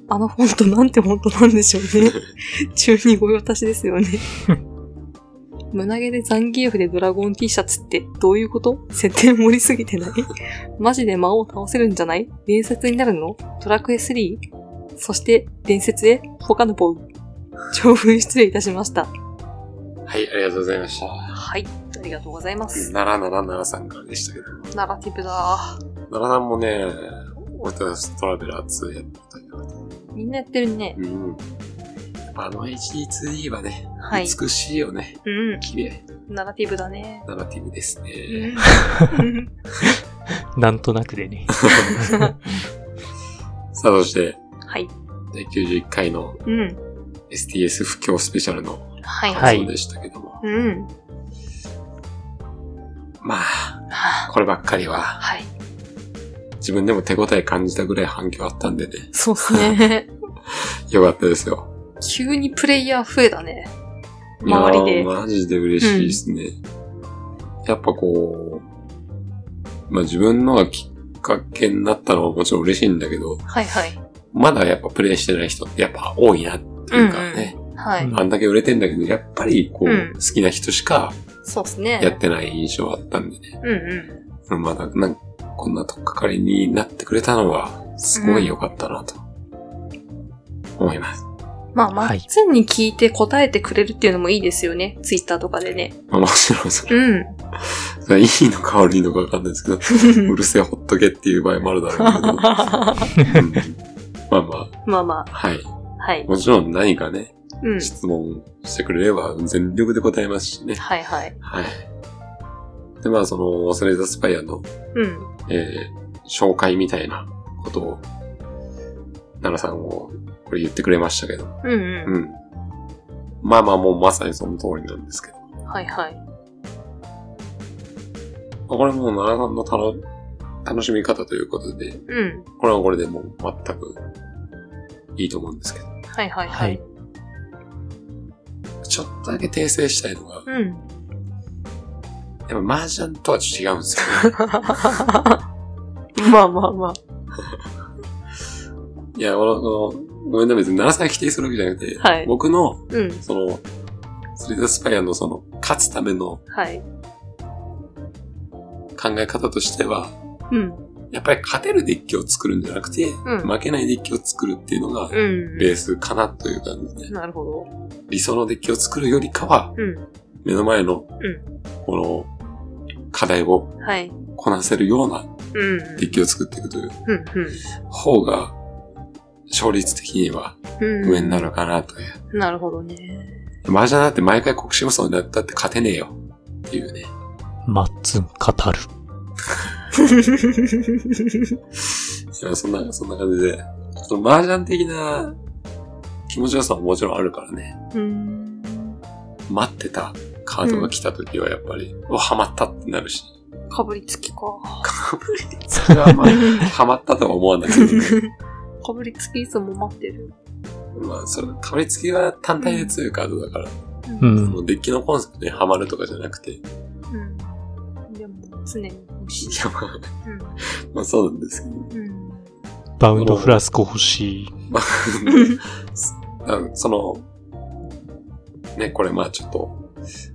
Speaker 2: あのフォントなんてフォントなんでしょうね。 中にご用達ですよね。胸毛でザンギエフでドラゴン T シャツってどういうこと設定盛りすぎてない マジで魔王を倒せるんじゃない伝説になるのドラクエ 3? そして伝説へ他のポウ。長文失礼いたしました。
Speaker 1: はい、ありがとうございました。
Speaker 2: はい。ありがとうございます。
Speaker 1: 奈良奈良奈良さんからでしたけど。
Speaker 2: ナラティブだ。
Speaker 1: 奈良さんもね、俺たちトラベラー2やってたよ。
Speaker 2: みんなやってるね。
Speaker 1: うん。あの HD2D はね、
Speaker 2: はい。
Speaker 1: 美しいよね。
Speaker 2: うん。
Speaker 1: 綺麗。
Speaker 2: ナラティブだね。
Speaker 1: ナラティブです
Speaker 2: う
Speaker 1: ね。
Speaker 2: ん
Speaker 3: なんとなくでね。
Speaker 1: さあ、そして、
Speaker 2: はい。
Speaker 1: 第91回の
Speaker 2: うん。
Speaker 1: STS 不況スペシャルの
Speaker 2: はい。
Speaker 3: は
Speaker 1: 感
Speaker 3: い
Speaker 1: 想でしたけども。
Speaker 2: うん。
Speaker 1: まあ、
Speaker 2: は
Speaker 1: こればっかりは、
Speaker 2: あはい。
Speaker 1: 自分でも手応え感じたぐらい反響あったんでね、
Speaker 2: そうっすね。
Speaker 1: よかったですよ。
Speaker 2: 急にプレイヤー増えたね。周りで
Speaker 1: いやーマジで嬉しいですね。やっぱこう、まあ自分のがきっかけになったのはもちろん嬉しいんだけど、
Speaker 2: はいはい。
Speaker 1: まだやっぱプレイしてない人ってやっぱ多いなっていうかね、
Speaker 2: はい。
Speaker 3: うん
Speaker 1: あんだけ売れてんだけど、やっぱりこう、
Speaker 2: うん
Speaker 1: 好きな人しか
Speaker 2: そうっすね。
Speaker 1: やってない印象あったんでね。
Speaker 2: うんう
Speaker 1: まだなんこんなとっかかりになってくれたのは、すごい良かったなと、思います。
Speaker 2: ん。まあ、マ
Speaker 3: はい
Speaker 2: ッツンに聞いて答えてくれるっていうのもいいですよね。ツイッターとかでね。
Speaker 1: まあもちろんそれ、
Speaker 2: うん。
Speaker 1: それいいのか悪いのかわかんないですけど、 うるせえほっとけっていう場合もあるだろう
Speaker 2: ま
Speaker 1: けど。うんまあま
Speaker 2: あ ま
Speaker 1: あ、はい。
Speaker 2: あ、はい。
Speaker 1: もちろん何かね、
Speaker 2: うん。
Speaker 1: 質問してくれれば全力で答えますしね。
Speaker 2: はいはい。
Speaker 1: はい。で、まあ、その、忘れたスパイアの、
Speaker 2: うん。
Speaker 1: えー紹介みたいなことを、奈良さんを、これ言ってくれましたけど。
Speaker 2: うんう
Speaker 1: うん。まあまあ、もうまさにその通りなんですけど。ま
Speaker 2: ん。はいはい。
Speaker 1: あこれもう奈良さんのたの楽しみ方ということで、
Speaker 2: うん。
Speaker 1: これはこれでもう全くいいと思うんですけど。
Speaker 2: はいはいは
Speaker 3: はいい。。
Speaker 1: ちょっとだけ訂正したいのが、
Speaker 2: うん。
Speaker 1: やっぱ麻雀とは違うんですよ、ね。
Speaker 2: まあまあまあ。
Speaker 1: いや、この、このごめんな別に奈良さん否定するわけじゃなくて、
Speaker 2: はい
Speaker 1: 僕の、
Speaker 2: うん。
Speaker 1: その、スリーダースパイアのその、勝つための
Speaker 2: はい。
Speaker 1: 考え方としては、
Speaker 2: うん。
Speaker 1: やっぱり勝てるデッキを作るんじゃなくて、
Speaker 2: うん
Speaker 1: 負けないデッキを作るっていうのが、
Speaker 2: うん。
Speaker 1: ベースかなという感じで、
Speaker 2: なるほど。
Speaker 1: 理想のデッキを作るよりかは、
Speaker 2: うん。
Speaker 1: 目の前の
Speaker 2: う、
Speaker 1: この、課題を
Speaker 2: はい。
Speaker 1: こなせるような
Speaker 2: うん。
Speaker 1: デッキを作っていくという
Speaker 2: うん。
Speaker 1: 方が、勝率的には
Speaker 2: うん。
Speaker 1: 上になる。かなという。
Speaker 2: なるほどね。
Speaker 1: 麻雀だって毎回国士無双になったって勝てねえよ。っていうね。
Speaker 3: マッツン語る。
Speaker 1: いや、そんな、そんな感じで。その麻雀的な気持ちよさももちろんあるからね。
Speaker 2: うん。
Speaker 1: 待ってたカードが来た時はやっぱり、お、ハマったってなるし。
Speaker 2: かぶりつきか。
Speaker 1: それはまあ、ハマったとは思わないけどね。
Speaker 2: かぶりつきいつも待ってる。
Speaker 1: まあ、それ、かぶりつきは単体で強いカードだから、
Speaker 3: う
Speaker 1: そ
Speaker 3: ん。
Speaker 1: のデッキのコンセプトにはまるとかじゃなくて、い
Speaker 2: うん。でも、常に欲しい。
Speaker 1: や、まあ、まあそうなんですけ ど、
Speaker 2: うん。うん。
Speaker 3: バウンドフラスコ欲しい。
Speaker 1: まあ、うんその、ね、これまあちょっと、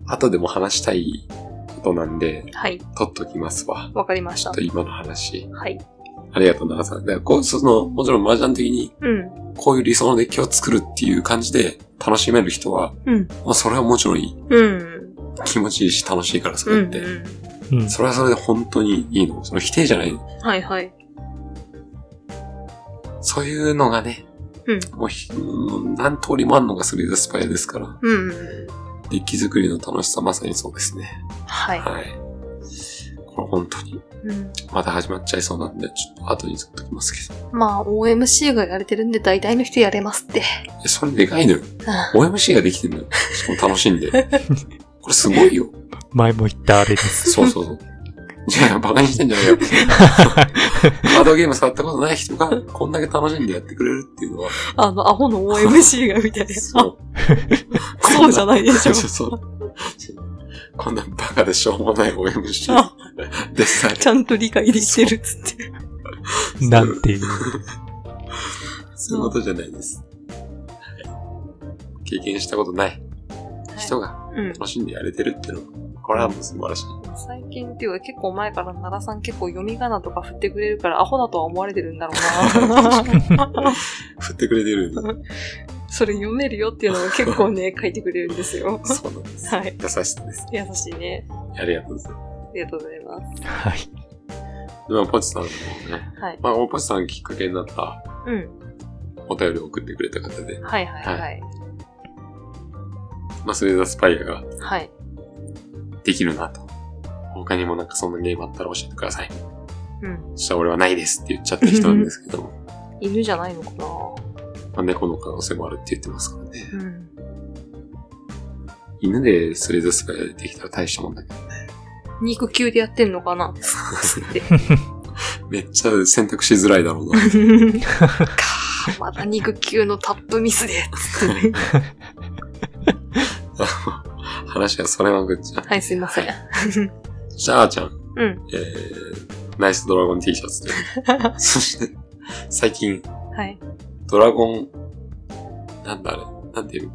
Speaker 1: 後でも話したいことなんで、
Speaker 2: はい。
Speaker 1: 取っときますわ。
Speaker 2: わかりまし
Speaker 1: ちょ
Speaker 2: た
Speaker 1: っと。今の話。
Speaker 2: はい。
Speaker 1: ありがとう、長さん。でこう、その、もちろん麻雀的に、
Speaker 2: うん。
Speaker 1: こういう理想のデッキを作るっていう感じで楽しめる人は、
Speaker 2: うん。
Speaker 1: まあそれはもちろんいい
Speaker 2: うん。
Speaker 1: 気持ちいいし楽しいから、そうれっ
Speaker 2: ん。
Speaker 1: て。
Speaker 2: うん
Speaker 3: うん。
Speaker 1: それはそれで本当にいいの。その否定じゃない。
Speaker 2: はいはい。
Speaker 1: そういうのがね、
Speaker 2: うん。
Speaker 1: もうひもう何通りもあんのがスリーダースパイですから、
Speaker 2: うん。
Speaker 1: デッキ作りの楽しさまさにそうですね。
Speaker 2: はい。
Speaker 1: はい。これ本当に、
Speaker 2: うん、
Speaker 1: また始まっちゃいそうなんで、ちょっと後に取っときますけど。
Speaker 2: まあ、OMC がやれてるんで、大体の人やれますって。
Speaker 1: え、それでかいのよ。OMC ができてんのよ。しかも楽しん で。これすごいよ。
Speaker 3: 前も言ったあれです。
Speaker 1: そうそうそう。じゃあ、バカにしてんじゃないよ。カードゲーム触ったことない人が、こんだけ楽しんでやってくれるっていうのは、
Speaker 2: あの、アホの OMC がみたいな。
Speaker 1: そう。
Speaker 2: そうじゃないでしょ
Speaker 1: そうそう。こんなバカでしょうもない OMC
Speaker 2: あ
Speaker 1: でさえ、
Speaker 2: ちゃんと理解できてるっつって。
Speaker 3: なんていう。
Speaker 1: そういうことじゃないです。はい経験したことない人が
Speaker 2: うん。
Speaker 1: 楽しんでやれてるっていうのは、これはもう素晴らしい。
Speaker 2: 最近っていうか結構前から奈良さん結構読み仮名とか振ってくれるからアホだとは思われてるんだろう な。
Speaker 1: 振ってくれてるよね。
Speaker 2: それ読めるよっていうのが結構 ね、書いてくれるんですよ。
Speaker 1: そうなんです。
Speaker 2: はい。
Speaker 1: 優しさです。
Speaker 2: 優しいね。
Speaker 1: ありがとうございま
Speaker 2: ありがとうございます。
Speaker 3: はい。
Speaker 1: す。では、ポチさんのね、
Speaker 2: はい。
Speaker 1: まあ、ポチさんきっかけになった
Speaker 2: うん。
Speaker 1: お便りを送ってくれた方で、
Speaker 2: はいはいはい。
Speaker 1: まあ、それでスパイアが
Speaker 2: はい。
Speaker 1: できるなと。他にもなんかそんなゲームあったら教えてください。
Speaker 2: うん。
Speaker 1: そしたら俺はないですって言っちゃった人なんですけども、
Speaker 2: 犬じゃないのか
Speaker 1: まあ、猫の可能性もあるって言ってますからね。
Speaker 2: なうん。
Speaker 1: 犬でスレードスパイできたら大したもんだけど。
Speaker 2: 肉球でやってんのかなつって。
Speaker 1: めっちゃ選択しづらいだろうな。
Speaker 2: かあまた肉球のタップミスで。つって
Speaker 1: 話がそれまくっちゃう。
Speaker 2: はい、すいません。
Speaker 1: じゃああーちゃん、
Speaker 2: うん。
Speaker 1: えー、ナイスドラゴン T シャツ で。そして、最近、
Speaker 2: はい。
Speaker 1: ドラゴン、なんだあれ、なんていうの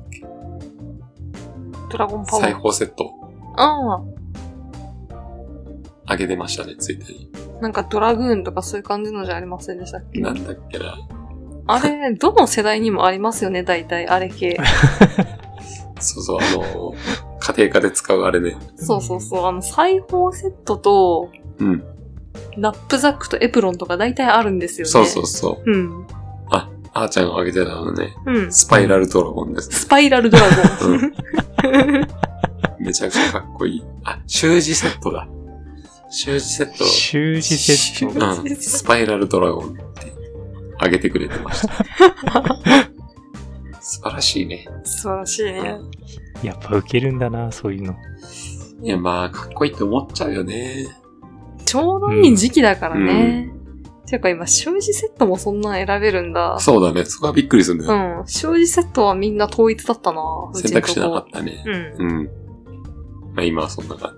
Speaker 2: ドラゴンパワ
Speaker 1: 裁
Speaker 2: ー。
Speaker 1: 縫セット、
Speaker 2: あ
Speaker 1: あげてましたね、ツイッターに。
Speaker 2: あ。なんかドラグーンとかそういう感じのじゃありませんでしたっけ
Speaker 1: なんだっけな。
Speaker 2: あれ、どの世代にもありますよね、大体。あれ 系。
Speaker 1: そうそう、あのー、家庭科で使うあれね。
Speaker 2: そうそうそう。あの、裁縫セットと、
Speaker 1: うん。
Speaker 2: ナップザックとエプロンとか大体あるんですよね。
Speaker 1: そうそうそう。
Speaker 2: うん。
Speaker 1: あ、あーちゃんがあげてたあのね、
Speaker 2: うん。
Speaker 1: スパイラルドラゴンです。
Speaker 2: スパイラルドラ ゴン。
Speaker 1: めちゃくちゃかっこいい。あ、習字セットだ。習字セット。
Speaker 3: 習字セット。
Speaker 1: うん。スパイラルドラゴンって、あげてくれてました。素晴らしいね。
Speaker 2: 素晴らしいね。
Speaker 3: やっぱウケるんだな、そういうの。
Speaker 1: いや、まあ、かっこいいって思っちゃうよね。
Speaker 2: ちょうどいい時期だからね。ていうか今、習字セットもそんなん選べるんだ。
Speaker 1: そうだね。そこはびっくりするんだ
Speaker 2: う
Speaker 1: よ。
Speaker 2: ん。習字セットはみんな統一だったな。うちの
Speaker 1: 選択肢な
Speaker 2: と
Speaker 1: か
Speaker 2: こ
Speaker 1: ったね。
Speaker 2: うん。
Speaker 1: うん。まあ、今はそんな感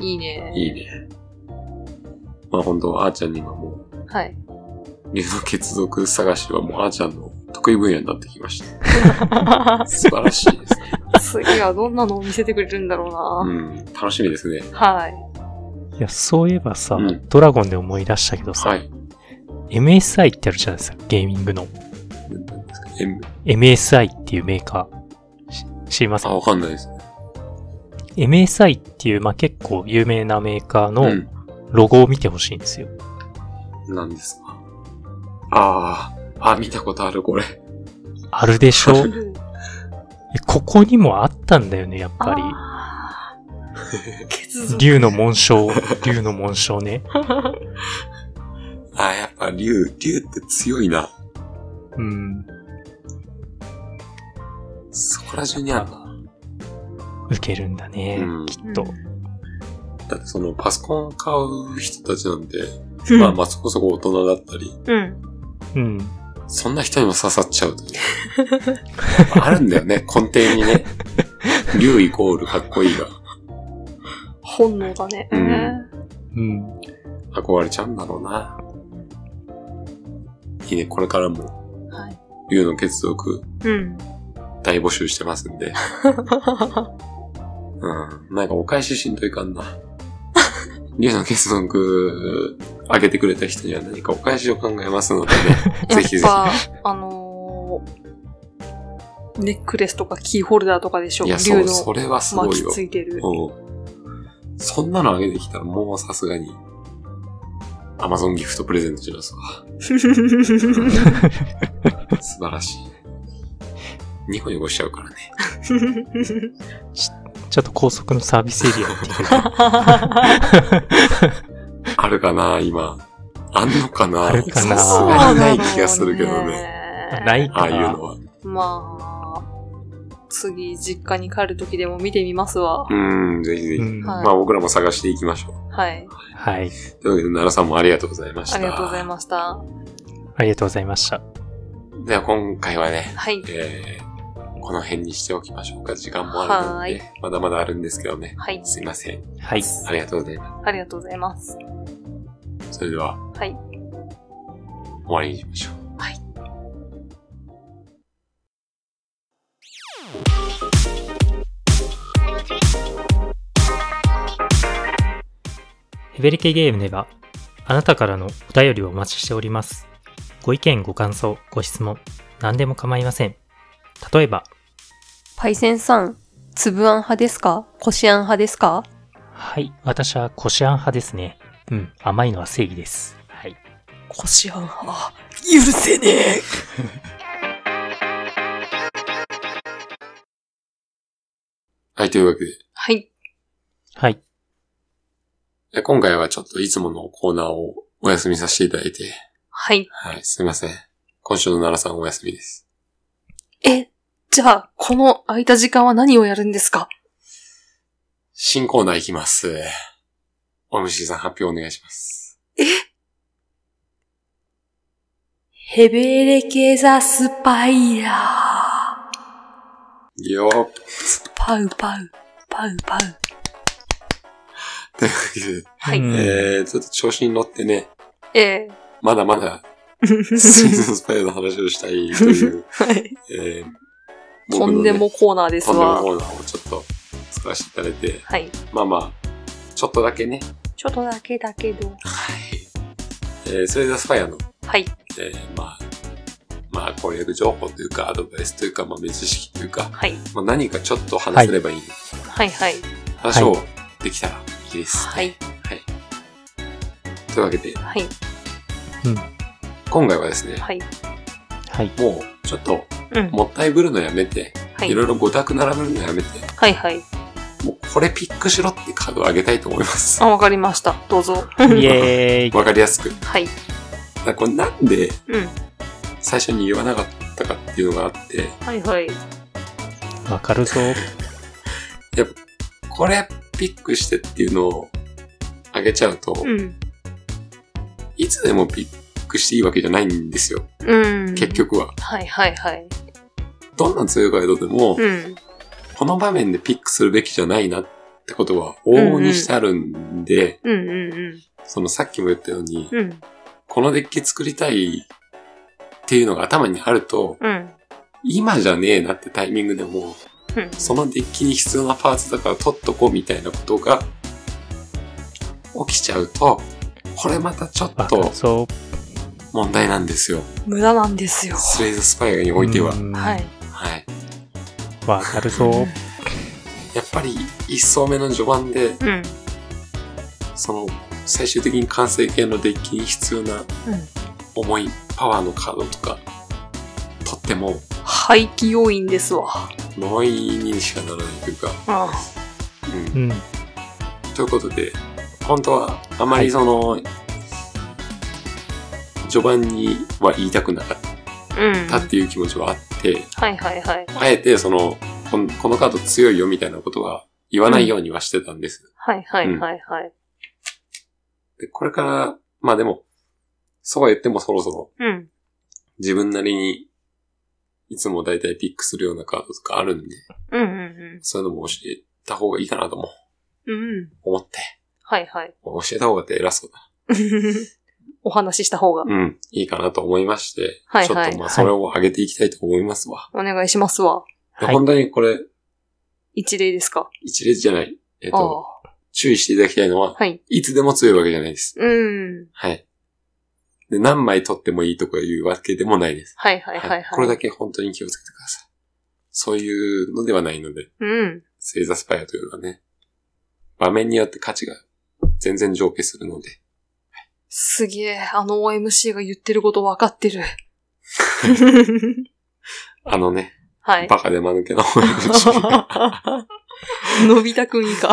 Speaker 1: じ。
Speaker 2: いいね。
Speaker 1: いいね。まあ、本当あーちゃんにはもう、
Speaker 2: はい。
Speaker 1: 竜の血族探しはもうあーちゃんの得意分野になってきました。素晴らしいですね。
Speaker 2: 次はどんなのを見せてくれるんだろうな。
Speaker 1: うん。楽しみですね。
Speaker 2: はい。
Speaker 3: いや、そういえばさ、
Speaker 1: うん
Speaker 3: ドラゴンで思い出したけどさ、
Speaker 1: はい。
Speaker 3: MSI ってあるじゃないですか、ゲーミングの。
Speaker 1: M、
Speaker 3: MSI っていうメーカー。し知りませ
Speaker 1: あ、
Speaker 3: ん
Speaker 1: わかんないです。
Speaker 3: MSI っていう、まあ、結構有名なメーカー
Speaker 1: う
Speaker 3: の
Speaker 1: ん。
Speaker 3: ロゴを見てほしいんですよ。
Speaker 1: なんですか。ああ。あ、見たことある、これ。
Speaker 3: ある でしょえ
Speaker 2: うん
Speaker 3: ここにもあったんだよね、やっぱり。
Speaker 2: あー 血族。
Speaker 3: 竜の紋章、竜の紋章ね。
Speaker 1: あ、やっぱ竜、竜って強いな。
Speaker 3: うん。
Speaker 1: そこら中にあるな。
Speaker 3: 受けるんだね、
Speaker 1: うん
Speaker 3: きっと。
Speaker 1: だってそのパソコン買う人たちなんで、
Speaker 2: うん
Speaker 1: まあまあそこそこ大人だったり、
Speaker 2: うん。
Speaker 3: うん。
Speaker 1: そんな人にも刺さっちゃうという。 あるんだよね、根底に ね。竜イコールかっこいいが
Speaker 2: 本能だね。
Speaker 1: うん
Speaker 3: うん。
Speaker 1: 憧れちゃうんだろうな。いいね、これからも
Speaker 2: はい。
Speaker 1: 竜の血族
Speaker 2: うん。
Speaker 1: 大募集してます んで。うん。なんかお返ししんといかんな。竜の結論句、あげてくれた人には何かお返しを考えますのでね。 ぜひぜ
Speaker 2: やっぱ、あのーネックレスとかキーホルダーとかでしょ
Speaker 1: ひ。いや、
Speaker 2: 竜
Speaker 1: そう、
Speaker 2: の
Speaker 1: それはすご
Speaker 2: 巻
Speaker 1: い
Speaker 2: き
Speaker 1: よ。
Speaker 2: ついてる。
Speaker 1: うん。そんなのあげてきたらもうさすがに、アマゾンギフトプレゼントしますわ。素晴らしい。ニコニコしちゃうからね。
Speaker 3: ちょっと高速のサービスエリア行ってくる。
Speaker 1: あるかな今。あんのかな
Speaker 3: あるかな
Speaker 1: さすがにない気がするけどね。
Speaker 2: ね
Speaker 3: ない
Speaker 1: ああ
Speaker 3: か
Speaker 1: いう
Speaker 3: ら。
Speaker 1: のは。
Speaker 2: まあ、次、実家に帰る時でも見てみますわ。
Speaker 1: うん、ぜひぜひ。
Speaker 3: うん
Speaker 2: はい
Speaker 1: まあ僕らも探していきましょう。
Speaker 2: はい。
Speaker 3: はい。
Speaker 1: というわけで、奈良さんもありがとうございました。
Speaker 2: ありがとうございました。
Speaker 3: ありがとうございました。
Speaker 1: では今回はね、
Speaker 2: はい。
Speaker 1: えー、この辺にしておきましょうか。時間もあるので、まだまだあるんですけどね。
Speaker 2: はい。
Speaker 1: すいません。
Speaker 3: はい。
Speaker 1: ありがとうございま
Speaker 2: ありがとうございます。
Speaker 1: す。それでは、
Speaker 2: はい。
Speaker 1: 終わりにしましょう。
Speaker 3: ヘベレケゲームでは、あなたからのお便りをお待ちしております。ご意見、ご感想、ご質問、何でも構いません。例えば、
Speaker 2: パイセンさん、つぶあん派ですかこしあん派ですか
Speaker 3: はい、私はコシアン派ですね。うん、甘いのは正義です。はい。
Speaker 2: こしあん派。許せねえ
Speaker 1: はい、というわけで
Speaker 2: はい。
Speaker 3: はい。
Speaker 1: え、今回はちょっといつものコーナーをお休みさせていただいて、
Speaker 2: はい。
Speaker 1: はい、すいません。今週の奈良さんお休みです。
Speaker 2: え、じゃあ、この空いた時間は何をやるんですか
Speaker 1: 新コーナーいきます。おむしさん発表お願いします。
Speaker 2: ヘベレケザスパイラー。
Speaker 1: いいよー
Speaker 2: パウパウ、パウパウ。
Speaker 1: というわけで、
Speaker 2: はい。
Speaker 3: うん
Speaker 1: えー、ちょっと調子に乗ってね、
Speaker 2: え
Speaker 1: まだまだ、
Speaker 2: ー、
Speaker 1: スイスのスパイの話をしたいという、
Speaker 2: はい。
Speaker 1: えー、
Speaker 2: とんでもコーナーです
Speaker 1: 僕のね、
Speaker 2: わ。
Speaker 1: とんでもコーナーをちょっと使わせていただいて、
Speaker 2: はい。
Speaker 1: まあまあ、ちょっとだけね、
Speaker 2: ちょっとだけだけど。
Speaker 1: はい。えー、それではスパイアの、
Speaker 2: はい。
Speaker 1: えー、まあ、まあ攻略情報というか、アドバイスというか、まあ、目知識というか、
Speaker 2: はい。
Speaker 1: まあ、何かちょっと話せればいい、
Speaker 2: はいはい。
Speaker 1: 話をできたらいいです。
Speaker 2: はい。
Speaker 1: というわけで、
Speaker 2: はい。
Speaker 3: うん。
Speaker 1: 今回はですね、
Speaker 2: はい。
Speaker 3: はい。
Speaker 1: もうちょっと
Speaker 2: うん。
Speaker 1: もったいぶるのやめて、、
Speaker 2: はいい
Speaker 1: ろ。いろごたく並べるのやめて、
Speaker 2: はいはい。
Speaker 1: もうこれピックしろってカードをあげたいと思います。
Speaker 2: あ、わかりました。どうぞ。
Speaker 3: イエーイ。
Speaker 1: わかりやすく。
Speaker 2: はい。
Speaker 1: だからこれなんで
Speaker 2: うん。
Speaker 1: 最初に言わなかったかっていうのがあって、
Speaker 2: はいはい。
Speaker 3: わかるぞ。
Speaker 1: これピックしてっていうのをあげちゃうと、
Speaker 2: うん。
Speaker 1: いつでもピックしていいわけじゃないんですよ。
Speaker 2: うん。
Speaker 1: 結。局は。
Speaker 2: はいはいはい。
Speaker 1: どんな強いガイドでも、
Speaker 2: うん。
Speaker 1: この場面でピックするべきじゃないなってことは往々にしてあるんで、
Speaker 2: うんうんうん。
Speaker 1: そのさっきも言ったように、
Speaker 2: うん。
Speaker 1: このデッキ作りたいっていうのが頭にあると、
Speaker 2: うん。
Speaker 1: 今じゃねえなってタイミングでも
Speaker 2: うん
Speaker 1: そのデッキに必要なパーツだから取っとこうみたいなことが起きちゃうと、これまたちょっ
Speaker 3: わかる
Speaker 1: と
Speaker 3: そう。
Speaker 1: 問題なんですよ。
Speaker 2: 無駄なんですよ。
Speaker 1: スレイズスパイアにおいては
Speaker 3: う。ん
Speaker 2: はい。。
Speaker 1: はい。
Speaker 3: わかるそう。
Speaker 1: やっぱり一層目の序盤で、
Speaker 2: うん。うん。
Speaker 1: その最終的に完成形のデッキに必要な重いパワーのカードとか取っても
Speaker 2: 廃棄要因ですわ。
Speaker 1: 呪いにしかならないというか、
Speaker 2: あ
Speaker 1: うん、
Speaker 3: うん。
Speaker 1: ということで、本当はあまりその、序盤には言いたくなかっ
Speaker 2: うん。
Speaker 1: たっていう気持ちはあって、
Speaker 2: はいはいはい。
Speaker 1: あえてそのこの、このカード強いよみたいなことは言わないようにはしてたんです。
Speaker 2: はいはいはいはい。
Speaker 1: でこれから、まあでも、そうは言ってもそろそろ
Speaker 2: うん。
Speaker 1: 自分なりにいつもだいたいピックするようなカードとかあるんで、
Speaker 2: うんうん
Speaker 1: そういうのも教えた方がいいかなとも
Speaker 2: うん。うん。
Speaker 1: 思って、
Speaker 2: はいはい。
Speaker 1: 教えた方がって偉そうだ。
Speaker 2: お話しした方が。
Speaker 1: うん、いいかなと思いまして、
Speaker 2: はい
Speaker 1: ちょ
Speaker 2: はい
Speaker 1: っとまあそれを上げていきたいと思いますわ。
Speaker 2: お願いしますわ。
Speaker 1: で
Speaker 3: はい
Speaker 1: 本当にこれ、
Speaker 2: 一例ですか。
Speaker 1: 一列じゃない。えっ、
Speaker 2: あ
Speaker 1: と、
Speaker 2: あ。
Speaker 1: 注意していただきたいのは、
Speaker 2: はい。
Speaker 1: いつでも強いわけじゃないです。
Speaker 2: うん。
Speaker 1: はい。で、何枚取ってもいいとかいうわけでもないです。
Speaker 2: はいはいはいはい。
Speaker 1: これだけ本当に気をつけてください。そういうのではないので、
Speaker 2: うん。
Speaker 1: 星座スパイアというのはね、場面によって価値が全然上下するので、
Speaker 2: すげえ、あの OMC が言ってること分かっ てる。
Speaker 1: あのね、
Speaker 2: はい。
Speaker 1: バカで間抜けな方 が
Speaker 2: のび太くん以下。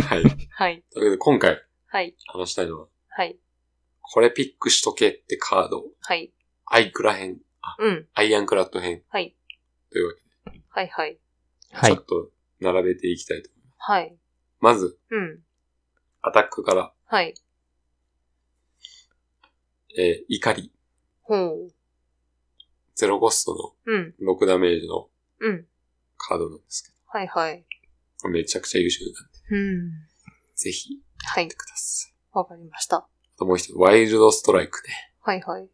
Speaker 1: はい。という
Speaker 2: はい。
Speaker 1: わけで今回
Speaker 2: はい。
Speaker 1: 話したいのは、
Speaker 2: はい。
Speaker 1: これピックしとけってカード、
Speaker 2: はい。
Speaker 1: アイクラ編、
Speaker 2: うん。
Speaker 1: アイアンクラッド編
Speaker 2: はい。
Speaker 1: というわけで、
Speaker 2: はいはい。
Speaker 3: は
Speaker 1: ちょ
Speaker 3: い
Speaker 1: っ。と並べていきたいと思います。
Speaker 2: はい。
Speaker 1: まず、
Speaker 2: うん。
Speaker 1: アタックから、
Speaker 2: はい。
Speaker 1: えー怒り、
Speaker 2: ほう。
Speaker 1: ゼロコスト
Speaker 2: うん。
Speaker 1: の6ダメージの
Speaker 2: うん。
Speaker 1: カードなんですけ
Speaker 2: はいはい。
Speaker 1: ど、めちゃくちゃ優秀なんで、
Speaker 2: うん。
Speaker 1: ぜひ、見
Speaker 2: はい
Speaker 1: て。ください。
Speaker 2: わかりました。
Speaker 1: あともう一つ、ワイルドストライクね。
Speaker 2: はいはい。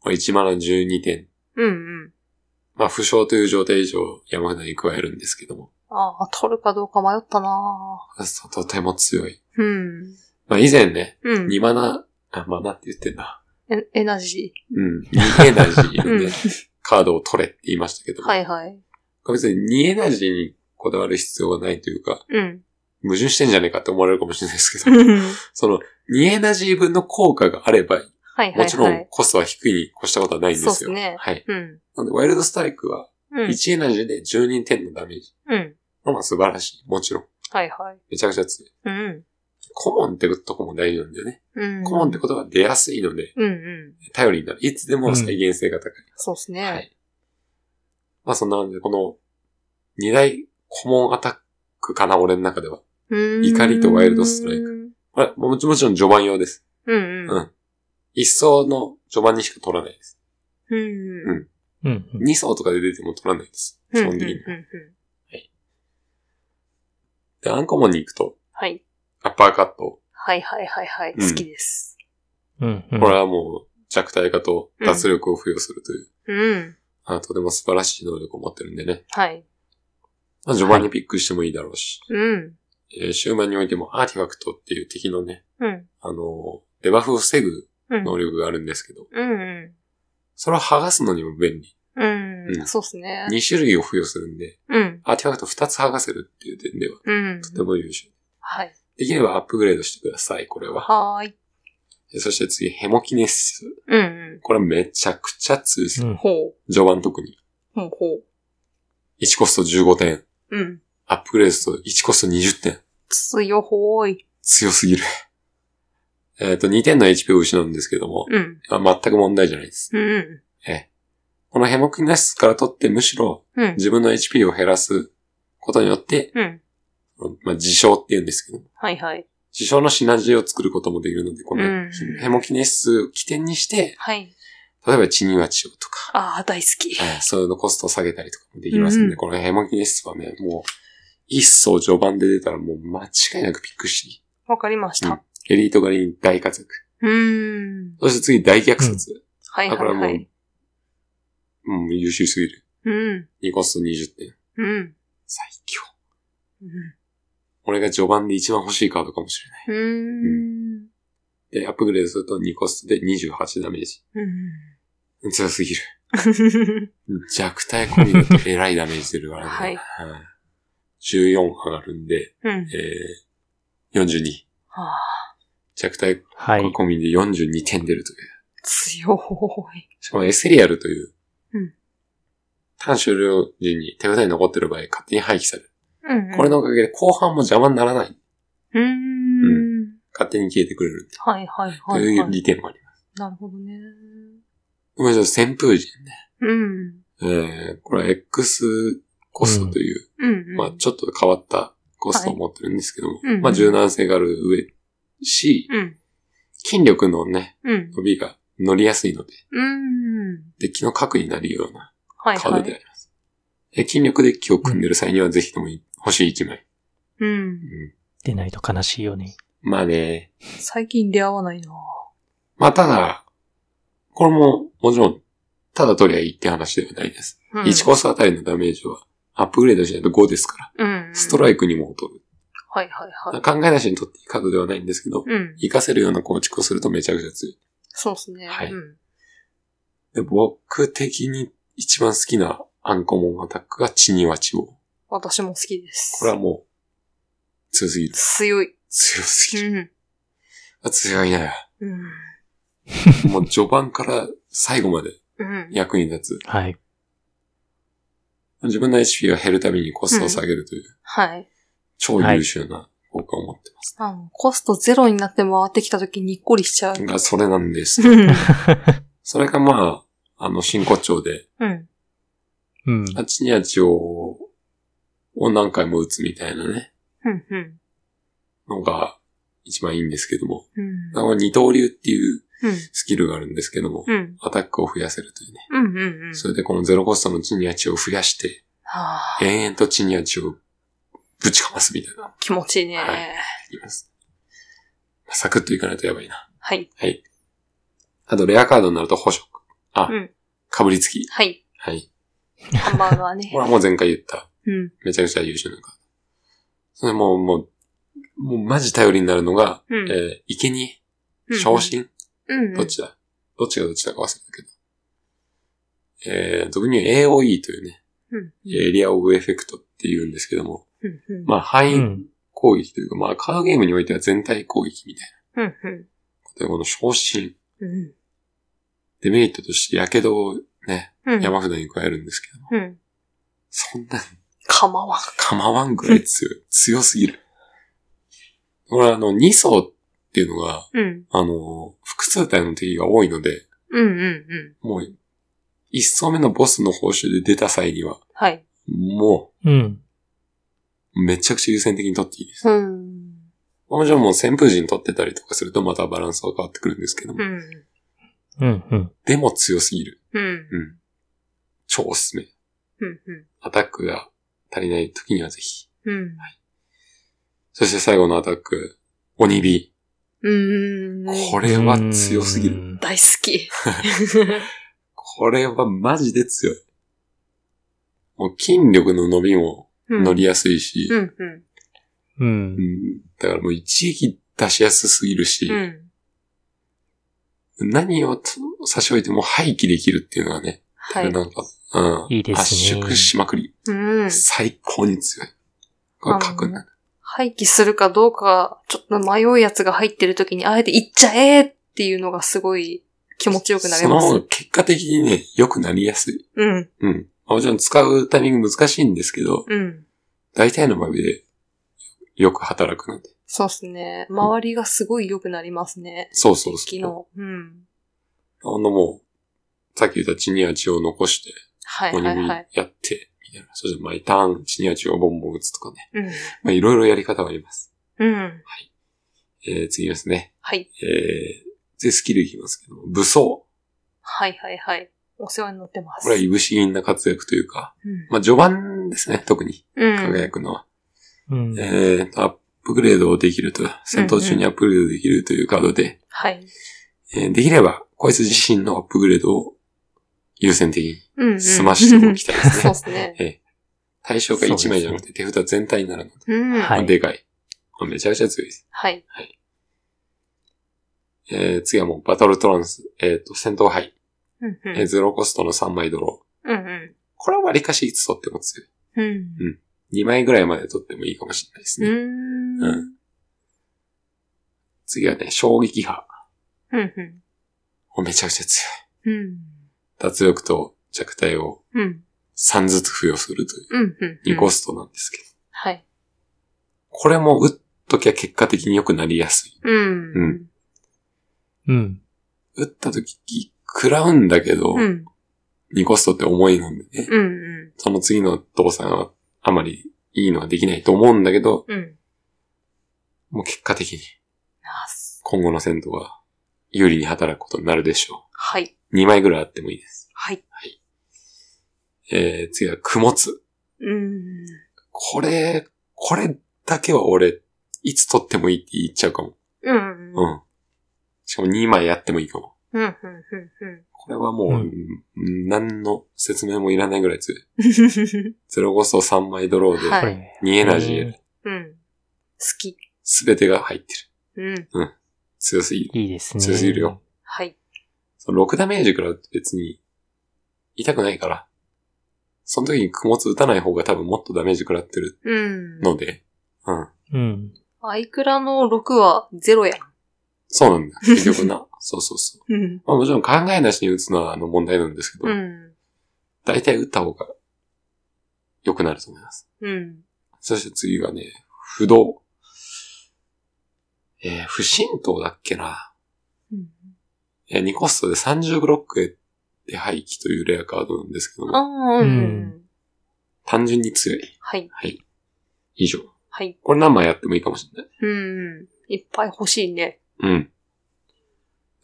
Speaker 1: これ1マナ12点。
Speaker 2: うんうん。
Speaker 1: まあ、負傷という状態以上、山札に加えるんですけども、
Speaker 2: ああ、取るかどうか迷ったな
Speaker 1: とても強い。
Speaker 2: ぁうん。
Speaker 1: まあ、以前ね、
Speaker 2: うん。
Speaker 1: 2マナ、あ、マナって言ってんだ。
Speaker 2: えエナジ
Speaker 1: うん。2エナジー
Speaker 2: ー。
Speaker 1: の
Speaker 2: う
Speaker 1: ね
Speaker 2: ん。
Speaker 1: カードを取れって言いましたけども、
Speaker 2: はいはい。
Speaker 1: 別に2エナジーにこだわる必要がないというか、
Speaker 2: うん。
Speaker 1: 矛盾してんじゃねえかって思われるかもしれないですけ
Speaker 2: う
Speaker 1: ど、
Speaker 2: ん
Speaker 1: その、2エナジー分の効果があれば、
Speaker 2: はいはいはい。
Speaker 1: もちろんコストは低いに越したことはないんですよ。
Speaker 2: そうですね
Speaker 1: はい。
Speaker 2: うん。
Speaker 1: なんで、ワイルドストライクは、
Speaker 2: うん。
Speaker 1: 1エナジーで12点のダメージ。
Speaker 2: うん。
Speaker 1: まあ、素晴らしい。もちろん。
Speaker 2: はいはい。
Speaker 1: めちゃくちゃ強い。
Speaker 2: うん。
Speaker 1: コモンってとこも大事なんだよね。
Speaker 2: うん。
Speaker 1: コモンってことは出やすいので、
Speaker 2: うんうん。
Speaker 1: 頼りになる。いつでも再現性が高い。
Speaker 2: そうですね。
Speaker 1: はい。まあ、そんなので、この、2大コモンアタックかな、俺の中では。
Speaker 2: うーん
Speaker 1: 怒りとワイルドストライ
Speaker 2: ク。
Speaker 1: これ、もちもちろん序盤用です。
Speaker 2: うんうん。
Speaker 1: うん一層の序盤にしか取らないです。
Speaker 2: うん
Speaker 1: う
Speaker 2: うんん。
Speaker 3: うん。うん
Speaker 1: 二層とかで出ても取らないです。基
Speaker 2: うん
Speaker 1: 本的に。
Speaker 2: うんうん
Speaker 1: で、アンコモンに行くと、
Speaker 2: はい。
Speaker 1: アッパーカット。
Speaker 2: はいはいはいはい。
Speaker 1: うん
Speaker 2: 好きです。
Speaker 3: うん。うん
Speaker 1: これはもう弱体化と脱力を付与するという、
Speaker 2: うん。
Speaker 1: あのとても素晴らしい能力を持ってるんでね。
Speaker 2: はい。
Speaker 1: まあ、序盤にピックしてもいいだろうし、
Speaker 2: うん。
Speaker 1: えー終盤においてもアーティファクトっていう敵のね、
Speaker 2: うん。
Speaker 1: あのーデバフを防ぐ
Speaker 2: うん。
Speaker 1: 能力があるんですけど、
Speaker 2: うんう
Speaker 1: それを剥がすのにも便利。
Speaker 2: ん。うん。
Speaker 1: うん
Speaker 2: そうっすね。
Speaker 1: 2種類を付与するんで、
Speaker 2: うん。
Speaker 1: アーティファクト2つ剥がせるっていう点では、
Speaker 2: うん。
Speaker 1: とても優秀。
Speaker 2: はい。
Speaker 1: できればアップグレードしてください、これは。
Speaker 2: はーい。
Speaker 1: でそして次、ヘモキネシス。
Speaker 2: うんう
Speaker 1: これめちゃくちゃ強いです。
Speaker 3: うん
Speaker 2: ん。ほ
Speaker 1: 序盤特に。
Speaker 2: う。ほうほ
Speaker 1: 1コスト15点。
Speaker 2: う。うん。
Speaker 1: アップグレードすると1コスト20点。
Speaker 2: 強ほーい。
Speaker 1: 強すぎる。 えっ、と、2点の HP を失うんですけども、
Speaker 2: うん。
Speaker 1: まあ全く問題じゃないです。
Speaker 2: うん。
Speaker 1: このヘモキネシスから取ってむしろ
Speaker 2: うん。
Speaker 1: 自分の HP を減らすことによって、
Speaker 2: うん。
Speaker 1: まあ、自傷って言うんですけども、
Speaker 2: はいはい。
Speaker 1: 自傷のシナジーを作ることもできるので、こ
Speaker 2: う
Speaker 1: の
Speaker 2: ん
Speaker 1: ヘモキネシスを起点にして、
Speaker 2: はい。
Speaker 1: 例えば血には血をとか、
Speaker 2: ああ、大好き。
Speaker 1: えーそういうのコストを下げたりとかもできますんで、
Speaker 2: うんうん
Speaker 1: このヘモキネシスはね、もう、一層序盤で出たらもう間違いなくピックし、
Speaker 2: わかりまし
Speaker 1: うん
Speaker 2: た。
Speaker 1: エリート狩りに大活躍。
Speaker 2: うーん。
Speaker 1: そして次大虐殺。
Speaker 2: はい
Speaker 1: あ、これ
Speaker 2: はい
Speaker 1: はも
Speaker 2: は
Speaker 1: う
Speaker 2: い。、
Speaker 1: うん、優秀すぎる。
Speaker 2: うん。
Speaker 1: ニコス20点。
Speaker 2: うん。
Speaker 1: 最強。
Speaker 2: うん
Speaker 1: 俺が序盤で一番欲しいカードかもしれない。
Speaker 2: うーん。
Speaker 1: で、アップグレードすると2コストで28ダメージ。
Speaker 2: う
Speaker 1: 強すぎる。
Speaker 2: ん。
Speaker 1: 弱体込みだと偉いダメージ出るからね。
Speaker 2: はい
Speaker 1: うん14上がるんで、
Speaker 2: うん。
Speaker 1: えー、42。
Speaker 2: はあ、
Speaker 1: 弱体
Speaker 3: はい。
Speaker 1: 込みで42点出るという。
Speaker 2: 強い。
Speaker 1: しかもエセリアルという、
Speaker 2: うん
Speaker 1: 単終了時に手札に残ってる場合勝手に廃棄される。
Speaker 2: うんうん。
Speaker 1: これのおかげで後半も邪魔にならない。
Speaker 2: うーん。
Speaker 1: 勝手に消えてくれる。
Speaker 2: はいはい
Speaker 1: と
Speaker 2: はい、
Speaker 1: いう
Speaker 2: はい。
Speaker 1: 利点もあります。
Speaker 2: なるほどね。
Speaker 1: これじゃあ旋風陣ね。
Speaker 2: うん。
Speaker 1: えー、これは X コストという、
Speaker 2: うん、うん。
Speaker 1: まあちょっと変わったコストを持ってるんですけども、
Speaker 2: いうん
Speaker 1: まあ柔軟性がある上し、
Speaker 2: うん。
Speaker 1: 筋力のね、
Speaker 2: うん。
Speaker 1: 伸びが乗りやすいので、
Speaker 2: うん。
Speaker 1: デッキの核になるような
Speaker 2: はい
Speaker 1: カー
Speaker 2: は
Speaker 1: ドであ
Speaker 2: い。
Speaker 1: ります。え筋力デッキを組んでる際にはぜひとも欲しい1枚。
Speaker 2: うん
Speaker 1: う。ん
Speaker 3: 出ないと悲しいよね。
Speaker 1: まあね、
Speaker 2: 最近出会わないな
Speaker 1: まあただ、これももちろん、ただ取りゃいいって話ではないです。
Speaker 2: うん
Speaker 1: 1コースあたりのダメージはアップグレードしないと5ですから、
Speaker 2: うん。
Speaker 1: ストライクにも劣る。
Speaker 2: はいはいはい。
Speaker 1: 考えなしにとっていいカードではないんですけど、
Speaker 2: うん。
Speaker 1: 活かせるような構築をするとめちゃくちゃ強い。
Speaker 2: そうですね。
Speaker 1: はい
Speaker 2: うん。
Speaker 1: で、僕的に一番好きなアンコモンアタックがチニワチボ。
Speaker 2: 私も好きです。
Speaker 1: これはもう、強すぎる。
Speaker 2: 強い。
Speaker 1: 強すぎる。
Speaker 2: うん。
Speaker 1: あ強いなよ。
Speaker 2: うん。
Speaker 1: もう序盤から最後まで
Speaker 2: うん。
Speaker 1: 役に立つ。
Speaker 3: はい。
Speaker 1: 自分の HP が減るたびにコストを下げるという、
Speaker 2: はい。
Speaker 1: 超優秀な効果を持ってま
Speaker 2: あの、コストゼロになって回ってきた時にっこりしちゃう。
Speaker 1: す。が、それなん です。
Speaker 2: うん。
Speaker 1: それがまあ、あの、真骨頂で、
Speaker 2: うん。
Speaker 3: うん。
Speaker 1: あチニワチボを何回も打つみたいなね。
Speaker 2: うん。うん。
Speaker 1: のが一番いいんですけども。
Speaker 2: うん。
Speaker 1: あの二刀流っていう
Speaker 2: うん。
Speaker 1: スキルがあるんですけども、
Speaker 2: うん。
Speaker 1: アタックを増やせるというね。
Speaker 2: うん。うん。うん。
Speaker 1: それでこのゼロコストのチニアチを増やして、
Speaker 2: はあ、
Speaker 1: 延々とチニアチをぶちかますみたいなのが
Speaker 2: 気持ちいいね。
Speaker 1: はいできます。サクッといかないとやばいな。
Speaker 2: はい。
Speaker 1: あとレアカードになると捕食。あ、
Speaker 2: うん
Speaker 1: かぶりつき。
Speaker 2: はい。
Speaker 1: はい。
Speaker 2: ハンバーガーね
Speaker 1: これ。はもう前回言った、
Speaker 2: うん。
Speaker 1: めちゃくちゃ優秀なカード。それもう、もう、もうマジ頼りになるのが、
Speaker 2: うん
Speaker 1: えー、生贄
Speaker 2: うん
Speaker 1: 昇進
Speaker 2: うんうん。
Speaker 1: どっちだどっちがどっちだか忘れたけど。えー、俗に言う AOE というね、
Speaker 2: うん。
Speaker 1: エリアオブエフェクトって言うんですけども、
Speaker 2: うん。うん。
Speaker 1: まあ範
Speaker 3: う
Speaker 1: 囲
Speaker 3: ん。
Speaker 1: 攻撃というか、まあカードゲームにおいては全体攻撃みたいな
Speaker 2: うん。うん。
Speaker 1: ことで。この昇進、
Speaker 2: うん。
Speaker 1: デメリットとして火傷をね、
Speaker 2: うん。
Speaker 1: 山札に加えるんですけども、
Speaker 2: うん。
Speaker 1: そんな
Speaker 2: 構わん。
Speaker 1: 構わんぐらい強 い、強すぎる。これはあの、2層っていうのが、
Speaker 2: うん。
Speaker 1: あの、複数体の敵が多いので、
Speaker 2: うん。うん。うん。
Speaker 1: もう、1層目のボスの報酬で出た際には、
Speaker 2: はい。
Speaker 1: も
Speaker 3: うん。
Speaker 1: う、めちゃくちゃ優先的に取っていいです。
Speaker 2: うん。
Speaker 1: もちろんもう扇風陣取ってたりとかするとまたバランスは変わってくるんですけども、
Speaker 2: うん。
Speaker 3: うん。うん。
Speaker 1: でも強すぎる。
Speaker 2: うん。
Speaker 1: うん。超おすすめ。
Speaker 2: うん。うん
Speaker 1: アタックが足りない時にはぜひ。
Speaker 2: うん。
Speaker 1: そして最後のアタック、鬼火。
Speaker 2: うーん。
Speaker 1: これは強すぎる。
Speaker 3: る。
Speaker 2: 大好き。
Speaker 1: これはマジで強い。もう筋力の伸びも乗りやすいし、
Speaker 2: うん。うん。うん
Speaker 3: う。
Speaker 1: うんんだからもう一撃出しやすすぎるし、
Speaker 2: うん。
Speaker 1: 何をと差し置いても廃棄できるっていうのはね、
Speaker 2: はい。
Speaker 1: なんか、うん。
Speaker 3: いいですね
Speaker 1: 圧縮しまくり。
Speaker 2: うん。
Speaker 1: 最高に強い。これ核になる。
Speaker 2: 廃棄するかどうか、ちょっと迷うやつが入ってる時に、あえて行っちゃえっていうのがすごい気持ちよくなり
Speaker 1: そ
Speaker 2: ま
Speaker 1: の
Speaker 2: す。
Speaker 1: 方が結果的にね、良くなりやすい。
Speaker 2: うん、
Speaker 1: うん。もちろん使うタイミング難しいんですけど、
Speaker 2: うん。
Speaker 1: 大体の場合でよく働くので。
Speaker 2: そうですね。周りがすごい良くなりますね。
Speaker 1: そうそうそ
Speaker 2: 昨
Speaker 1: う。
Speaker 2: 日。うん。
Speaker 1: あのもう、さっき言った血には血を残して、
Speaker 2: はい
Speaker 1: ここに
Speaker 2: はいはい。
Speaker 1: やって、みたいな。そして毎ターン、血には血をボンボン打つとかね。
Speaker 2: うん。
Speaker 1: まあいろいろやり方はあります。
Speaker 2: うん。
Speaker 1: えー、次ですね。
Speaker 2: はい。
Speaker 1: えー、次スキルいきますけども、武装。
Speaker 2: はいはいはい。お世話になってます。
Speaker 1: これはいぶし銀な活躍というか、
Speaker 2: うん。
Speaker 1: まあ、序盤ですね、特に。
Speaker 2: うん
Speaker 1: 輝。くのは。
Speaker 3: うん。
Speaker 1: えーと、アップグレードをできると、戦闘中にアップグレードできるというカードで、
Speaker 2: はい。
Speaker 1: えーできれば、こいつ自身のアップグレードを優先的に
Speaker 2: うん、うん。
Speaker 1: 済ましておきたいです
Speaker 2: そ
Speaker 1: ね
Speaker 2: うで。すね。
Speaker 1: ええ。対象が1枚じゃなくて手札全体になるので、
Speaker 2: うん。
Speaker 3: はい
Speaker 1: まあでかい。まあめちゃくちゃ強いです。
Speaker 2: はい。
Speaker 1: えー、次はもうバトルトランス、えっ、と、戦闘杯、
Speaker 2: うん、うん。
Speaker 1: えーゼロコストの3枚ドロー。
Speaker 2: うん、うん。
Speaker 1: これは割かしいつ取っても強い。
Speaker 2: うん。
Speaker 1: 2枚ぐらいまで取ってもいいかもしれないです
Speaker 2: う
Speaker 1: ね。
Speaker 2: ん。
Speaker 1: うん次はね、衝撃波。
Speaker 2: うん、うん。
Speaker 1: もうめちゃくちゃ強い。
Speaker 2: うん。
Speaker 1: 脱力と弱体を
Speaker 2: うん。
Speaker 1: 3ずつ付与するとい
Speaker 2: うん、うん。
Speaker 1: う2コストなんですけど。
Speaker 2: はい。
Speaker 1: これも打っときゃ結果的に良くなりやすい。
Speaker 2: うん。
Speaker 1: う
Speaker 3: うん。
Speaker 1: 打った時、食らうんだけど、
Speaker 2: うん。
Speaker 1: 2コストって重いなんでね。
Speaker 2: うん、うん。
Speaker 1: その次の動作があまりいいのはできないと思うんだけど、
Speaker 2: うん。
Speaker 1: もう結果的に
Speaker 2: あす
Speaker 1: 今後の戦闘は有利に働くことになるでしょ
Speaker 2: はい。
Speaker 1: う。2枚ぐらいあってもいいです。
Speaker 2: はい。
Speaker 1: えー、次は、雲つ。
Speaker 2: うん。
Speaker 1: これ、これだけは俺、いつ取ってもいいって言っちゃうかも。
Speaker 2: うん。
Speaker 1: うん。しかも2枚やってもいいかも。
Speaker 2: うん、うん、うん、
Speaker 1: これはもう、
Speaker 3: うん
Speaker 1: うん何の説明もいらないぐらい強い。
Speaker 2: うん。
Speaker 1: ゼロこそ3枚ドロー
Speaker 2: は
Speaker 1: で、
Speaker 2: い
Speaker 3: これ、
Speaker 1: 2エナジー、
Speaker 2: うん。好き。
Speaker 1: すべてが入ってる。
Speaker 2: うん。
Speaker 1: 強すぎる。
Speaker 3: いいですね。
Speaker 1: 強すぎるよ。
Speaker 2: はい。
Speaker 1: その6ダメージ食らうって別に痛くないから。その時に供物打たない方が多分もっとダメージ食らってる
Speaker 2: うん。
Speaker 1: ので。うん。
Speaker 3: うん。
Speaker 2: アイクラの6はゼロやん。
Speaker 1: そうなん だ。結局な。そうそうそう。
Speaker 2: うん。
Speaker 1: まあもちろん考えなしに打つのはあの問題なんですけど、
Speaker 2: うん。
Speaker 1: 大体打った方が良くなると思います。
Speaker 2: うん。
Speaker 1: そして次がね、不動。えー、不浸透だっけな。
Speaker 2: うん
Speaker 1: えー、2コストで30ブロックへで廃棄というレアカードなんですけど
Speaker 2: あ
Speaker 1: も、
Speaker 2: あ、うんうん。
Speaker 1: 単純に強い。
Speaker 2: はい。
Speaker 1: はい。以上。
Speaker 2: はい。
Speaker 1: これ何枚やってもいいかもしれない。
Speaker 2: うん。いっぱい欲しいね。
Speaker 1: うん。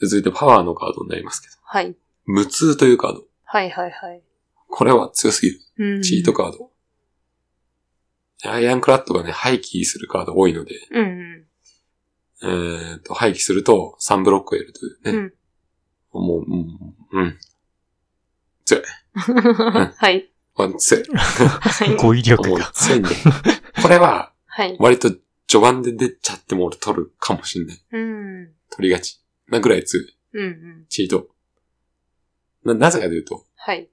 Speaker 1: で続いてパワーのカードになりますけど。
Speaker 2: はい。
Speaker 1: 無痛というカード。
Speaker 2: はいはいはい。
Speaker 1: これは強すぎる。
Speaker 2: うん。
Speaker 1: チート。カード。アイアンクラッドがね、廃棄するカード多いので、
Speaker 2: うんうん。
Speaker 1: えー、と、廃棄すると3ブロックを得るというね。もう、うん、うん。
Speaker 2: はい。
Speaker 1: まあ強い。
Speaker 2: はい。
Speaker 3: 語彙力
Speaker 1: もう
Speaker 3: が。
Speaker 1: 強いんで。これは、
Speaker 2: はい。
Speaker 1: 割と序盤で出ちゃっても俺取るかもしんない。
Speaker 2: うん。うん
Speaker 1: 取りがち。なぐらい強い。
Speaker 2: うん。
Speaker 1: チート。な、なぜかというと、
Speaker 2: はい。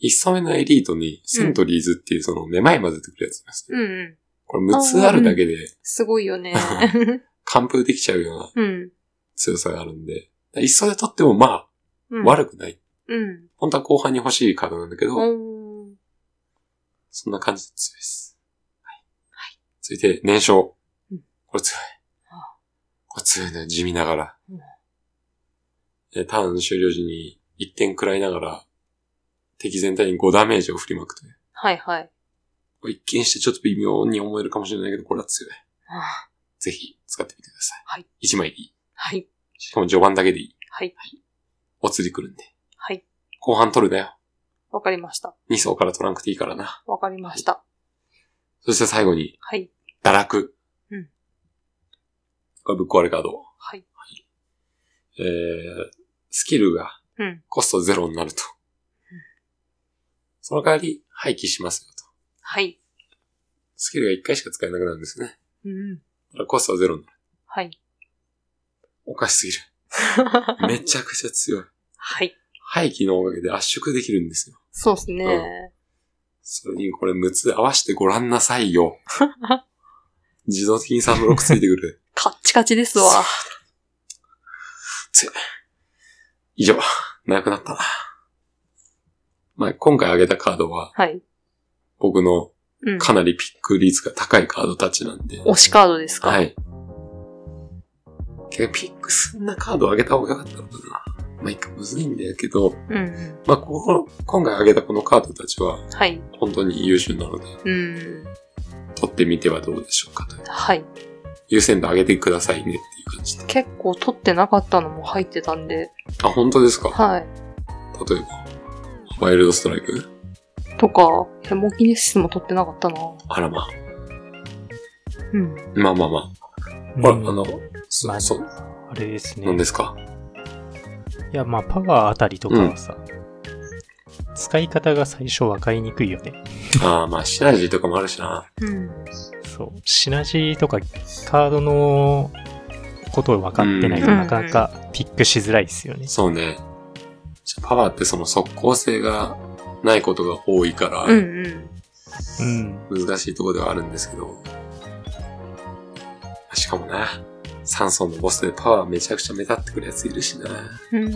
Speaker 1: 一層目のエリートにセントリーズっていうそのめまい混ぜてくるやつですね。
Speaker 2: うんうん。
Speaker 1: これ6つあるだけで
Speaker 2: すごいよ ね。
Speaker 1: 完封できちゃうような
Speaker 2: うん。
Speaker 1: 強さがあるんで、一層で取ってもま
Speaker 2: う
Speaker 1: あ
Speaker 2: ん。
Speaker 1: 悪くない。
Speaker 2: うん。
Speaker 1: 本当は後半に欲しいカードなんだけど、
Speaker 2: おー
Speaker 1: そんな感じで強いです。はい。続いて、燃焼
Speaker 2: うん。
Speaker 1: これ強い
Speaker 2: あ。
Speaker 1: これ強いね、地味ながら
Speaker 2: うん。
Speaker 1: でターン終了時に1点食らいながら、敵全体に5ダメージを振りまくという。
Speaker 2: はいはい。
Speaker 1: これ一見してちょっと微妙に思えるかもしれないけど、これは強い。
Speaker 2: あ
Speaker 1: ぜひ使ってみてください。
Speaker 2: はい。
Speaker 1: 1枚でいい。
Speaker 2: はい。
Speaker 1: しかも序盤だけでいい。
Speaker 2: はい。
Speaker 1: お釣り来るんで。
Speaker 2: はい。
Speaker 1: 後半取るなよ。
Speaker 2: わかりました。
Speaker 1: 2層から取らなくていいからな。
Speaker 2: わかりました。
Speaker 1: そして最後に、
Speaker 2: はい。
Speaker 1: 堕落。
Speaker 2: うん。
Speaker 1: これぶっ壊れカード。
Speaker 2: はい。
Speaker 1: えー、スキルが
Speaker 2: うん。
Speaker 1: コストゼロになると。その代わり、廃棄しますよと。
Speaker 2: はい。
Speaker 1: スキルが1回しか使えなくなるんですね。
Speaker 2: うん。
Speaker 1: だからコストはゼロになる。
Speaker 2: はい。
Speaker 1: おかしすぎ る。めちゃくちゃ強い。
Speaker 2: はい。
Speaker 1: 廃棄のおかげで圧縮できるんですよ。
Speaker 2: そうですね。
Speaker 1: それにこれ6つ合わせてごらんなさい よ。自動的に3ブロックついてくる。
Speaker 2: カッチカチですわ。
Speaker 1: 以上、 なくなったな。まあ、今回あげたカードは
Speaker 2: はい。
Speaker 1: 僕の
Speaker 2: うん。
Speaker 1: かなりピック率が高いカードたちなんで。
Speaker 2: 推しカードですか
Speaker 1: はい。けどピックすんなカードあげた方が良かったのかな。まあ、一回むずいんだけど、
Speaker 2: うん。
Speaker 1: まあ、ここ、今回あげたこのカードたちは
Speaker 2: はい。
Speaker 1: 本当に優秀なので、
Speaker 2: うん。
Speaker 1: 取ってみてはどうでしょうかという。
Speaker 2: はい。
Speaker 1: 優先度上げてくださいねっていう感じで。
Speaker 2: 結構取ってなかったのも入ってたんで。
Speaker 1: あ、本当ですか
Speaker 2: はい。
Speaker 1: 例えば、ワイルドストライク
Speaker 2: とか、ヘモキネシスも取ってなかったな。
Speaker 1: あらまあ。
Speaker 2: うん。
Speaker 1: まあまあまあ。
Speaker 3: う
Speaker 1: ほ
Speaker 3: ん
Speaker 1: ら、あの、そ
Speaker 3: ま、あ
Speaker 1: そ、
Speaker 3: あれですね
Speaker 1: なん。ですか
Speaker 3: いや、まあ、パワーあたりとかはさ、使い方が最初分かりにくいよね。
Speaker 1: ああ、まあ、シナジーとかもあるしな。
Speaker 2: うん。
Speaker 3: そう。シナジーとかカードのことを分かってないと
Speaker 1: うん
Speaker 3: なかなかピックしづらいですよね。
Speaker 1: そうね。パワーってその即効性がないことが多いから、
Speaker 2: うんうん。
Speaker 3: うん。
Speaker 1: 難しいところではあるんですけど。しかもな、3層のボスでパワーめちゃくちゃ目立ってくるやついるしな。
Speaker 2: うん。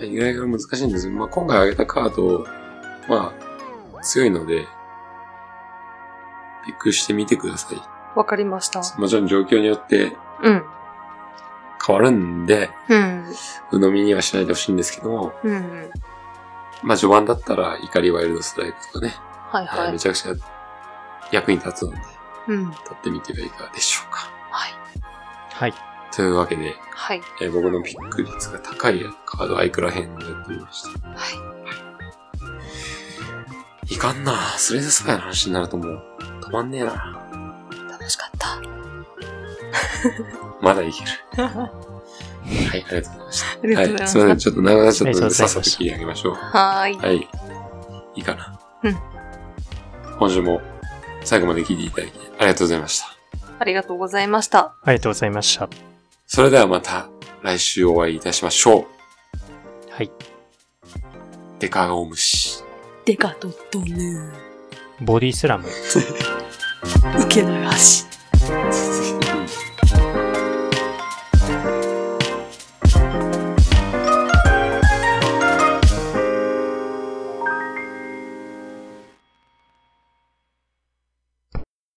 Speaker 1: 意外が難しいんですよ。まあ、今回挙げたカード、まあ、強いので、ピックしてみてください。
Speaker 2: わかりました。
Speaker 1: もちろん状況によって
Speaker 2: うん。
Speaker 1: 変わるんで、
Speaker 2: うん。
Speaker 1: 鵜呑みにはしないでほしいんですけども、
Speaker 2: うんうん。
Speaker 1: まあ、序盤だったら怒りワイルドストライクとかね、
Speaker 2: はい
Speaker 1: え
Speaker 2: は
Speaker 1: ーめ
Speaker 2: い。
Speaker 1: ちゃくちゃ役に立つので、
Speaker 2: うん。
Speaker 1: 取ってみてはいかがでしょうか。
Speaker 2: はい。
Speaker 3: はい。
Speaker 1: というわけで、
Speaker 2: はい。
Speaker 1: えー僕のピック率が高いカードアイクラ編をやってみました。
Speaker 2: はい。
Speaker 1: かんなスレイザースパイの話になるともう、止まんねえない
Speaker 2: 楽しかった。
Speaker 1: まだいける。
Speaker 2: は
Speaker 1: はい、ありがとうございました。
Speaker 2: ありがとうございました
Speaker 1: はい、すみません、ちょっと長くなっちゃったので、
Speaker 3: ありがとうござ
Speaker 1: さ
Speaker 3: いま
Speaker 1: っ
Speaker 3: した
Speaker 1: さと切り上げましょう。
Speaker 2: ーい。
Speaker 1: はい。いいかな。
Speaker 2: うん
Speaker 1: 今週も最後まで聞いていただき、ありがとうございました。
Speaker 2: ありがとうございました。
Speaker 3: ありがとうございました。
Speaker 1: それではまた来週お会いいたしましょう。
Speaker 3: はい。
Speaker 1: デカゴムシ。
Speaker 2: デカドットヌー。
Speaker 3: ボディスラム。
Speaker 2: 受け流し。